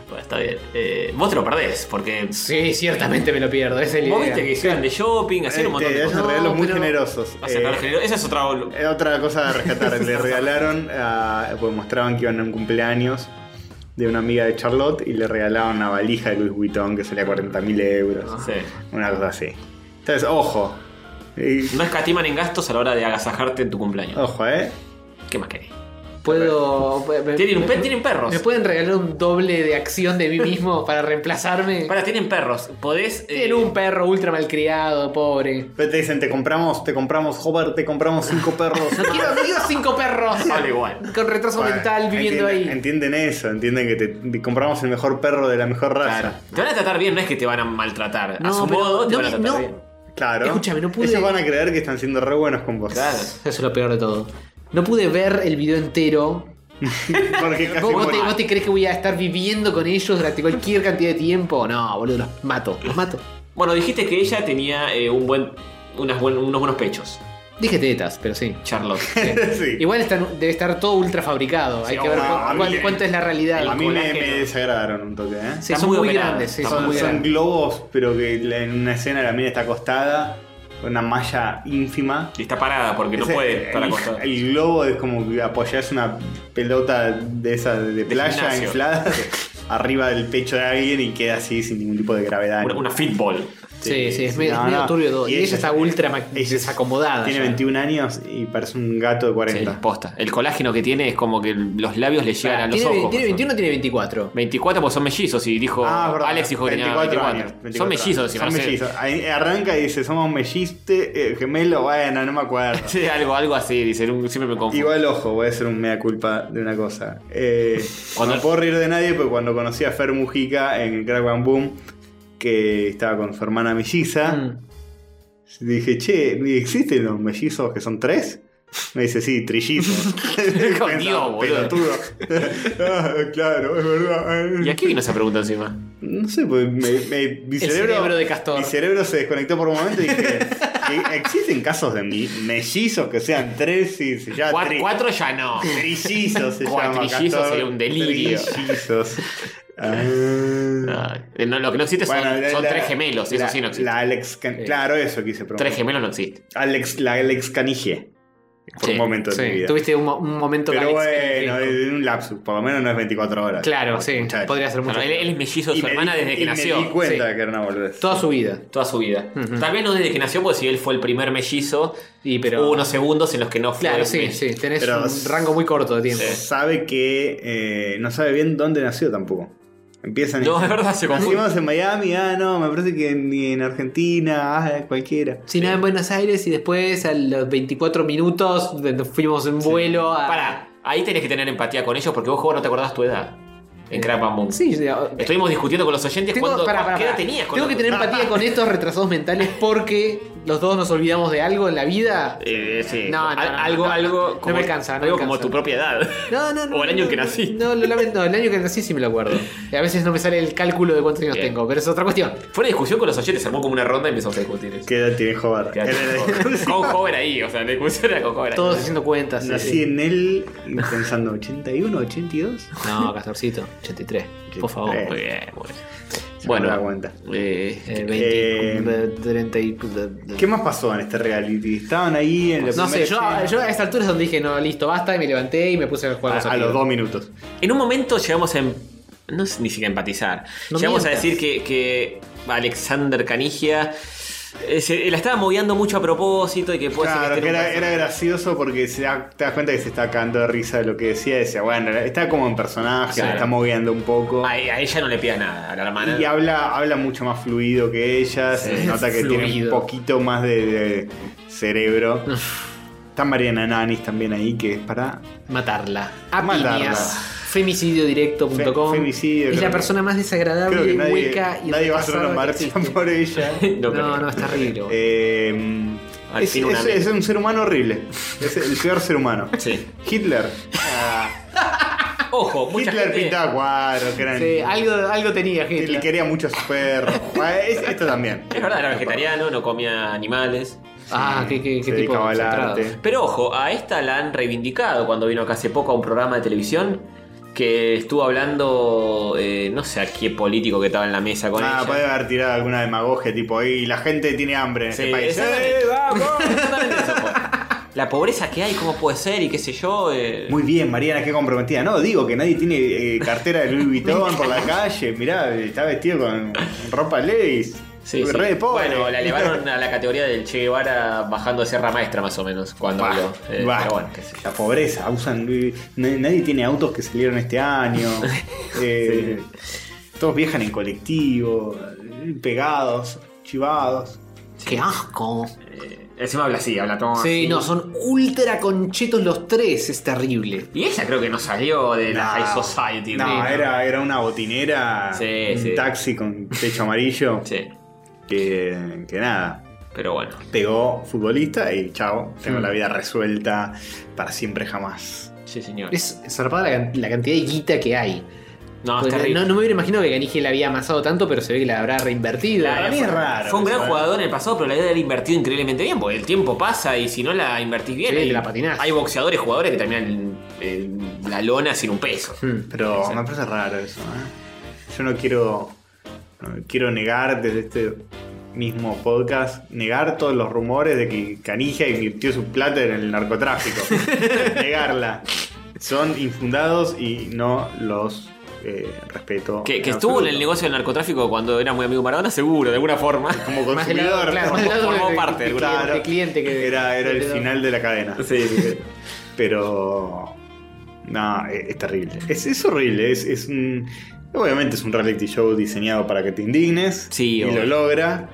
Bueno, está bien. Eh, vos te lo perdés, porque. Sí, ciertamente me lo pierdo, esa es la Vos idea. Este, viste que hicieron de shopping, hacían un Eh, montón te de hacen cosas. regalos muy pero- generosos. Hacen Eh, regalos generosos. Esa es otra. bol- Eh, Otra cosa a rescatar, le regalaron, a- pues mostraban que iban a un cumpleaños de una amiga de Charlotte y le regalaban una valija de Louis Vuitton que salía 40 mil ah. euros. Sí. Una cosa así. Entonces, ojo. Y- No escatiman en gastos a la hora de agasajarte en tu cumpleaños. ojo, ¿eh? Ah. ¿Qué más querés? Puedo. Tienen, un pe- tienen perros. ¿Me pueden regalar un doble de acción de mí mismo para reemplazarme? Para, tienen perros. Podés. eh, Tiene un perro ultra malcriado, pobre. Pero te dicen, te compramos, te compramos, Hobart, te compramos cinco perros. No quiero, no quiero cinco perros. Habla igual. Con retraso Bueno, mental viviendo entienden- ahí. Entienden eso, entienden que te, te compramos el mejor perro de la mejor Claro. raza. Te van a tratar bien, no es que te van a maltratar. a No, su pero modo, te no van a me- tratar no. bien. Claro. Escúchame, no pude- Ellos van a creer que están siendo re buenos con vos. Claro. Eso es lo peor de todo. No pude ver el video entero. Porque casi ¿Vos, vos te, mueren. vos te crees que voy a estar viviendo con ellos durante cualquier cantidad de tiempo? No, boludo, los mato, los mato. Bueno, dijiste que ella tenía eh, un buen, unas buen- unos buenos pechos, Dije tetas, pero sí. Charlotte. Sí. Igual están- debe estar todo ultra fabricado. Hay que ver no, cu- a mí cuál- me- cuánto es la realidad. A mí me, colágeno. me desagradaron un toque, ¿eh? Sí, Está son muy, muy operado. grandes. sí, Está son son, muy son grandes. globos, pero que la- en una escena la mina está acostada, con una malla ínfima. Y está parada porque no Ese- puede estar el, acostada. el globo es como que apoyás una pelota de esa de playa gimnasio. inflada arriba del pecho de alguien y queda así sin ningún tipo de gravedad. Una, una fitball. Sí, sí, es sí, medio, no, medio no. turbio todo. Y, Y ella ella- está ultra ma- ella es- desacomodada. Tiene ya. 21 años y parece un gato de Sí, 40. posta. El colágeno que tiene es como que los labios le llegan Pará, a los ¿tiene, ojos. ¿Tiene 21 o tiene 24? 24 porque son mellizos y dijo Ah, es verdad. Alex dijo que tenía 24. años, 24 son mellizos, años. si Son no sé. mellizos. Ahí eh, Arranca y dice, somos melliste, eh, gemelo, bueno, no me acuerdo. Sí, algo, algo así, dice, un- siempre me confundo. Igual, ojo, voy a hacer un mea culpa de una cosa. Eh, Cuando- No puedo reír de nadie, pero cuando conocí a Fer Mujica en Crack Bang Boom, que estaba con su hermana melliza, Mm. dije, che, ¿existen los mellizos que son tres? Me dice, sí, trillizos. Pensaba, Dios, boludo. pelotudo. Ah, claro, es verdad. ¿Y aquí vino esa pregunta encima? No sé, pues me- me- mi El cerebro. cerebro de castor. Mi cerebro se desconectó por un momento y dije. "¿E- ¿Existen casos de mi- mellizos que sean tres y se llama Cuat- tri- cuatro ya no. Trillizos se llama. Cuatrillizos Castor. sería un delirio. Trillizos. Ah. Ah, no, lo que no existe Bueno, son, la- son la- tres gemelos, la- eso sí no existe. La Alex Can- Claro, eso quise preguntar. tres gemelos no existe. Alex, la Alex Canigie. Por Sí, un momento de mi Sí, vida. tuviste un, mo- un momento Pero Alex, bueno, que- es un lapsus. Por lo menos no es 24 horas. Claro, sí. Muchachos. Podría ser mucho. Claro, él, él es mellizo de Y su me hermana di- desde que y nació. Me di cuenta Sí. que era una boludez. Toda su vida. Toda su vida. Ujú. Tal vez no desde que nació, porque si él fue el primer mellizo, Y pero- hubo unos segundos en los que Uh, no fue. Claro, sí, mellizo. sí. Tenés Pero- un rango muy corto de tiempo. sabe que eh, no sabe bien dónde nació tampoco. Empiezan No, es verdad, se confunde. Nacimos en Miami, ah, no, me parece que ni en Argentina, ah, cualquiera. Si nada en Buenos Aires y después a los 24 minutos nos fuimos en vuelo a. Pará, ahí tenés que tener empatía con ellos porque vos, joven, no te acordás tu edad. En Crap and Boom. Sí, sí. Estuvimos discutiendo con los oyentes Tengo, cuándo- pará, cuá- pará, qué edad pará. tenías. con Tengo que los- tener Ah, empatía con estos retrasados mentales porque los dos nos olvidamos de algo en la vida. eh, sí. No, no, Al- no, algo, no, algo. no, no me cansa, no algo me como cansa. tu propia edad. No, no, no. O el año no, que no, nací. No, lo lamento. No, el año que nací sí me lo acuerdo. Y a veces no me sale el cálculo de cuántos años Bien. tengo, pero es otra cuestión. Fue una discusión con los oyentes, se armó como una ronda y empezamos a discutir eso. ¿Qué edad tiene Jobar? Quedate con joven. Con joven ahí, o sea, la discusión era con joven ahí. Todos haciendo cuentas. sí, Nací sí. en él pensando 81, 82. No, Castorcito, 83. Por favor. Muy Eh, bien, muy bien. se me Bueno, da cuenta. eh, Eh, Eh, 20, 30 y- ¿Qué más pasó en este reality? Estaban ahí en la No sé, primera yo, escena. yo a esta altura es donde dije, no, listo, basta, y me levanté y me puse a jugar a, con a los amigos. dos minutos. En un momento llegamos a. em- No es ni siquiera empatizar. No llegamos a mientas. decir que, que Alexander Canigia Eh, se- la estaba moviendo mucho a propósito y que puede ser Claro, que que era, esté en un era gracioso porque se da- te das cuenta que se está cagando de risa de lo que decía. Decía, bueno, está como en personaje, Claro. se está moviendo un poco. A, a ella no le pidas nada, a la hermana. Y habla, habla mucho más fluido que ella, se Sí, nota que tiene un fluido. poquito más de, de cerebro. Está Mariana Nanis también ahí, que es para... Matarla. A Matarla. piñas. Femicidiodirecto.com. Fe- femicidio, es creo la que- persona más Creo que desagradable, nadie, hueca y nadie va a hacer retrasada una que marcha existe. por ella. No, No, no, es terrible. boludo. Eh, Al es, fin una es- ley. es un ser humano horrible. Es el peor ser humano. Sí. Hitler. Ojo, mucha Hitler gente- pintaba cuadros, que eran- Sí, algo, algo tenía, que le Hitler. quería mucho a su perro. Bueno, es- esto también. Es verdad, era vegetariano, no comía animales. Ah, qué, qué, Se qué tipo dedicaba al concentrado. arte. Pero ojo, a esta la han reivindicado cuando vino acá hace poco a un programa de televisión que estuvo hablando, eh, no sé a qué político que estaba en la mesa con Ah, ella. puede haber tirado alguna demagogia tipo, y la gente tiene hambre en Sí, este país. exactamente. ¡Eh, vamos! Exactamente eso fue. La pobreza que hay, cómo puede ser y qué sé yo. eh, Muy bien, Mariana, qué comprometida. No, digo que nadie tiene eh, cartera de Louis Vuitton por la calle. Mirá, está vestido con ropa Levis. sí, sí. Re de pobre. Bueno, la elevaron a la categoría del Che Guevara bajando de Sierra Maestra más o menos cuando Bah, habló. Eh, bah. pero bueno, qué sé yo. La pobreza, usan Louis- na- Nadie tiene autos que salieron este año. Eh, Todos viajan en colectivo, eh, pegados, chivados. Qué asco. Eh, encima habla así, habla todo. Sí, así. no, son ultra conchetos los tres, es terrible. Y ella creo que no salió de la No. High Society. No, ¿no? era, era una botinera, Sí, un sí. taxi con techo amarillo, Sí, que, que nada, pero bueno. pegó futbolista y chao, tengo Mm. la vida resuelta para siempre jamás. Sí, señor. Es zarpada la, can- la cantidad de guita que hay. No, Pues, es terrible. no, no me hubiera imaginado que Ganige la había amasado tanto, pero se ve que la habrá reinvertido. Para mí es raro. Fue un gran ¿sabes? jugador en el pasado, pero la idea era invertido increíblemente bien, porque el tiempo pasa y si no la invertís bien, Sí, hay, te la patinás. hay boxeadores, jugadores que terminan eh, la lona sin un peso. Hmm. Pero me parece raro eso, ¿eh? Yo no quiero, no quiero negar desde este mismo podcast, negar todos los rumores de que Canija invirtió su plata en el narcotráfico. Negarla. Son infundados y no los eh, respeto. Que, que en estuvo en el absoluto. negocio del narcotráfico cuando era muy amigo de Maradona, seguro, de alguna forma. Como Más del lado, consumidor. claro, más del lado Formó de- parte del de- grupo. de cliente que Era, era el que- final de la cadena. Sí, sí, sí. Pero. No, es, es terrible. Es, es horrible. Es, es un. Obviamente es un reality show diseñado para que te indignes. Sí, y obvio. lo logra.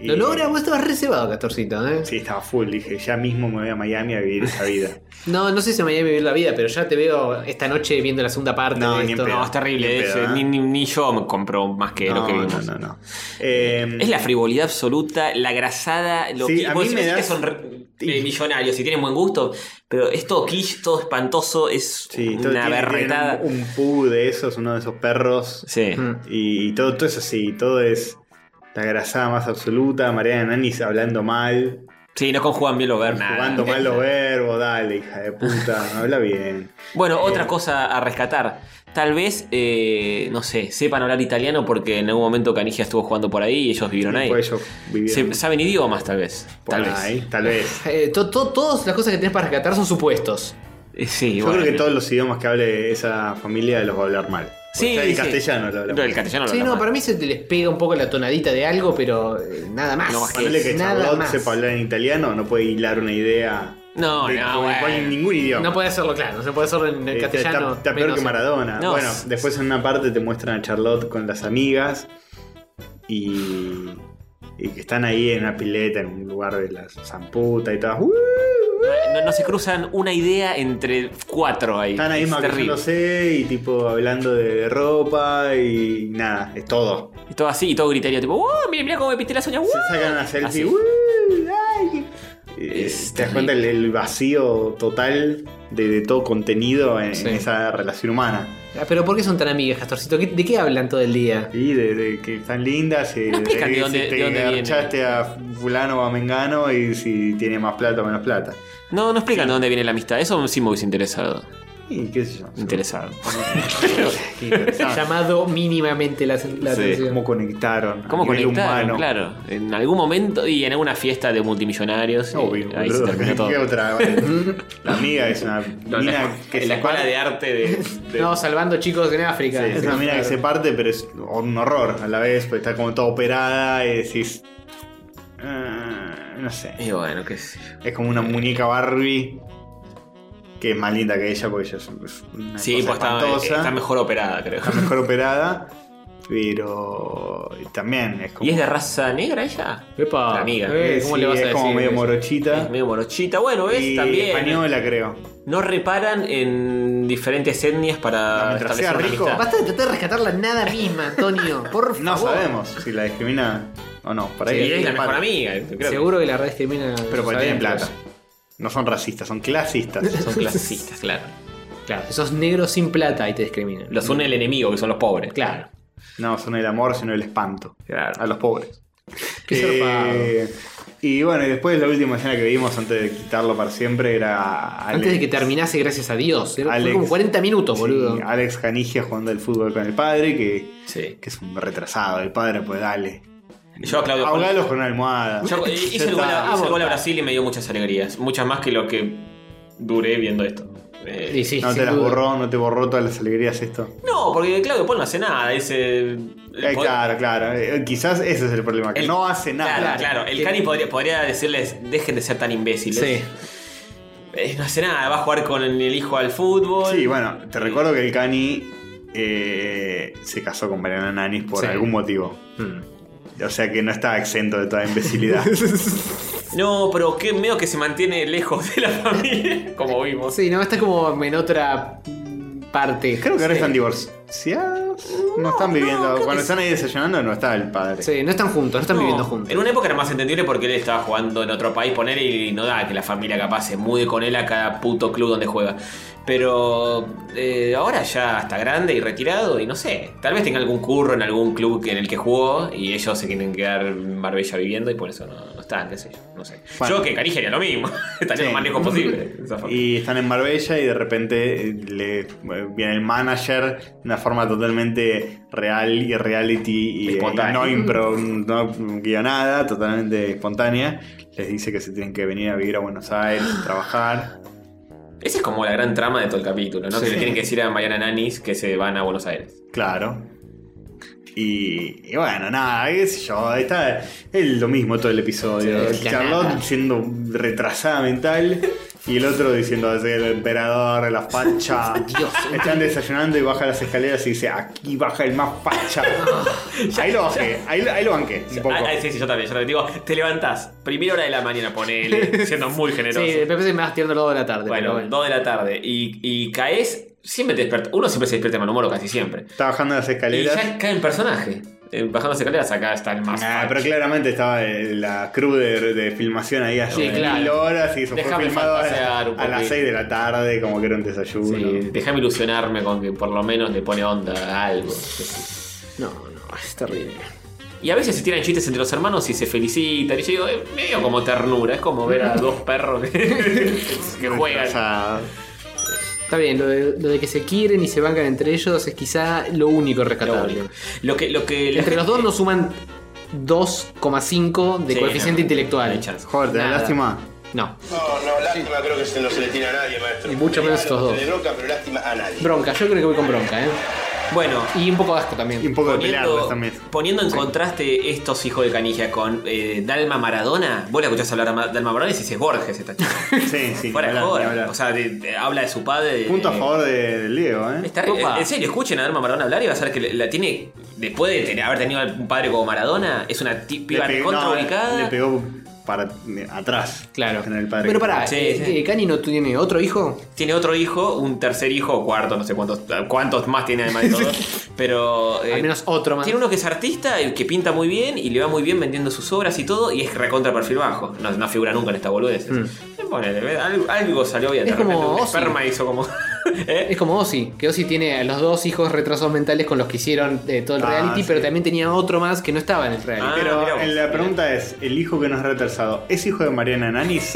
Y- Lo logra, vos estabas reservado, Castorcito, ¿eh? Sí, estaba full. Dije, ya mismo me voy a Miami a vivir esa vida. No, no sé si mañana vivir la vida, pero ya te veo esta noche viendo la segunda parte No, de ni en esto. pedo. No, es terrible. Ni es- pedo, ¿eh? ni, ni- ni yo me compró más que lo no, que vimos. no, no, no. Eh, Es la frivolidad absoluta, la grasada, lo Sí, que a vos mí me decís que das- son re- eh, millonarios y tienen buen gusto, pero es todo quiche, todo espantoso, es Sí, todo una tiene- tiene berretada. Un, un pug de esos, uno de esos perros. Sí. Mm. Y, y todo, todo es así, todo es la grasada más absoluta, Mariana Nanis hablando mal, Sí, no conjugan bien los verbos. jugando nada. mal los verbos, dale, hija de puta, habla bien. Bueno, otra cosa a rescatar. Tal vez, eh, no sé, sepan hablar italiano porque en algún momento Canigia estuvo jugando por ahí y ellos vivieron ahí. Después pues, ellos vivieron Se- saben idiomas, tal vez. por Tal vez. ahí, tal vez. Eh, to- to- todas las cosas que tenés para rescatar son supuestos. Eh, Sí, Yo bueno. creo que todos los idiomas que hable esa familia los va a hablar mal. Porque Sí, ya el sí. castellano lo habla No, mal. el castellano lo sí, habla no, mal. para mí se te les pega un poco la tonadita de algo, pero eh, nada más. No, más que Ponele que nada Charlotte más. sepa hablar en italiano, no puede hilar una idea No, de- no, con bueno. cual- ningún idioma. No puede hacerlo, claro, no puede hacerlo en Eh, está- castellano. Está, está peor menos. que Maradona. No, bueno, s- después en una parte te muestran a Charlotte con las amigas y. y que están ahí en una pileta, en un lugar de las zamputas y todas. ¡uh! No, no se cruzan una idea entre cuatro ahí. Están ahí es terrible. maquillándose y tipo hablando de, de ropa y nada, es todo. Y todo así, y todo griterío, tipo, ¡oh! Mira, mira cómo me pinté las uñas, Se ¡uh! sacan una selfie. Así. ¡uh! ¡ay! Eh, Es te das cuenta el, el vacío total de, de todo contenido en- Sí. en esa relación humana. Ah, Pero ¿por qué son tan amigas, Castorcito? ¿Qué- ¿De qué hablan todo el día? Y de, de que están lindas y No explican de, de dónde- si te de dónde viene. garchaste a fulano o a mengano y si tiene más plata o menos plata. No, no explican de dónde viene la amistad. Eso sí me hubiese interesado. Y qué sé yo. Interesado. Ah. Llamado mínimamente la, la Sí. atención. ¿Cómo conectaron? a ¿Cómo nivel conectaron? humano? Claro. En algún momento y en alguna fiesta de multimillonarios. Obvio, y ahí se boludo. terminó todo. ¿Qué otra? Vale. La amiga es una No, mina la- que la se escuela parte. de arte de. de- No, salvando chicos en África. Es una mina que pues se parte, pero es un horror a la vez, porque está como toda operada y decís. Eh, no sé. Y bueno, qué sé yo. Es como una muñeca Barbie que es más linda que ella porque ella es una Sí, cosa pues está, espantosa, está mejor operada, creo. está mejor operada, pero también es como ¿Y es de raza negra ella? Epa. La amiga. Eh, Sí, ¿Cómo le vas a es decir? como medio eso? Es morochita medio morochita. Bueno, ves, y también. española creo. No reparan en diferentes etnias No, para mientras establecer sea una rico. amistad. Basta de tratar de rescatar la nada misma, Antonio. Por No favor. sabemos si la discrimina o no. Por ahí Y Ah, es la discrepan. mejor amiga. creo. Seguro que la rediscrimina. Pero porque tienen adentros. plata. No son racistas, son clasistas. Son clasistas, claro. Claro, sos negro sin plata y te discriminan. Mm. Los une el enemigo, que son los pobres. Claro. No son el amor, sino el espanto. Claro. A los pobres. Eh, Qué zarpado. y bueno, y después la última escena que vimos antes de quitarlo para siempre era Alex, Antes de que terminase, gracias a Dios. Era, fue Alex. como 40 minutos, sí, boludo. Alex Canigia jugando al fútbol con el padre, que, Sí. que es un retrasado. El padre, pues dale. Yo a Claudio Poli- Ahogalos con una almohada. Yo eh, Ya hice el gol, está. a, hice el gol a Brasil y me dio muchas alegrías. Muchas más que lo que duré viendo esto. Eh, Y sí, No te sin las duda. borró, no te borró todas las alegrías esto. No, porque Claudio Paul no hace nada. Dice. Eh, claro, claro. Eh, quizás ese es el problema, que El- no hace nada. Claro, claro. El Cani podría, podría decirles, dejen de ser tan imbéciles. Sí. Eh, no hace nada, va a jugar con el hijo al fútbol. Sí, bueno, te recuerdo que el Cani eh, se casó con Mariana Nanis por Sí. algún motivo. Mm. O sea que no estaba exento de toda imbecilidad. No, pero qué medio que se mantiene lejos de la familia, como vimos. Sí, no, está como en otra parte. Creo que ahora Sí. están divorciados. No, están viviendo. Cuando están ahí desayunando, no está el padre. Sí, no están juntos, no están No, viviendo juntos. En una época era más entendible porque él estaba jugando en otro país, poner y no da que la familia capaz se mude con él a cada puto club donde juega. Pero eh, ahora ya está grande y retirado y no sé, tal vez tenga algún curro en algún club que- en el que jugó y ellos se quieren quedar en Marbella viviendo y por eso no, no están, qué sé yo, no sé. Bueno. Yo que Carigia era lo mismo, estaría lo Sí. más lejos posible. esa familia. Y están en Marbella y de repente eh, le eh, viene el manager de una forma totalmente real y reality y eh, Espontánea. no, impro, no guionada, totalmente espontánea. Les dice que se tienen que venir a vivir a Buenos Aires, a trabajar. Esa es como la gran trama de todo el capítulo, ¿no? Que le tienen que decir a Mariana Nanis que se van a Buenos Aires. Claro. Y, y bueno, nada, qué sé yo, está es lo mismo todo el episodio. Sí, la Charlotte nada. siendo retrasada mental y el otro diciendo "Es el emperador, la facha. Están este- desayunando y baja las escaleras y dice, aquí baja el más facha. ahí lo bajé, ahí, lo- ahí lo banqué un poco. Ah, ah, sí, sí, yo también, yo también. Digo, te levantás, primera hora de la mañana, ponele, siendo muy generoso. Sí, me parece que me vas tirando lo de la tarde. pero bueno, dos de la tarde. Y, y caes, siempre te despierta. Uno siempre se despierta de mal humor, o casi siempre. Está bajando las Y escaleras. ya cae el personaje. Eh, Bajando las escaleras, acá está el más. Ah, facho. pero claramente estaba eh, la crew de, de filmación ahí hace Sí, claro. mil horas y eso fue Déjame filmado a, fantasear un a las poquito. 6 de la tarde, como que era un Sí, desayuno. déjame ilusionarme con que por lo menos le pone onda a algo. No, no, es terrible. Y a veces se tiran chistes entre los hermanos y se felicitan. Y yo digo, eh, medio como ternura, es como ver a dos perros que, que juegan. Retrasado. Está bien, lo de, lo de que se quieren y se bancan entre ellos es quizá lo único Lo, rescatable. único. lo que, lo que la Entre los dos nos suman 2,5 de Sí, coeficiente no, intelectual. no hay chance. Joder, te da Nada. lástima. No, No, no, lástima creo que se- no se le tiene a nadie, maestro. Y mucho menos estos dos. Se le bronca, pero lástima a nadie. bronca, yo creo que voy con bronca, ¿eh? Bueno, Y un poco de asco Y un también. poco de poniendo, pelearlos también. poniendo en contraste estos hijos de canilla con eh, Dalma Maradona, vos la escuchás hablar a Ma- Dalma Maradona y decís, es Borges esta chica. Sí, sí. Fuera ni de hablar, joda. ni hablar. O sea, eh, de- de- habla de su padre. de- Punto a favor de, del Diego, ¿eh? Está- Opa. en serio, escuchen a Dalma Maradona hablar y vas a ver que le- la tiene. Después de tener- haber tenido un padre como Maradona, es una ti- piba pe- recontra no, ubicada. le pegó para atrás. Claro. En el padre. Pero pará, Sí, eh, sí. eh, ¿Cani no tiene otro hijo? Tiene otro hijo, un tercer hijo o cuarto, no sé cuántos, cuántos más tiene además de todos. pero. eh, Al menos otro más. Tiene uno que es artista y que pinta muy bien y le va muy bien vendiendo sus obras y todo, y es recontra perfil bajo. No, no figura nunca en esta boludez. Eh, algo, algo salió bien. de Hmm. Es como repente un Ozzy. esperma hizo como. ¿Eh? Es como Ozzy, que Ozzy tiene a los dos hijos retrasados mentales con los que hicieron eh, todo el Ah, reality, sí. pero también tenía otro más que no estaba en el reality. eh, Ah, Pero mirá vos. en Eh, la pregunta es: ¿el hijo que nos ha retrasado es hijo de Mariana Nanis?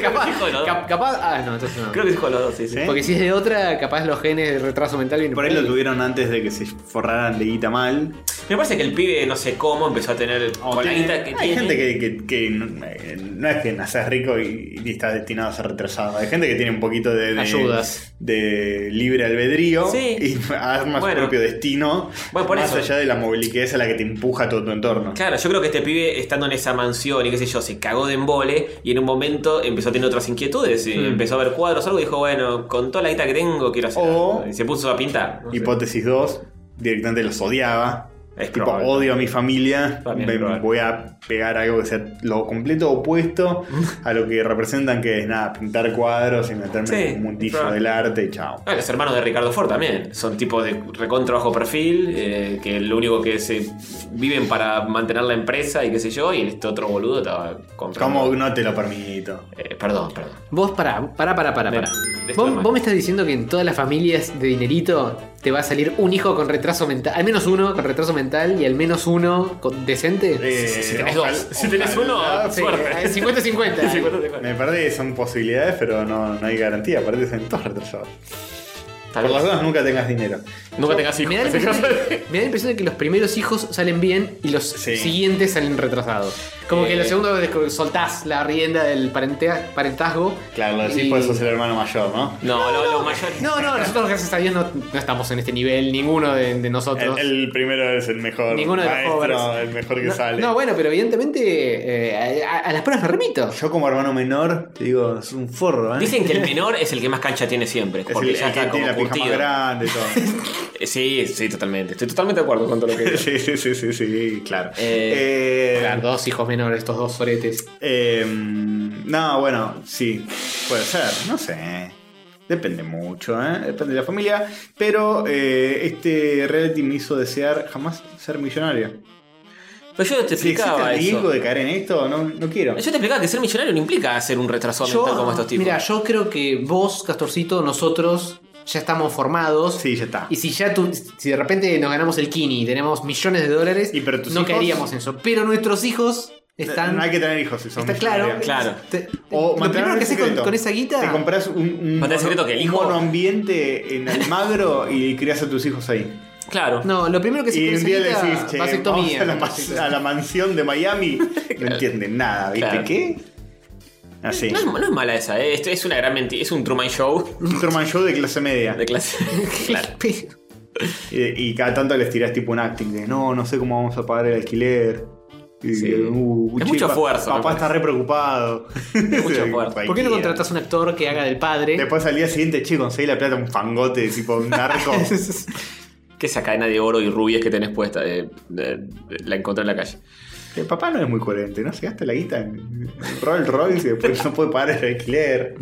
Capaz hijo de los dos. Cap- capaz. Ah, no, entonces no. Creo que es hijo de los dos, sí, sí. ¿Sí? Porque si es de otra, capaz los genes de retraso mental vienen Por ahí lo tuvieron antes de que se forraran de guita mal. Me parece que el pibe, Eh, no sé cómo, empezó a tener. con la guita que hay tiene. gente que, que- que no, eh, no es que naces rico y, y estás destinado a ser retrasado. Hay gente que tiene un poquito de, de- Ayudas. de libre albedrío Sí. y arma Bueno. su propio destino Bueno, por más eso. allá de la movilidad a la que te empuja todo tu entorno. Claro, yo creo que este pibe estando en esa mansión y qué sé yo, se cagó de embole y en un momento empezó a tener otras inquietudes. y Mm. Empezó a ver cuadros, algo y dijo, bueno, con toda la guita que tengo quiero hacer. O- algo. Y se puso a pintar. no sé. Hipótesis 2, directamente los odiaba. Es tipo, probable. odio a mi familia, También me- es probable. voy a pegar algo que sea lo completo opuesto a lo que representan, que es nada, pintar cuadros y meterme Sí, en un mundillo probable. del arte y chao. Ah, los hermanos de Ricardo Ford también. Son tipo de recontra bajo perfil, eh, que lo único que se viven para mantener la empresa y qué sé yo, y este otro boludo estaba comprando. Como no te lo permito. Eh, perdón, perdón. Vos pará, pará, pará, pará. Me- pará. esto es ¿Vos, mal. vos me estás diciendo que en todas las familias de dinerito te va a salir un hijo con retraso mental, al menos uno con retraso mental y al menos uno con decente. Eh, Si tenés ojalá- dos. Si tenés uno, ojalá- Ah, Sí, suerte. eh, 50-50. Me parece que son posibilidades, pero no, no hay garantía. Aparte, son todos retrasados. Tal Por vez. las dudas, nunca tengas dinero. Nunca tengas hijos. Me da, la impresión de- me da la impresión de que los primeros hijos salen bien y los Sí. siguientes salen retrasados. Como que Eh. los segundos desco- soltás la rienda del parentea- parentazgo. Claro, lo decís pues, y- por eso es el hermano mayor, ¿no? No, lo, lo mayor. No, no, nosotros gracias a Dios no, no estamos en este nivel, ninguno de, de nosotros. El, el primero es el mejor Ninguno de los maestro, jóvenes. el mejor que no, sale. no, bueno, pero evidentemente eh, a, a- a las pruebas me remito. Yo como hermano menor, te digo, es un forro, ¿eh? Dicen que el menor es el que más cancha tiene siempre, es porque el, ya el que está tiene como la pija más curtido. grande y todo. Eh, Sí, sí, totalmente. Estoy totalmente de acuerdo con todo lo que dices. sí, sí, sí, sí, sí, claro. Eh, Eh, Claro, dos hijos menores, estos dos soretes. eh, no, bueno, sí, puede ser, no sé. Depende mucho, ¿eh? Depende de la familia. Pero eh, este reality me hizo desear jamás ser millonario. Pero yo te Si existe explicaba el riesgo eso. de caer en esto, no, no quiero. Yo te explicaba que ser millonario no implica ser un retrasado mental como estos tipos. mira, yo creo que vos, Castorcito, nosotros ya estamos formados. Sí, ya está. Y si ya tu- si de repente nos ganamos el Kini y tenemos millones de dólares, Y pero tus no hijos- caeríamos en eso. Pero nuestros hijos están. No hay que tener hijos si son está claro. millonarios. Claro. te- O lo mantener primero el que haces con, secreto. con esa guita. Te compras un, un, Mantener el secreto que el un hijo- monoambiente en Almagro y crias a tus hijos ahí. Claro. No, lo primero que haces Y con un esa día le guita. decís, che, vamos vasectomía. a la, mas- a la mansión de Miami. No entienden nada, ¿viste Claro. qué? Así. No es, no es mala esa, eh. Esto es una gran mentira. Es un Truman Show Un Truman Show de clase media. de clase. claro. Y, y cada tanto les tirás tipo un acting de no, no sé cómo vamos a pagar el alquiler. Y, Sí. uh, Es mucho pa- esfuerzo, me Papá parece. está re preocupado. mucho esfuerzo. ¿Por qué no contratas un actor que haga del padre? Después al día siguiente, che, conseguí la plata un fangote, tipo un narco. Que esa cadena de oro y rubias que tenés puesta. eh, eh, la encontré en la calle. El papá no es muy coherente, ¿no? Se gasta la guita en Rolls Royce y después no puede pagar el alquiler.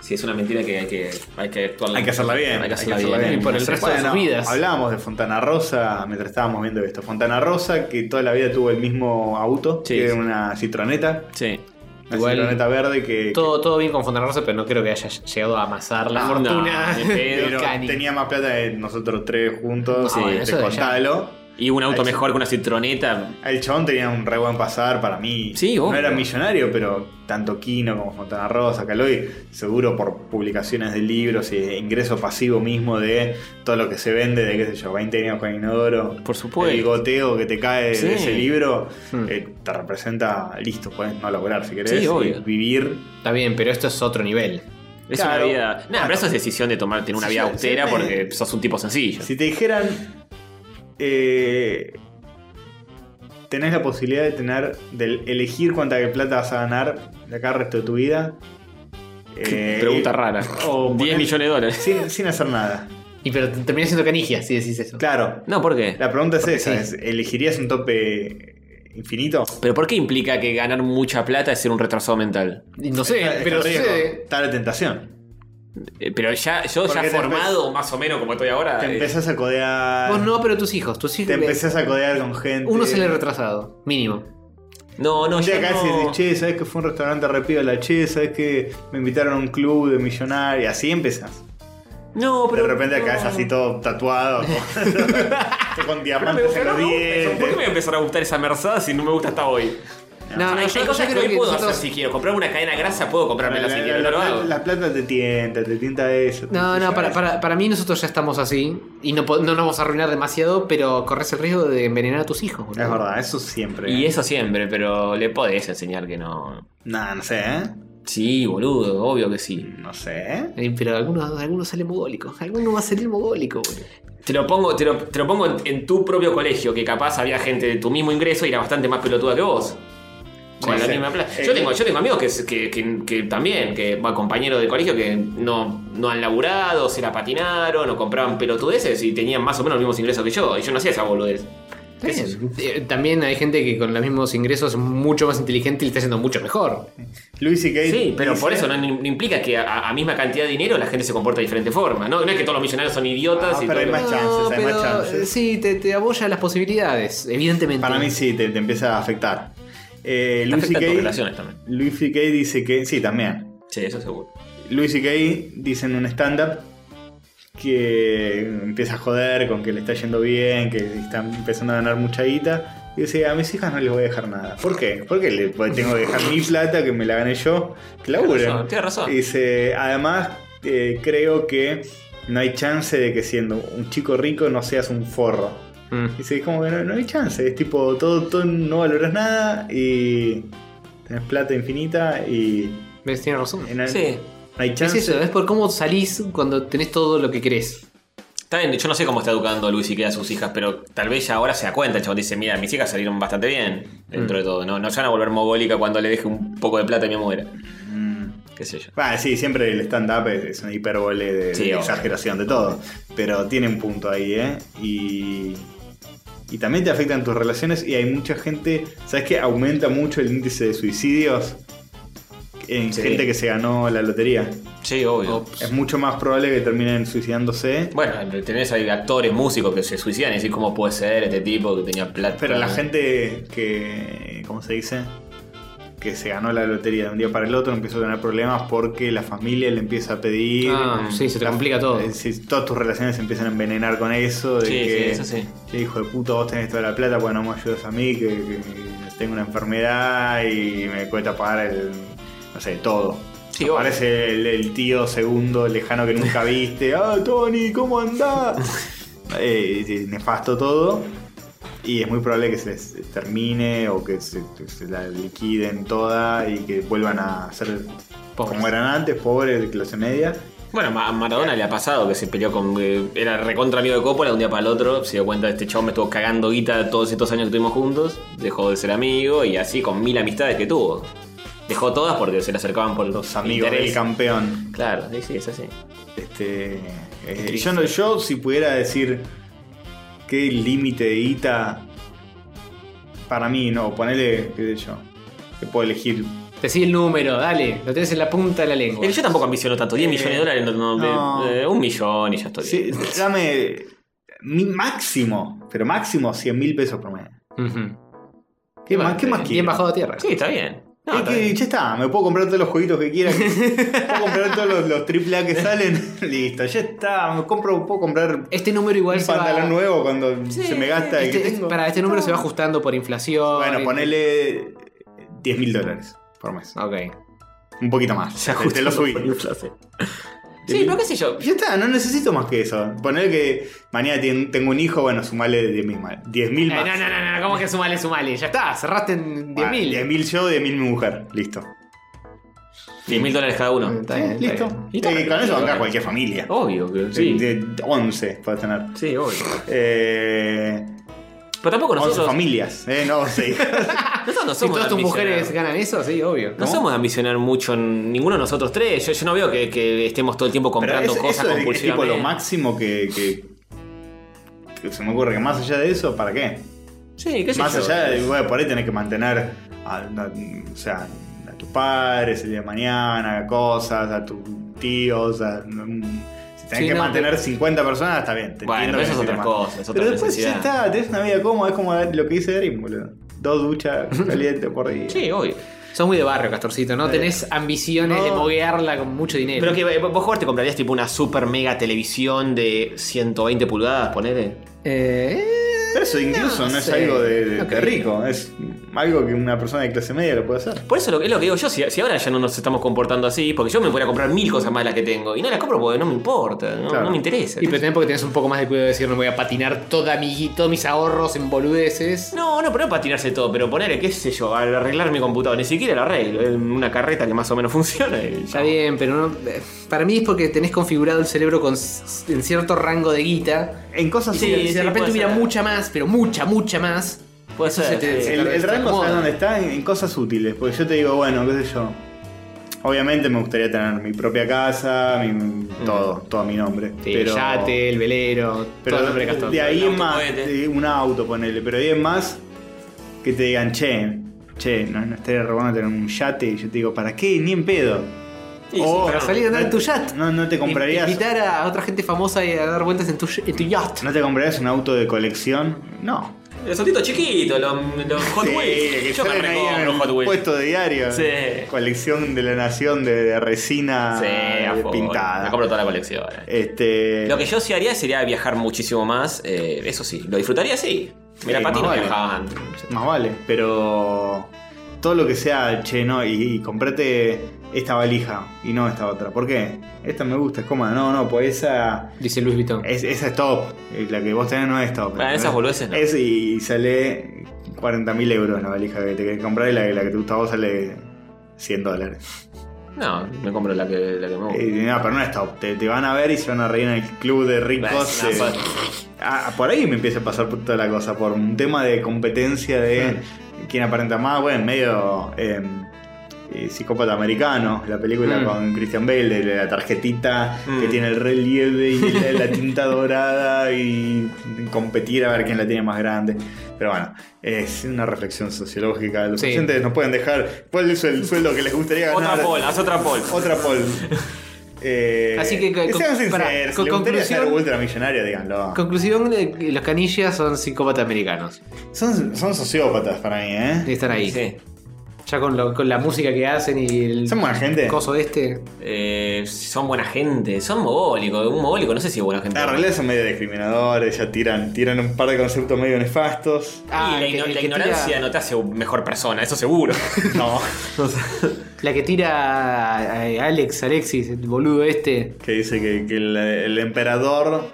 Sí, es una mentira que hay que, hay que actuarla. Hay que hacerla bien. Hay que hacerla bien. bien. Y por el Sí. resto de sus vidas. Hablábamos de Fontana Rosa mientras estábamos viendo esto. Fontana Rosa, que toda la vida tuvo el mismo auto, Sí. que era una citroneta. Sí. Una Igual- citroneta verde que, Todo, todo bien con Fontana Rosa, pero no creo que haya llegado a amasar la No, fortuna. ni de pedo. pero Cani. tenía más plata de nosotros tres juntos. Ah, y bueno, te eso ya- contalo. Y un auto Ahí sí. mejor que una citroneta. El chabón tenía un re buen pasar para mí. Sí, no obvio. era millonario, pero tanto Kino como Fontana Rosa, Caloy, seguro por publicaciones de libros y de ingreso pasivo mismo de todo lo que se vende, de qué sé yo, 20 años con Inodoro. Por supuesto. El goteo que te cae Sí. Hmm. de ese libro eh, te representa, listo, puedes no lograr si querés. Sí, y obvio. vivir. Está bien, pero esto es otro nivel. Es Claro. una vida. Nah, pero eso es decisión de tomar, tener una Sí, vida sí, austera sí. porque sos un tipo sencillo. Si te dijeran. eh, tenés la posibilidad de tener. de elegir cuánta plata vas a ganar de acá al resto de tu vida. eh, Pregunta y- rara. o 10 poner- millones de dólares. Sin, sin hacer nada. Y pero te- terminás siendo canigia si decís eso. Claro. No, ¿por qué? La pregunta es esa: sí. es, ¿elegirías un tope infinito? Pero ¿por qué implica que ganar mucha plata es ser un retrasado mental? Y No sé, Está- está pero el riesgo, sucede. Está la tentación. Eh, Pero ya, yo Porque ya te formado, más o menos como estoy ahora. Te eh, empezás a codear. Vos no, pero tus hijos. Tus hijos Te empezás a codear con gente. Uno se le retrasado, mínimo. No, no, Un ya día casi no. decís, che, ¿sabes que fue un restaurante repido la che? ¿Sabes que me invitaron a un club de millonarios? Y así empezás. No, pero. de repente no. acabas así todo tatuado, con, todo con Pero me diamantes gusta, en no los eh. me gusta eso. ¿Por qué me dientes. va a empezar a gustar esa merced si no me gusta hasta hoy? No, no, hay, yo- hay cosas yo que creo hoy que puedo nosotros- hacer si quiero. Comprarme una cadena grasa, puedo comprármela si La- quiero, la- no lo la- hago. La plata te tienta, te tienta eso. No, no, para, para, para mí nosotros ya estamos así. Y no, po- no nos vamos a arruinar demasiado, pero corres el riesgo de envenenar a tus hijos. boludo. Es verdad, eso siempre. Y eso siempre, pero le podés enseñar que no. Nah, no sé, ¿eh? Sí, boludo, obvio que sí. No sé. Eh, Pero algunos, algunos salen mogólicos. Algunos va a salir mogólico, boludo. Te lo pongo, te lo, te lo pongo en, en tu propio colegio, que capaz había gente de tu mismo ingreso y era bastante más pelotuda que vos. Con Sí, la sí. misma plata. Eh, Yo tengo, yo tengo amigos que, se- que, que- que también, que bueno, compañeros de colegio que no, no han laburado, se la patinaron o compraban pelotudeces y tenían más o menos los mismos ingresos que yo. Y yo no hacía esa boludez. Está bien. Eh, También hay gente que con los mismos ingresos es mucho más inteligente y le está haciendo mucho mejor. Luis y Kate. Sí, pero por eso no, no implica que a, a misma cantidad de dinero la gente se comporta de diferente forma. No, no es que todos los millonarios son idiotas Ah, y pero hay todo- más chances, hay más pero, eh, chances. Sí, te, te aboya las posibilidades, evidentemente. Para mí sí, te, te empieza a afectar. Eh, Te Luis afecta y en tus Kate. relaciones también. Luis y Kate dice que. Sí, también. Sí, eso seguro. Luis y Kay dice en un stand-up que empieza a joder con que le está yendo bien, que están empezando a ganar mucha guita. Y dice, a mis hijas no les voy a dejar nada. ¿Por qué? Porque le pues, tengo que dejar mi plata, que me la gané yo, que laburen. razón, tiene razón. Y dice, además, eh, creo que no hay chance de que siendo un chico rico no seas un forro. Mm. Dice, como que no, no hay chance, es tipo, todo, todo no valoras nada y tenés plata infinita y... Ves, Tienes razón. en el- Sí. no hay Es chance. eso, es por cómo salís cuando tenés todo lo que querés. Está bien, yo no sé cómo está educando Luis y queda a sus hijas, pero tal vez ya ahora se da cuenta. El chabón dice: Mira, mis hijas salieron bastante bien Mm. dentro de todo. No, no se van a volver mogólica cuando le deje un poco de plata a mi muera. Qué sé yo. Ah, sí, siempre el stand-up es, es una hipérbole de, Sí, de obvio. exageración de todo. Pero tiene un punto ahí, ¿eh? Y, y también te afectan tus relaciones y hay mucha gente, ¿sabes qué? Aumenta mucho el índice de suicidios en Sí. gente que se ganó la lotería. Sí, obvio. Es mucho más probable que terminen suicidándose. Bueno, tenés ahí actores, músicos que se suicidan y decís: ¿Cómo puede ser este tipo que tenía plata? Eh, Pero la gente que, ¿cómo se dice? Que se ganó la lotería de un día para el otro empieza a tener problemas porque la familia le empieza a pedir... Ah, sí, se te La- complica todo. Eh, sí, todas tus relaciones se empiezan a envenenar con eso. De Sí, que, sí, eso sí. "Che, hijo de puta, vos tenés toda la plata, bueno, no me ayudas a mí, que, que tengo una enfermedad y me cuesta pagar el. No sé, todo. Sí, obvio. Aparece el, el tío segundo lejano que nunca viste. ¡Ah, Tony, cómo andás! Eh, eh, nefasto todo. Y es muy probable que se les termine o que se, se la liquiden toda y que vuelvan a ser como eran antes, pobres, de clase media. Bueno, ma- a Maradona le ha pasado que se peleó con. eh, era recontra amigo de Coppola, de un día para el otro se dio cuenta de este chabón me estuvo cagando guita todos estos años que estuvimos juntos, dejó de ser amigo y así con mil amistades que tuvo. Dejó todas porque se le acercaban por Los amigos del campeón. Claro, sí, sí, es así. Este, eh, triste. yo, no- yo si pudiera decir qué límite de guita para mí, no, ponele, qué sé yo, que puedo elegir. Te sigue el número, dale, lo tenés en la punta de la lengua. Eh, Yo tampoco ambiciono tanto, 10 millones de dólares, no, no, no. eh, un millón y ya estoy. Sí, dame mi máximo, pero máximo 100 mil pesos por mes. Ujú. ¿Qué más, qué más Bien quiero? bajado a tierra. Sí, está bien. No, Es está que bien. ya está, me puedo comprar todos los jueguitos que quiera. puedo comprar todos los, los AAA que salen. Listo, ya está. Me compro, puedo comprar Este número igual un se pantalón va... nuevo cuando se me gasta el Este, que este- tengo. para este número se va ajustando por inflación. Bueno, y- Ah. ponele 10 mil dólares por mes. Ok. Un poquito más. Se Justo Te lo subí. por inflación. Sí, pero qué sé yo. Ya está, no necesito más que eso. Poner que mañana tien- tengo un hijo, bueno, sumale 10 mil más. 10 mil Eh, más. Ah, no, no, no, no, ¿cómo que sumale, sumale? Ya está, cerraste en 10.000. Bueno, 10 mil yo, 10 mil mi mujer. Listo. 10 mil dólares cada uno. Está bien, Sí, está listo. bien. Y está Eh, bien. con eso bancar cualquier familia. Obvio que Sí. sí. De 11 puedes tener. Sí, obvio. Eh, Pero tampoco 11 nosotros. familias, eh, no 11 hijas. Nosotros no Si somos todas tus ambicionados. mujeres ganan eso, sí, obvio. No somos de ambicionar mucho en ninguno de nosotros tres. Yo, yo no veo que, que estemos todo el tiempo Pero comprando es- cosas eso es, es tipo compulsivamente. lo máximo que, que- que se me ocurre que más allá de eso, ¿para qué? Sí, qué sé Más yo. allá de, bueno, por ahí tenés que mantener a, a- o sea, a tus padres el día de mañana, cosas, a tus tíos, a- mm, si tenés Sí, que no, mantener pero- 50 personas, está bien. Te Bueno, entiendo pero que eso es no otra quieras más. cosa, es otra Pero después necesidad. ya está, tenés una vida cómoda, es como lo que dice Dream, boludo. Dos duchas calientes por día. Sí, obvio. Sos muy de barrio, Castorcito, ¿no? Tenés ambiciones No. de moguearla con mucho dinero. Pero que eh, vos, Jorge, te comprarías tipo una super mega televisión de 120 pulgadas, ponele. Eh, Pero eso incluso no, No es sé. algo de, de- No de creo. rico, es algo que una persona de clase media lo puede hacer. Por eso lo, es lo que digo yo, si, si ahora ya no nos estamos comportando así, porque yo me podría comprar mil cosas más de las que tengo. Y no las compro porque no me importa, no, Claro. no me interesa. Y pero también porque tenés un poco más de cuidado de decir, no voy a patinar toda mi, todos mis ahorros en boludeces. No, no, pero no para tirarse todo, pero ponerle, qué sé yo, al arreglar mi computadora, ni siquiera lo arreglo, es una carreta que más o menos funciona. y Está bien, pero no- eh, para mí es porque tenés configurado el cerebro con, s- en cierto rango de guita. En cosas si, sí, si sí, de repente puede hubiera ser. mucha más, pero mucha, mucha más. Puede eso se te- se el, te el rango acomoda. ¿sabes dónde está en, en cosas útiles. Porque yo te digo, bueno, qué sé yo. Obviamente me gustaría tener mi propia casa, mi- todo, todo mi nombre. Sí, pero, El yate, el velero, pero todo el nombre de Castor. de ahí El en más, autocohete. de un auto ponele, pero ahí en más que te digan, che, che, no, no estaría robando tener un yate. Y yo te digo, ¿para qué? Ni en pedo. Sí, sí, para salir a andar en tu yate. No, no te comprarías. Invitar a otra gente famosa y a dar vueltas en tu, en tu yacht. ¿No te comprarías un auto de colección? No. Los autitos chiquitos, los, los Hot Sí, Wheels. que yo me salen ahí recompro en el un Hot Wheels. puesto de diario. Sí. Colección de la nación de, de resina Sí, a full. Me pintada. compro toda la colección. eh. Este. Lo que yo sí haría sería viajar muchísimo más, eh, eso sí. Lo disfrutaría, sí. Mira, Sí, para ti no más vale. viajaban. Más vale, pero. Todo lo que sea, che, no, y, y comprate esta valija y no esta otra. ¿Por qué? Esta me gusta, es cómoda. No, no, pues esa. Dice Luis Vitón. esa es top. Eh, La que vos tenés no es top. Bueno, esas boludeces no. Es y, y sale 40.000 euros la valija que te querés comprar y la, la que te gusta a vos sale 100 dólares. No, me compro la que, la que me gusta. Eh, no, pero no es top. Te, te van a ver y se van a reír en el club de ricos. Bah, es una eh. Ah, por ahí me empieza a pasar toda la cosa. Por un tema de competencia de quién aparenta más. Bueno, medio eh, eh, psicópata americano. La película Mm. con Christian Bale, de la tarjetita que Mm. tiene el relieve y la, la tinta dorada y competir a ver quién la tiene más grande. Pero bueno, es una reflexión sociológica. Los Sí. oyentes nos pueden dejar cuál es el sueldo que les gustaría ganar. Otra poll, haz otra poll. Otra poll. Eh, Así que, con- sean sinceros, pará, si con les gustaría conclusión- ser ultramillonario, díganlo. Conclusión, eh, los canillas son psicópatas americanos. Son, son sociópatas para mí, ¿eh? Están ahí. Ya con, lo- con la música que hacen y el Son buena gente. coso de este. Eh, son buena gente, son mogólicos. Un mogólico no sé si es buena gente. En realidad son medio discriminadores, ya tiran, tiran un par de conceptos medio nefastos. y la, Ah, el que- igno- el la que ignorancia tira- no te hace mejor persona, eso seguro. No. La que tira a- a Alex, Alexis, el boludo este, Que dice que, que el, el emperador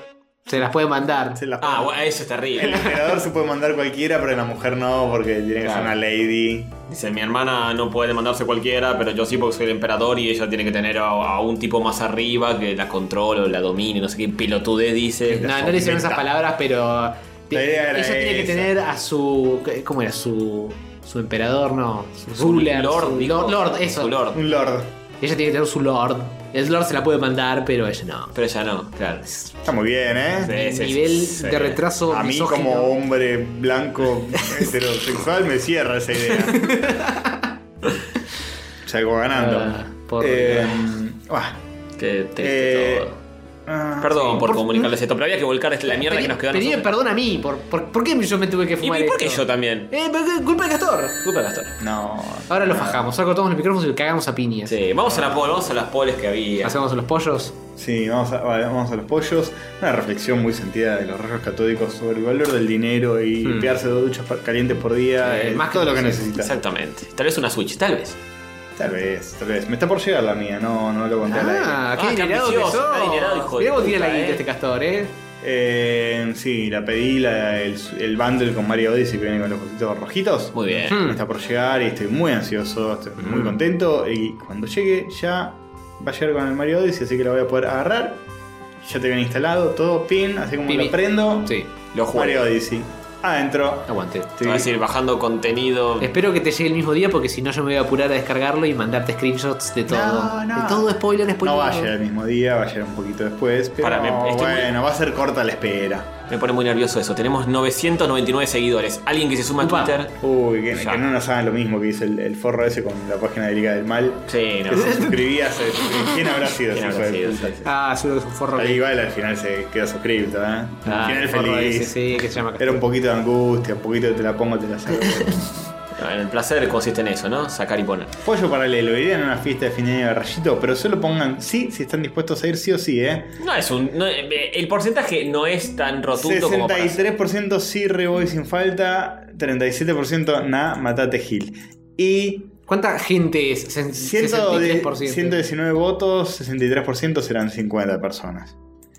se las puede mandar. se las ah, bueno, eso es terrible. El emperador se puede mandar cualquiera, pero la mujer no, porque tiene que ser Claro. una lady. Dice, mi hermana no puede mandarse cualquiera, pero yo sí porque soy el emperador y ella tiene que tener a, a un tipo más arriba que la controle, la domine, no sé qué pelotudez dice. No, no le hicieron esas palabras, pero. ti- La idea Ella era tiene que esa. tener a su. ¿Cómo era? Su. Su emperador, no. Su, ruler. lord, su dijo. lord, lord, eso. Su lord. Un lord. Ella tiene que tener su lord. El lord se la puede mandar, pero ella no. Pero ella no, claro. Está muy bien, ¿eh? Sí, sí, Nivel sí, sí. de retraso. A mí misógino. como hombre blanco heterosexual me cierra esa idea. Salgo ganando. Ah, por- Eh, buah, Qué triste eh, todo. ah, Perdón sí, por, comunicarles esto, pero había que volcar la mierda Pedí- que nos quedó a pedí nosotros. perdón a mí. ¿Por, por, por qué yo me tuve que ¿Y fumar y por qué esto? yo también? Eh, pero qué- culpa de Castor. Culpa de Gastón. No. Ahora lo fajamos, ahora cortamos los micrófonos y lo cagamos a piñas. Sí, vamos a la pol, vamos a las poles que había. Hacemos los pollos. Sí, vamos a, vale, vamos a los pollos. Una reflexión muy sentida de los rayos catódicos sobre el valor del dinero y Hmm. limpiarse dos duchas pa- calientes por día. Sí, eh, más que todo lo que sí, necesitas. Exactamente. Tal vez una Switch, tal vez. Tal vez, tal vez. Me está por llegar la mía, no, no lo conté al aire. Ah, qué Ah, qué adinerado que ambicioso, sos. qué adinerado, hijo de Mirá vos tirar la puta, guita eh. este castor, eh. Eh, sí, la pedí, la- el, el bundle con Mario Odyssey que viene con los cositos rojitos. Mm, Muy bien. Hmm. Está por llegar y estoy muy ansioso, estoy muy Mm. contento. Y cuando llegue ya va a llegar con el Mario Odyssey, así que la voy a poder agarrar. Ya te viene instalado, todo pin, así como Pi, lo pi. prendo. Sí, Lo juego. Mario Odyssey. Adentro. aguante. Estoy- Es decir, bajando contenido. Espero que te llegue el mismo día porque si no yo me voy a apurar a descargarlo y mandarte screenshots de todo. No, no. De todo spoiler, spoiler. no va a llegar el mismo día, va a llegar un poquito después, pero Para, me- estoy muy- bueno, va a ser corta la espera. Me pone muy nervioso eso. Tenemos 999 seguidores. Alguien que se suma a Upa. Twitter. Uy, que, Ya. que no nos hagan lo mismo que hizo el, el forro ese con la página de Liga del Mal. Sí, Que se no. suscribía, se- ¿quién habrá sido? ¿Quién ese habrá hijo de sido? puta? Sí, sí. Ah, seguro que es un forro. Ahí que- igual al final se quedó suscrito, ¿eh? Ah, al final el forro feliz. ese, sí, que se llama Era un poquito de angustia, un poquito de te la pongo, te la saco. El placer consiste en eso, ¿no? Sacar y poner. Pollo paralelo, irían a una fiesta de fin de año de rayito, pero solo pongan sí si están dispuestos a ir sí o sí, ¿eh? No es un. no- eh, el porcentaje no es tan rotundo como para. 63% sí, re voy sin falta. 37% nah, matate Gil. Y ¿Cuánta gente es? Se- 110 63%. 119 votos, 63% serán 50 personas.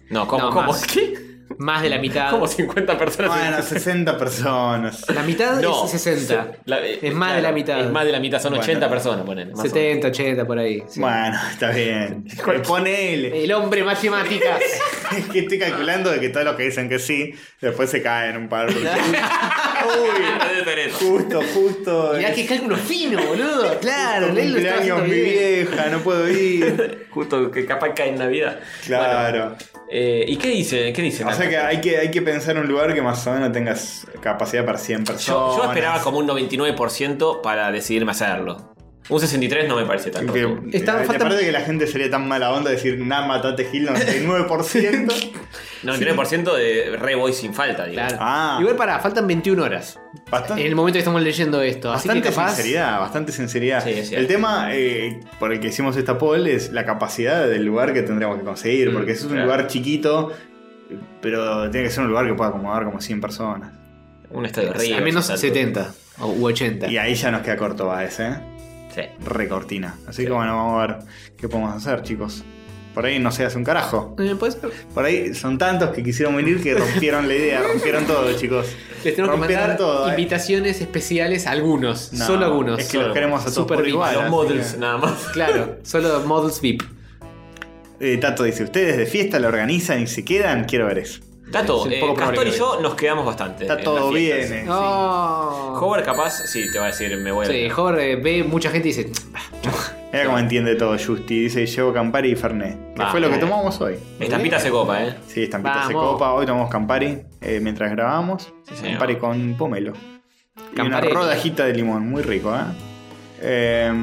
No, ¿cómo? No, cómo? más. ¿Qué? Más de la mitad. ¿Cómo 50 personas? Bueno, 60 personas. La mitad No. es 60. La- eh, Es más de la mitad. Es más de la mitad, son Bueno. 80 personas, ponen. más o menos. 70, 80 por ahí. sí. Bueno, está bien. Ponele. El hombre matemáticas. Es que estoy calculando de que todos los que dicen que sí, después se caen un par. porque- Uy, justo, justo. Mirá es qué cálculo fino, boludo. Claro, el Ley lo está cumpleaños haciendo mi bien. vieja, no puedo ir. Justo que capaz cae en Navidad. Claro. Bueno, eh, ¿Y qué dice? ¿Qué dice? o sea que hay, que hay que pensar un lugar que más o menos tengas capacidad para 100 personas. Yo, yo esperaba como un 99% para decidirme hacerlo. Un 63 no me parece tan Que- rotundo. Está- ¿Te falta- parece que la gente sería tan mala onda decir, nada, matate Gil 99%? 99% de re voy sin falta, digo. Claro. Ah. Igual para, faltan 21 horas. En Bastante. el momento que estamos leyendo esto. Así que Bastante capaz. sinceridad, bastante sinceridad. Sí, es cierto. el tema eh, por el que hicimos esta poll es la capacidad del lugar que tendríamos que conseguir, Mm, porque es un claro. lugar chiquito, pero tiene que ser un lugar que pueda acomodar como 100 personas. Un estadio de Al menos 70 o- u 80. Y ahí ya nos queda corto Baez, ¿eh? Sí. Recortina. Así que Claro. bueno, vamos a ver qué podemos hacer, chicos. Por ahí no se hace un carajo. Eh, puede ser. Por ahí son tantos que quisieron venir que rompieron la idea, rompieron todo, chicos. Les tenemos que Rompieron mandar todo, eh. invitaciones especiales a algunos. No, solo algunos. Es que los queremos a todos Super por VIP. igual. Los así models, que- nada más. Claro, solo models VIP. Eh, Tato dice, ustedes de fiesta la organizan y se quedan, quiero ver eso. Tato, Es un eh, poco Castor probable y que yo nos quedamos bastante. Está en todo las fiestas. bien. eh, sí. Oh. Hover capaz, sí, te va a decir, me voy a... Sí, Hover eh, ve mucha gente y dice. "Ah, Mira cómo entiende todo Justi. Dice, llevo Campari y Fernet. Que Ah, fue lo que bien. tomamos hoy. Estampita se copa, ¿eh? Sí, estampita se Vamos. copa. Hoy tomamos Campari eh, mientras grabamos. señor. Campari con pomelo. Y una Campari. rodajita de limón, muy rico, ¿eh? eh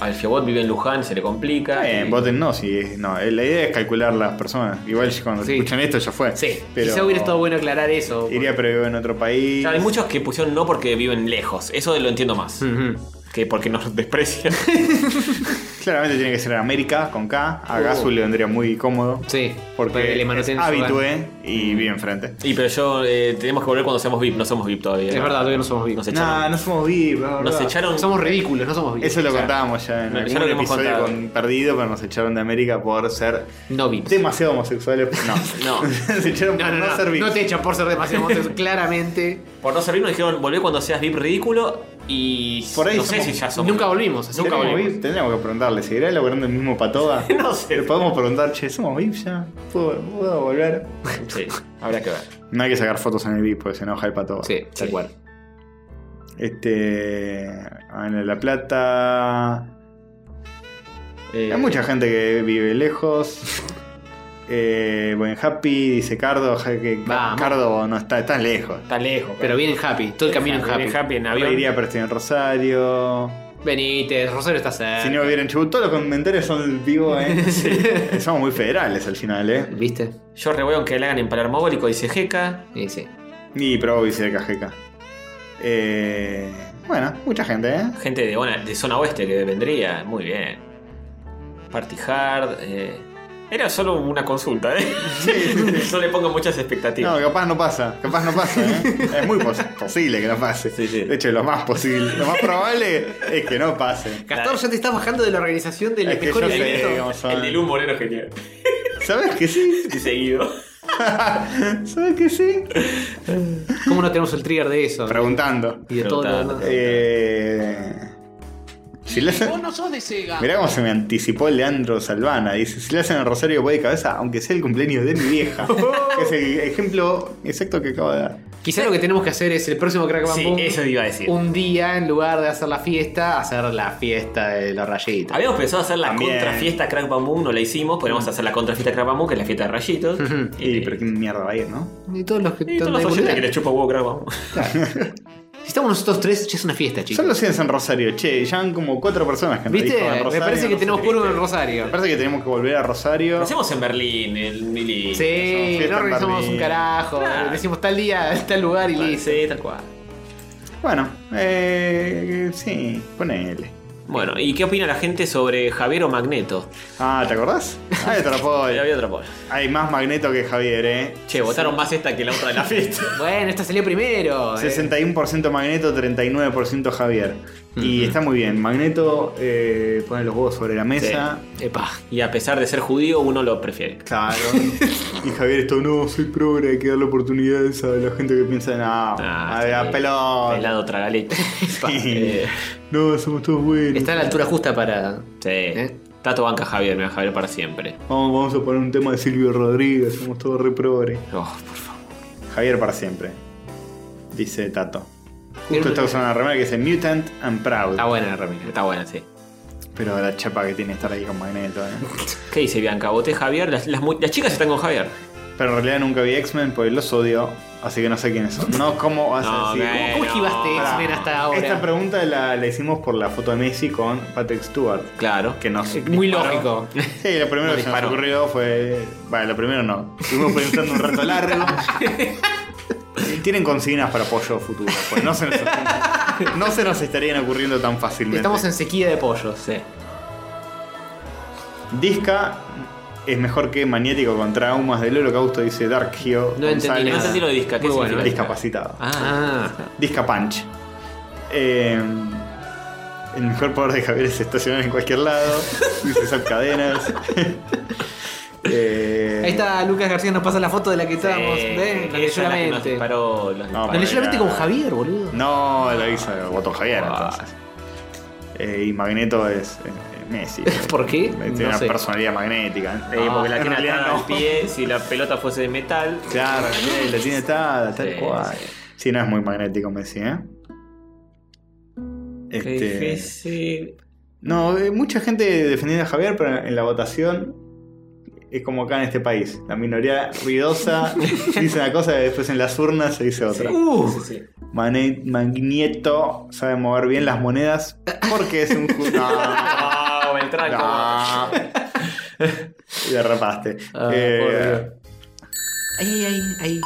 Alfiobot vive en Luján, se le Ah, complica. eh, y- voten no, si no. eh, La idea es calcular las personas. Igual cuando Sí. escuchan esto ya fue. Sí, pero quizá hubiera estado bueno aclarar eso. Iría pero vivo en otro país. Claro, hay muchos que pusieron no porque viven lejos. Eso lo entiendo más. Ujú. Que porque nos desprecian. Claramente tiene que ser en América, con K. A Gasu le vendría muy cómodo. Uh. Sí, Porque es habitué Mm. y bien frente. y pero yo... eh, tenemos que volver cuando seamos VIP. No somos VIP todavía. Es ¿no? verdad, todavía no somos VIP. Nos echaron. Nah, no somos VIP, la nos verdad. echaron... Somos ridículos, no somos VIP. Eso lo O sea, contábamos ya en ya algún lo hemos episodio contado. con Perdido, pero nos echaron de América por ser No VIP. demasiado homosexuales. No, No. nos echaron No, por no, no, no. ser VIP. No te echan por ser demasiado monstruoso, claramente. Por no servir nos dijeron volver cuando seas VIP ridículo y... Por ahí no sé somos- si ya somos... Nunca volvimos, así ¿Seremos que- VIP? Tendríamos que preguntarle, ¿seguirá elaborando el mismo patoga? No sé. Le podemos preguntar, che, ¿somos VIP ya? ¿Puedo, puedo volver? Sí, habrá que ver. No hay que sacar fotos en el VIP porque se enoja el patoga. Sí, tal cual. Este. En La Plata. Eh, Hay mucha gente que vive lejos. Eh, buen Happy, dice Cardo. ja- que Vamos. Cardo no está, está lejos. Está lejos. Pero vienen happy, todo el camino en happy. Viene en Yo avión. iría, pero estoy en Rosario. Benítez, Rosario está Eh, cerca. Si no viviera en Chubut, todos los comentarios son vivo, ¿eh? Somos muy federales al final, ¿eh? ¿Viste? Yo re voy aunque la hagan en Palermobólico, dice Jeca. Sí, sí. Y probó de Cajeca. Eh, bueno, mucha gente, ¿eh? Gente de, ona- de zona oeste que vendría. Muy bien. Party Hard. eh. Era solo una consulta, ¿eh? no le pongo muchas expectativas. No, capaz no pasa, capaz no pasa, ¿eh? Es muy pos- posible que no pase. Sí, sí. De hecho, lo más posible, lo más probable es que no pase. Castor, ya te estás bajando de la organización del Es que mejor yo sé evento. cómo son. El de Luz Moreno es genial. ¿Sabes que sí? Y seguido. ¿Sabes que sí? ¿Cómo no tenemos el trigger de eso? Preguntando. y de todo lo demás. Eh, si le hacen- Vos no sos de Sega. Mirá cómo se me anticipó Leandro Salvana. Dice: Si le hacen el Rosario voy de cabeza, aunque sea el cumpleaños de mi vieja. Oh. Que es el ejemplo exacto que acabo de dar. Quizá lo que tenemos que hacer es el próximo Crack Bang Sí, Boom, eso iba a decir. Un día, en lugar de hacer la fiesta, hacer la fiesta de los rayitos. Habíamos pensado hacer la También. contrafiesta Crack Bamboo, no la hicimos. Podemos hacer la contrafiesta Crack Bamboo, que es la fiesta de rayitos. Eh, Y, pero qué mierda va a ir, ¿no? Y todos los que Y todos están los de oyentes que boludear. les chupa huevo Crack Bamboo. Si estamos nosotros tres, ya es una fiesta, chicos. Son los 100 en Rosario, che, ya van como cuatro personas que han ¿Viste? dicho en Me Rosario, parece que no sé tenemos qué. puro en Rosario. Me parece que tenemos que volver a Rosario. Lo hacemos en Berlín, en Sí, Mili. fiesta no en organizamos Berlín. un carajo. Claro. eh, Decimos tal día, tal lugar y listo. Sí, tal cual. Bueno, eh, sí, ponele. Bueno, ¿y qué opina la gente sobre Javier o Magneto? Ah, ¿te acordás? Hay otra polla. Había otra polla. Hay más Magneto que Javier, ¿eh? Che, votaron más esta que la otra de la fiesta. Bueno, esta salió primero. eh. 61% Magneto, 39% Javier. Y está muy bien. Magneto eh, pone los huevos sobre la mesa. Epa. Y a pesar de ser judío, uno lo prefiere. Claro. y Javier esto, no, soy progre, hay que darle oportunidades a la gente que piensa, no, Ah, a la sí. pelota. Pelado otra galeta. Eh, No, somos todos buenos. Está a la altura justa para. ¿eh? sí. Tato banca Javier, me va a Javier para siempre. Vamos, vamos a poner un tema de Silvio Rodríguez, somos todos re progre. Oh, por favor. Javier para siempre. Dice Tato. Justo está usando una remera que dice Mutant and Proud. Está buena la remera, está buena, sí. Pero la chapa que tiene estar ahí con Magneto, ¿eh? ¿Qué dice Bianca? ¿Voté Javier? Las, las mu- las chicas están con Javier. Pero en realidad nunca vi X-Men porque los odio, así que no sé quiénes son. No, ¿cómo vas No, a decir? ok. ¿Cómo esquivaste Pará. X-Men hasta ahora? Esta pregunta la, la hicimos por la foto de Messi con Patrick Stewart. Claro. Que nos Muy disparó. lógico. Sí, lo primero Nos que se nos disparó. ocurrió fue. Vale, lo primero no. Estuvimos pensando un rato largo. Tienen consignas para apoyo futuro, pues no se nos, no se nos estarían ocurriendo tan fácilmente. Estamos en sequía de pollos. Sí. Disca es mejor que maniático con traumas del holocausto, dice Darkio. No entendí González. nada. No entendí lo de disca. ¿Qué Muy bueno, significa? Discapacitado. Ah. Ah, Disca Punch. Eh, el mejor poder de Javier es estacionar en cualquier lado. Dice Zap Cadenas. Eh, Ahí está Lucas García nos pasa la foto de la que estábamos. eh, ¿Ven? La esa leyó es la que nos mente. disparó, los No, disparó. La leyó la mente Para- con Javier, boludo. No, lo hizo el botón Javier Ah. entonces. Eh, y Magneto es eh, Messi. Eh, ¿Por qué? Tiene No una sé. personalidad magnética. Eh, porque la En tiene realidad atada no. al pie, si la pelota fuese de metal. Claro, sí, la tiene atada, tal Sí, cual. sí. Sí, no es muy magnético Messi, ¿eh? Qué Este, difícil. no, eh, mucha gente defendiendo a Javier, pero en la votación es como acá en este país. La minoría ruidosa dice una cosa y después en las urnas se dice otra. Sí, sí, sí. Mane- Magneto sabe mover bien las monedas porque es un... ju- No, Ah, Beltrán, no. Y derrapaste. Ah, Eh, Ahí, ahí, ahí.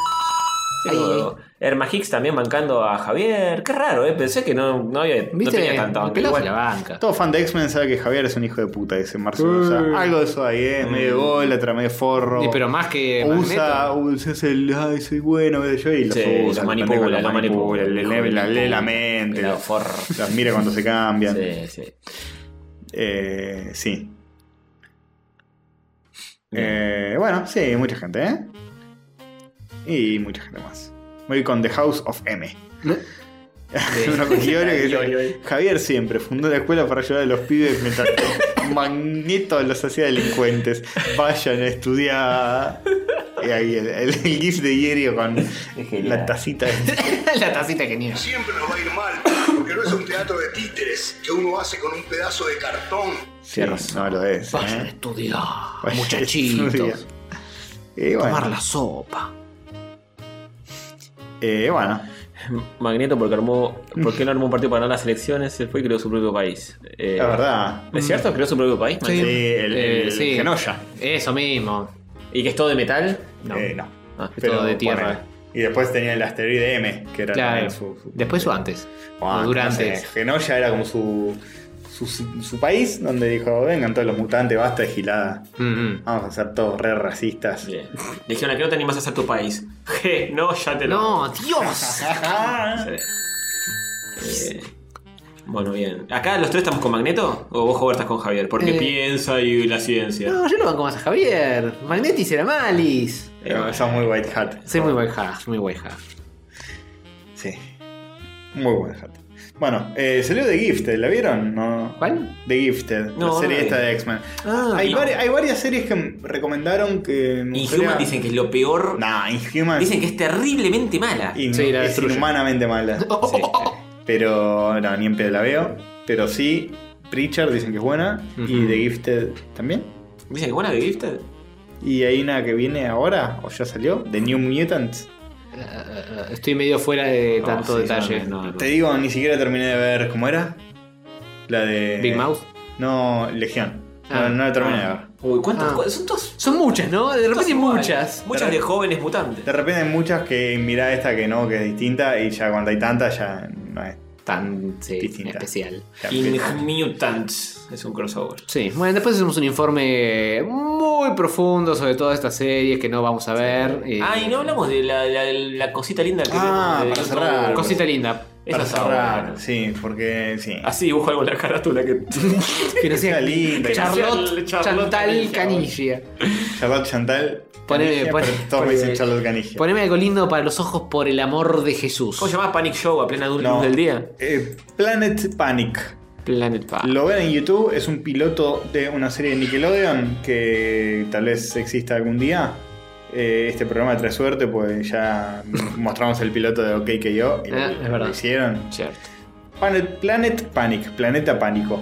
Sí, Ahí, como- Herma Hicks también bancando a Javier. Qué raro, ¿eh? Pensé que no, no, había, no ¿Viste? tenía tanta banca. Pelado Igual. de la banca. Todo fan de X-Men sabe que Javier es un hijo de puta, dice Marcelo. Sosa. algo de eso ahí, ¿eh? Medio golatra, medio forro. Sí, pero más que. usa, Magneto. usa es el, ay, soy bueno, qué sé yo, y lo Sí, usa. lo manipula, pendejo lo manipula, le, lo le- la- lee la manipula. mente, Pelado los- forro. las mira cuando se cambian. Sí, sí. Eh, sí. Eh, bueno, sí, mucha gente, ¿eh? Y mucha gente más. Voy con The House of M. Uno con Giorgio que dice, Javier siempre fundó la escuela para ayudar a los pibes mientras Magneto los hacía delincuentes. Vayan a estudiar. Y ahí el, el- el gif de Hierio con la tacita. la tacita genial. Siempre nos va a ir mal, porque no es un teatro de títeres que uno hace con un pedazo de cartón. Sí, no lo es. Vayan a ¿eh? estudiar, Vayan a estudiar. muchachitos. Y bueno, Tomar la sopa. eh, bueno. Magneto porque armó. Porque no armó un partido para ganar las elecciones, se fue y creó su propio país. Eh, La verdad. ¿Es cierto? ¿Creó su propio país? Sí, Magneto? el, Eh, el sí. Genoya. Eso mismo. ¿Y que es todo de metal? No. Eh, no. Ah, es todo de tierra. ponele. Y después tenía el asteroide M, que era Claro. también su, su- Después o antes. Ah, o durante. no sé, Genoya era como su, su, su país, donde dijo, vengan todos los mutantes, basta de gilada. Mm, mm. Vamos a ser todos re racistas. Bien. Le Dijeron, ¿a qué no te animas a hacer tu país? Je, no, ya te lo. No, Dios. Sí. Eh, bueno, bien. ¿Acá los tres estamos con Magneto? ¿O vos, Jover, estás con Javier? Porque Eh. piensa y la ciencia. No, yo lo banco más a Javier. Magnetis era Malis. Pero Eh, son muy white hat. Soy muy buen hack, muy buen hack. Sí. Muy white hat. Bueno, eh, salió The Gifted, ¿la vieron? No. ¿Cuál? The Gifted, No, la no serie la vi. esta de X-Men. Ah, hay, no. vari- hay varias series que me recomendaron que. me gustaría- Inhuman dicen que es lo peor. Nah, Inhuman. Dicen que es terriblemente mala. In- Sí, la es destruye. inhumanamente mala. Sí. Pero no, ni en pedo la veo. Pero sí, Preacher dicen que es buena. Y Ujú. The Gifted también. Dicen que buena de Gifted. Y hay una que viene ahora, o ya salió, The New Mutants. Eh, estoy medio fuera de tanto No, sí, detalle. no, no, no. Te digo, ni siquiera terminé de ver cómo era. La de. Big Mouth. No, Legión. Ah. no, no la terminé de ver. Uy, ¿cuántas? Ah. cu- Son todos. Son muchas, ¿no? De repente todos muchas. iguales. Muchas de jóvenes mutantes. De repente hay muchas que mirá esta que no, que es distinta. Y ya cuando hay tantas, ya no es. Tan sí, Distinta. especial. Campeona. Mutants es un crossover. Sí, bueno, después hacemos un informe muy profundo sobre todas estas series que no vamos a ver. eh, Ah, y no hablamos de la, la- la cosita linda que Ah, de- para de- cerrar. cosita- Cosita linda. Esa Para está buena. cerrar, sí, porque sí. Así dibujo algo en la carátula que. Que no sea Está linda. Charlotte, Charlotte Chantal Canilla, Canilla. Charlotte Chantal. Poneme- Canigia, pon- pero todos me dicen poneme- Charlotte Canigia. Poneme algo lindo para los ojos por el amor de Jesús. ¿Cómo llamás Panic Show a plena luz No. del día? Eh, Planet Panic. Planet Park. Lo ven en YouTube, es un piloto de una serie de Nickelodeon que tal vez exista algún día. Eh, este programa trae suerte, pues ya mostramos el piloto de OK que yo y lo- Ah, es lo, verdad. hicieron. Cierto. Planet, Planet Panic, Planeta Pánico.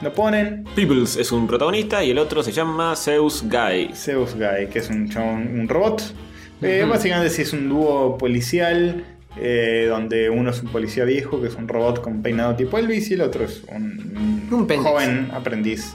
Lo ponen Peebles es un protagonista y el otro se llama Zeus Guy. Zeus Guy, que es un, chabón- un robot. Eh, Básicamente sí es un dúo policial, eh, donde uno es un policía viejo, que es un robot con peinado tipo Elvis, y el otro es un, Un pendex. joven aprendiz.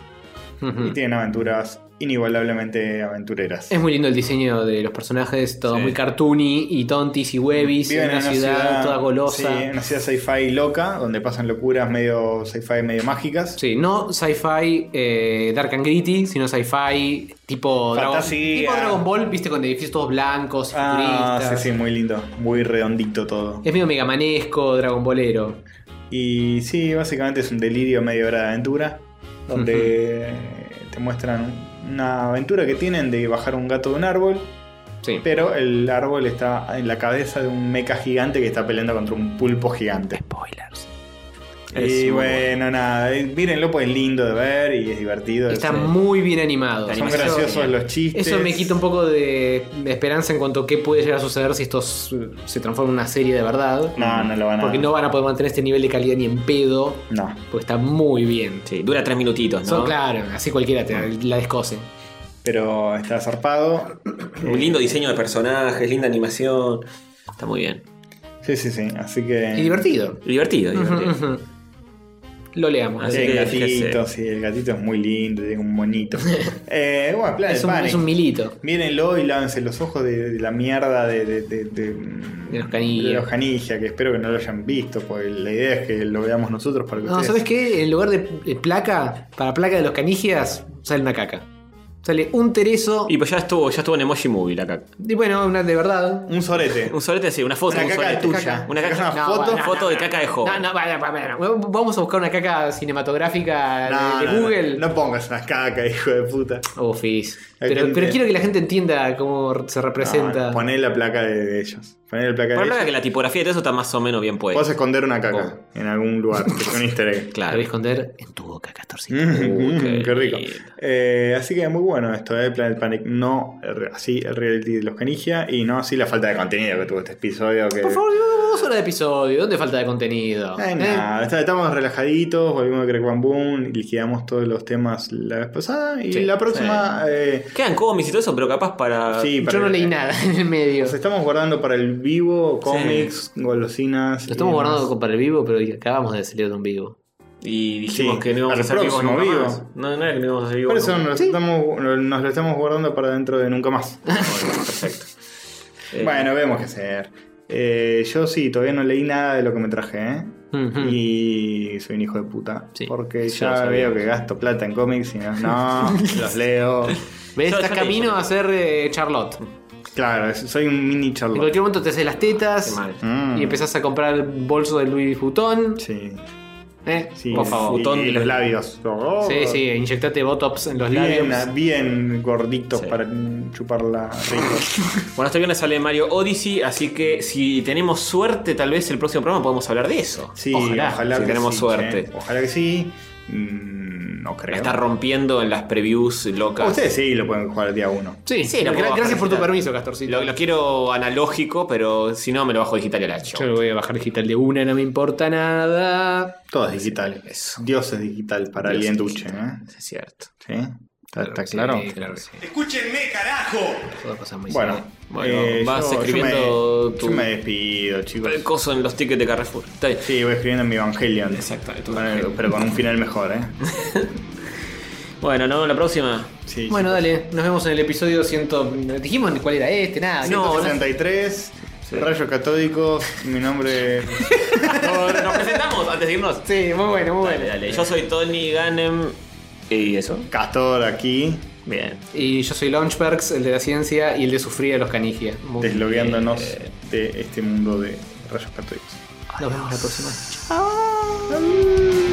Ujú. Y tienen aventuras inigualablemente aventureras. Es muy lindo el diseño de los personajes, todo Sí. muy cartoony y tontis y webis, en una, ciudad, toda golosa. Sí, Sí, una ciudad sci-fi loca, donde pasan locuras medio sci-fi, medio mágicas. no sci-fi eh, dark and gritty, sino sci-fi tipo Dragon, Fantasía. tipo Dragon Ball, viste, con edificios todos blancos, Ah, sí, futuristas. sí, muy lindo, muy redondito todo. Es medio megamanesco, Dragon Ballero. Y sí, básicamente es un delirio media hora de aventura, donde te muestran una aventura que tienen de bajar un gato de un árbol, Sí. pero el árbol está en la cabeza de un mecha gigante que está peleando contra un pulpo gigante. Spoilers. Es Y muy bueno, nada, eh, mírenlo, pues es lindo de ver y es divertido. Está es- eh, muy bien animado. Son Eso- graciosos los chistes. Eso me quita un poco de, de esperanza en cuanto a qué puede llegar a suceder si esto s- se transforma en una serie de verdad. No, no lo van a- Porque no van a poder mantener este nivel de calidad ni en pedo. No. Porque está muy bien. Sí, dura tres minutitos, ¿no? Son claro, así cualquiera te, la descose. Pero está zarpado. Un lindo diseño de personajes, linda animación. Está muy bien. Sí, sí, sí. Así que. Y divertido. Divertido, divertido. Ujú, ujú. Lo leamos. Así Sí, el que gatito, fíjese. sí, el gatito es muy lindo, tiene un monito. eh, bueno, plan es, un, es un milito. Mírenlo y lávense los ojos de, de la mierda de, de, de, de- de los canillas. de los canillas, que espero que no lo hayan visto, porque la idea es que lo veamos nosotros para que No, ustedes- ¿sabes qué? En lugar de de placa, para placa de los canigias, sale una caca. Sale un tereso. Y Y, pues ya estuvo, ya estuvo en Emoji Movie la caca. bueno, una de verdad. Un sorete. Un solete así, una foto, Una un caca solete. tuya. Una Es caca. una No, foto. bueno, foto de caca de joven. No, no, para, para, para. Vamos a buscar una caca cinematográfica de, de no, Google. No, pongas unas cacas, hijo de puta. Oh, Fizz. La Pero, gente- pero quiero que la gente entienda cómo se No, representa. poné la placa de, de ellos. Poné la placa Por de la verdad que ellos. la tipografía de todo eso está más o menos bien puesta. Podés esconder una caca Oh. en algún lugar, que es un easter egg. La Claro. voy a esconder en tu boca, Castorcito. Mm, qué mm, qué rico. lindo. Eh, así que muy bueno esto, ¿eh? Planet Panic. No el re- así el reality de los canigia y no así la falta de contenido que tuvo este episodio. Que, Por favor, llevamos dos horas de episodio. ¿Dónde falta de contenido? Eh, ¿Eh? nada, está- estamos relajaditos, volvimos de Crack Bam Boom, liquidamos todos los temas la vez pasada y Sí, Ah, la próxima. eh, Quedan cómics y todo eso, pero capaz para. sí, para- Yo no leí nada en el medio. Nos estamos guardando para el vivo, cómics, golosinas. Lo estamos y demás. guardando para el vivo, pero acabamos de salir de un vivo. Y dijimos Sí, que no íbamos a al hacer vivos próximo nunca vivo. más. No, no era que no íbamos a hacer vivos. Por eso nunca. nos, estamos- nos lo estamos guardando para dentro de nunca más. Perfecto. Eh, Bueno, vemos qué hacer. Eh, yo sí, todavía no leí nada de lo que me traje, ¿eh? Ujú. Y soy un hijo de puta. Sí, porque sí, lo ya sabía. veo que gasto plata en cómics y no, no los leo. ¿Ves? Yo- Estás yo leí, yo camino leí. a ser eh, Charlotte. Claro, es- soy un mini En charlotte. cualquier momento te haces las tetas Qué mal. Mm, y empezás a comprar el bolso de Louis Vuitton. Sí, ¿Eh? sí, Por favor. y- Y los labios. Oh, Sí, sí, inyectate Botox en los Bien, labios. bien gorditos Sí. para mm, chuparla rico. Bueno, este viernes sale Mario Odyssey, así que si tenemos suerte, tal vez el próximo programa podemos hablar de eso. Sí, ojalá, ojalá, si que tenemos sí, suerte. che. Ojalá que sí. Mm, no La creo. está rompiendo en las previews locas. Ustedes sí lo pueden jugar el día uno. Sí, Sí, lo gra- puedo gracias por tu facilitar. permiso, Castorcito. Lo, lo quiero analógico, pero si no, me lo bajo digital y al hacho. Yo lo voy a bajar digital de una, no me importa nada. Todo es digital. eso. Dios es digital para Dios alguien es duche, ¿eh? Es cierto. ¿Sí? ¿Está, está claro? Sí, claro que sí. Escúchenme, carajo. Todo pasa muy Bueno, simple. Bueno, eh, vas yo- yo escribiendo me- tu- Yo me, despido, chicos. El coso en los tickets de Carrefour. Está bien. Sí, voy escribiendo mi Evangelion. Exacto, tu Con el- Evangelion. pero con un final mejor, ¿eh? Bueno, nos vemos la próxima. Sí. Bueno, dale, nos vemos en el episodio 100. Dijimos cuál era este, nada. No, 163. Rayos catódicos, mi nombre. Por- Nos presentamos antes de irnos. Sí, muy bueno, muy bueno. Dale, dale. Yo soy Tony Gannem. ¿Y eso? Castor aquí. Bien. Y yo soy Launchperks, el de la ciencia y el de sufrir de los canigia. Muy Deslogueándonos bien. de este mundo de rayos catódicos. Nos vemos la próxima. Chao.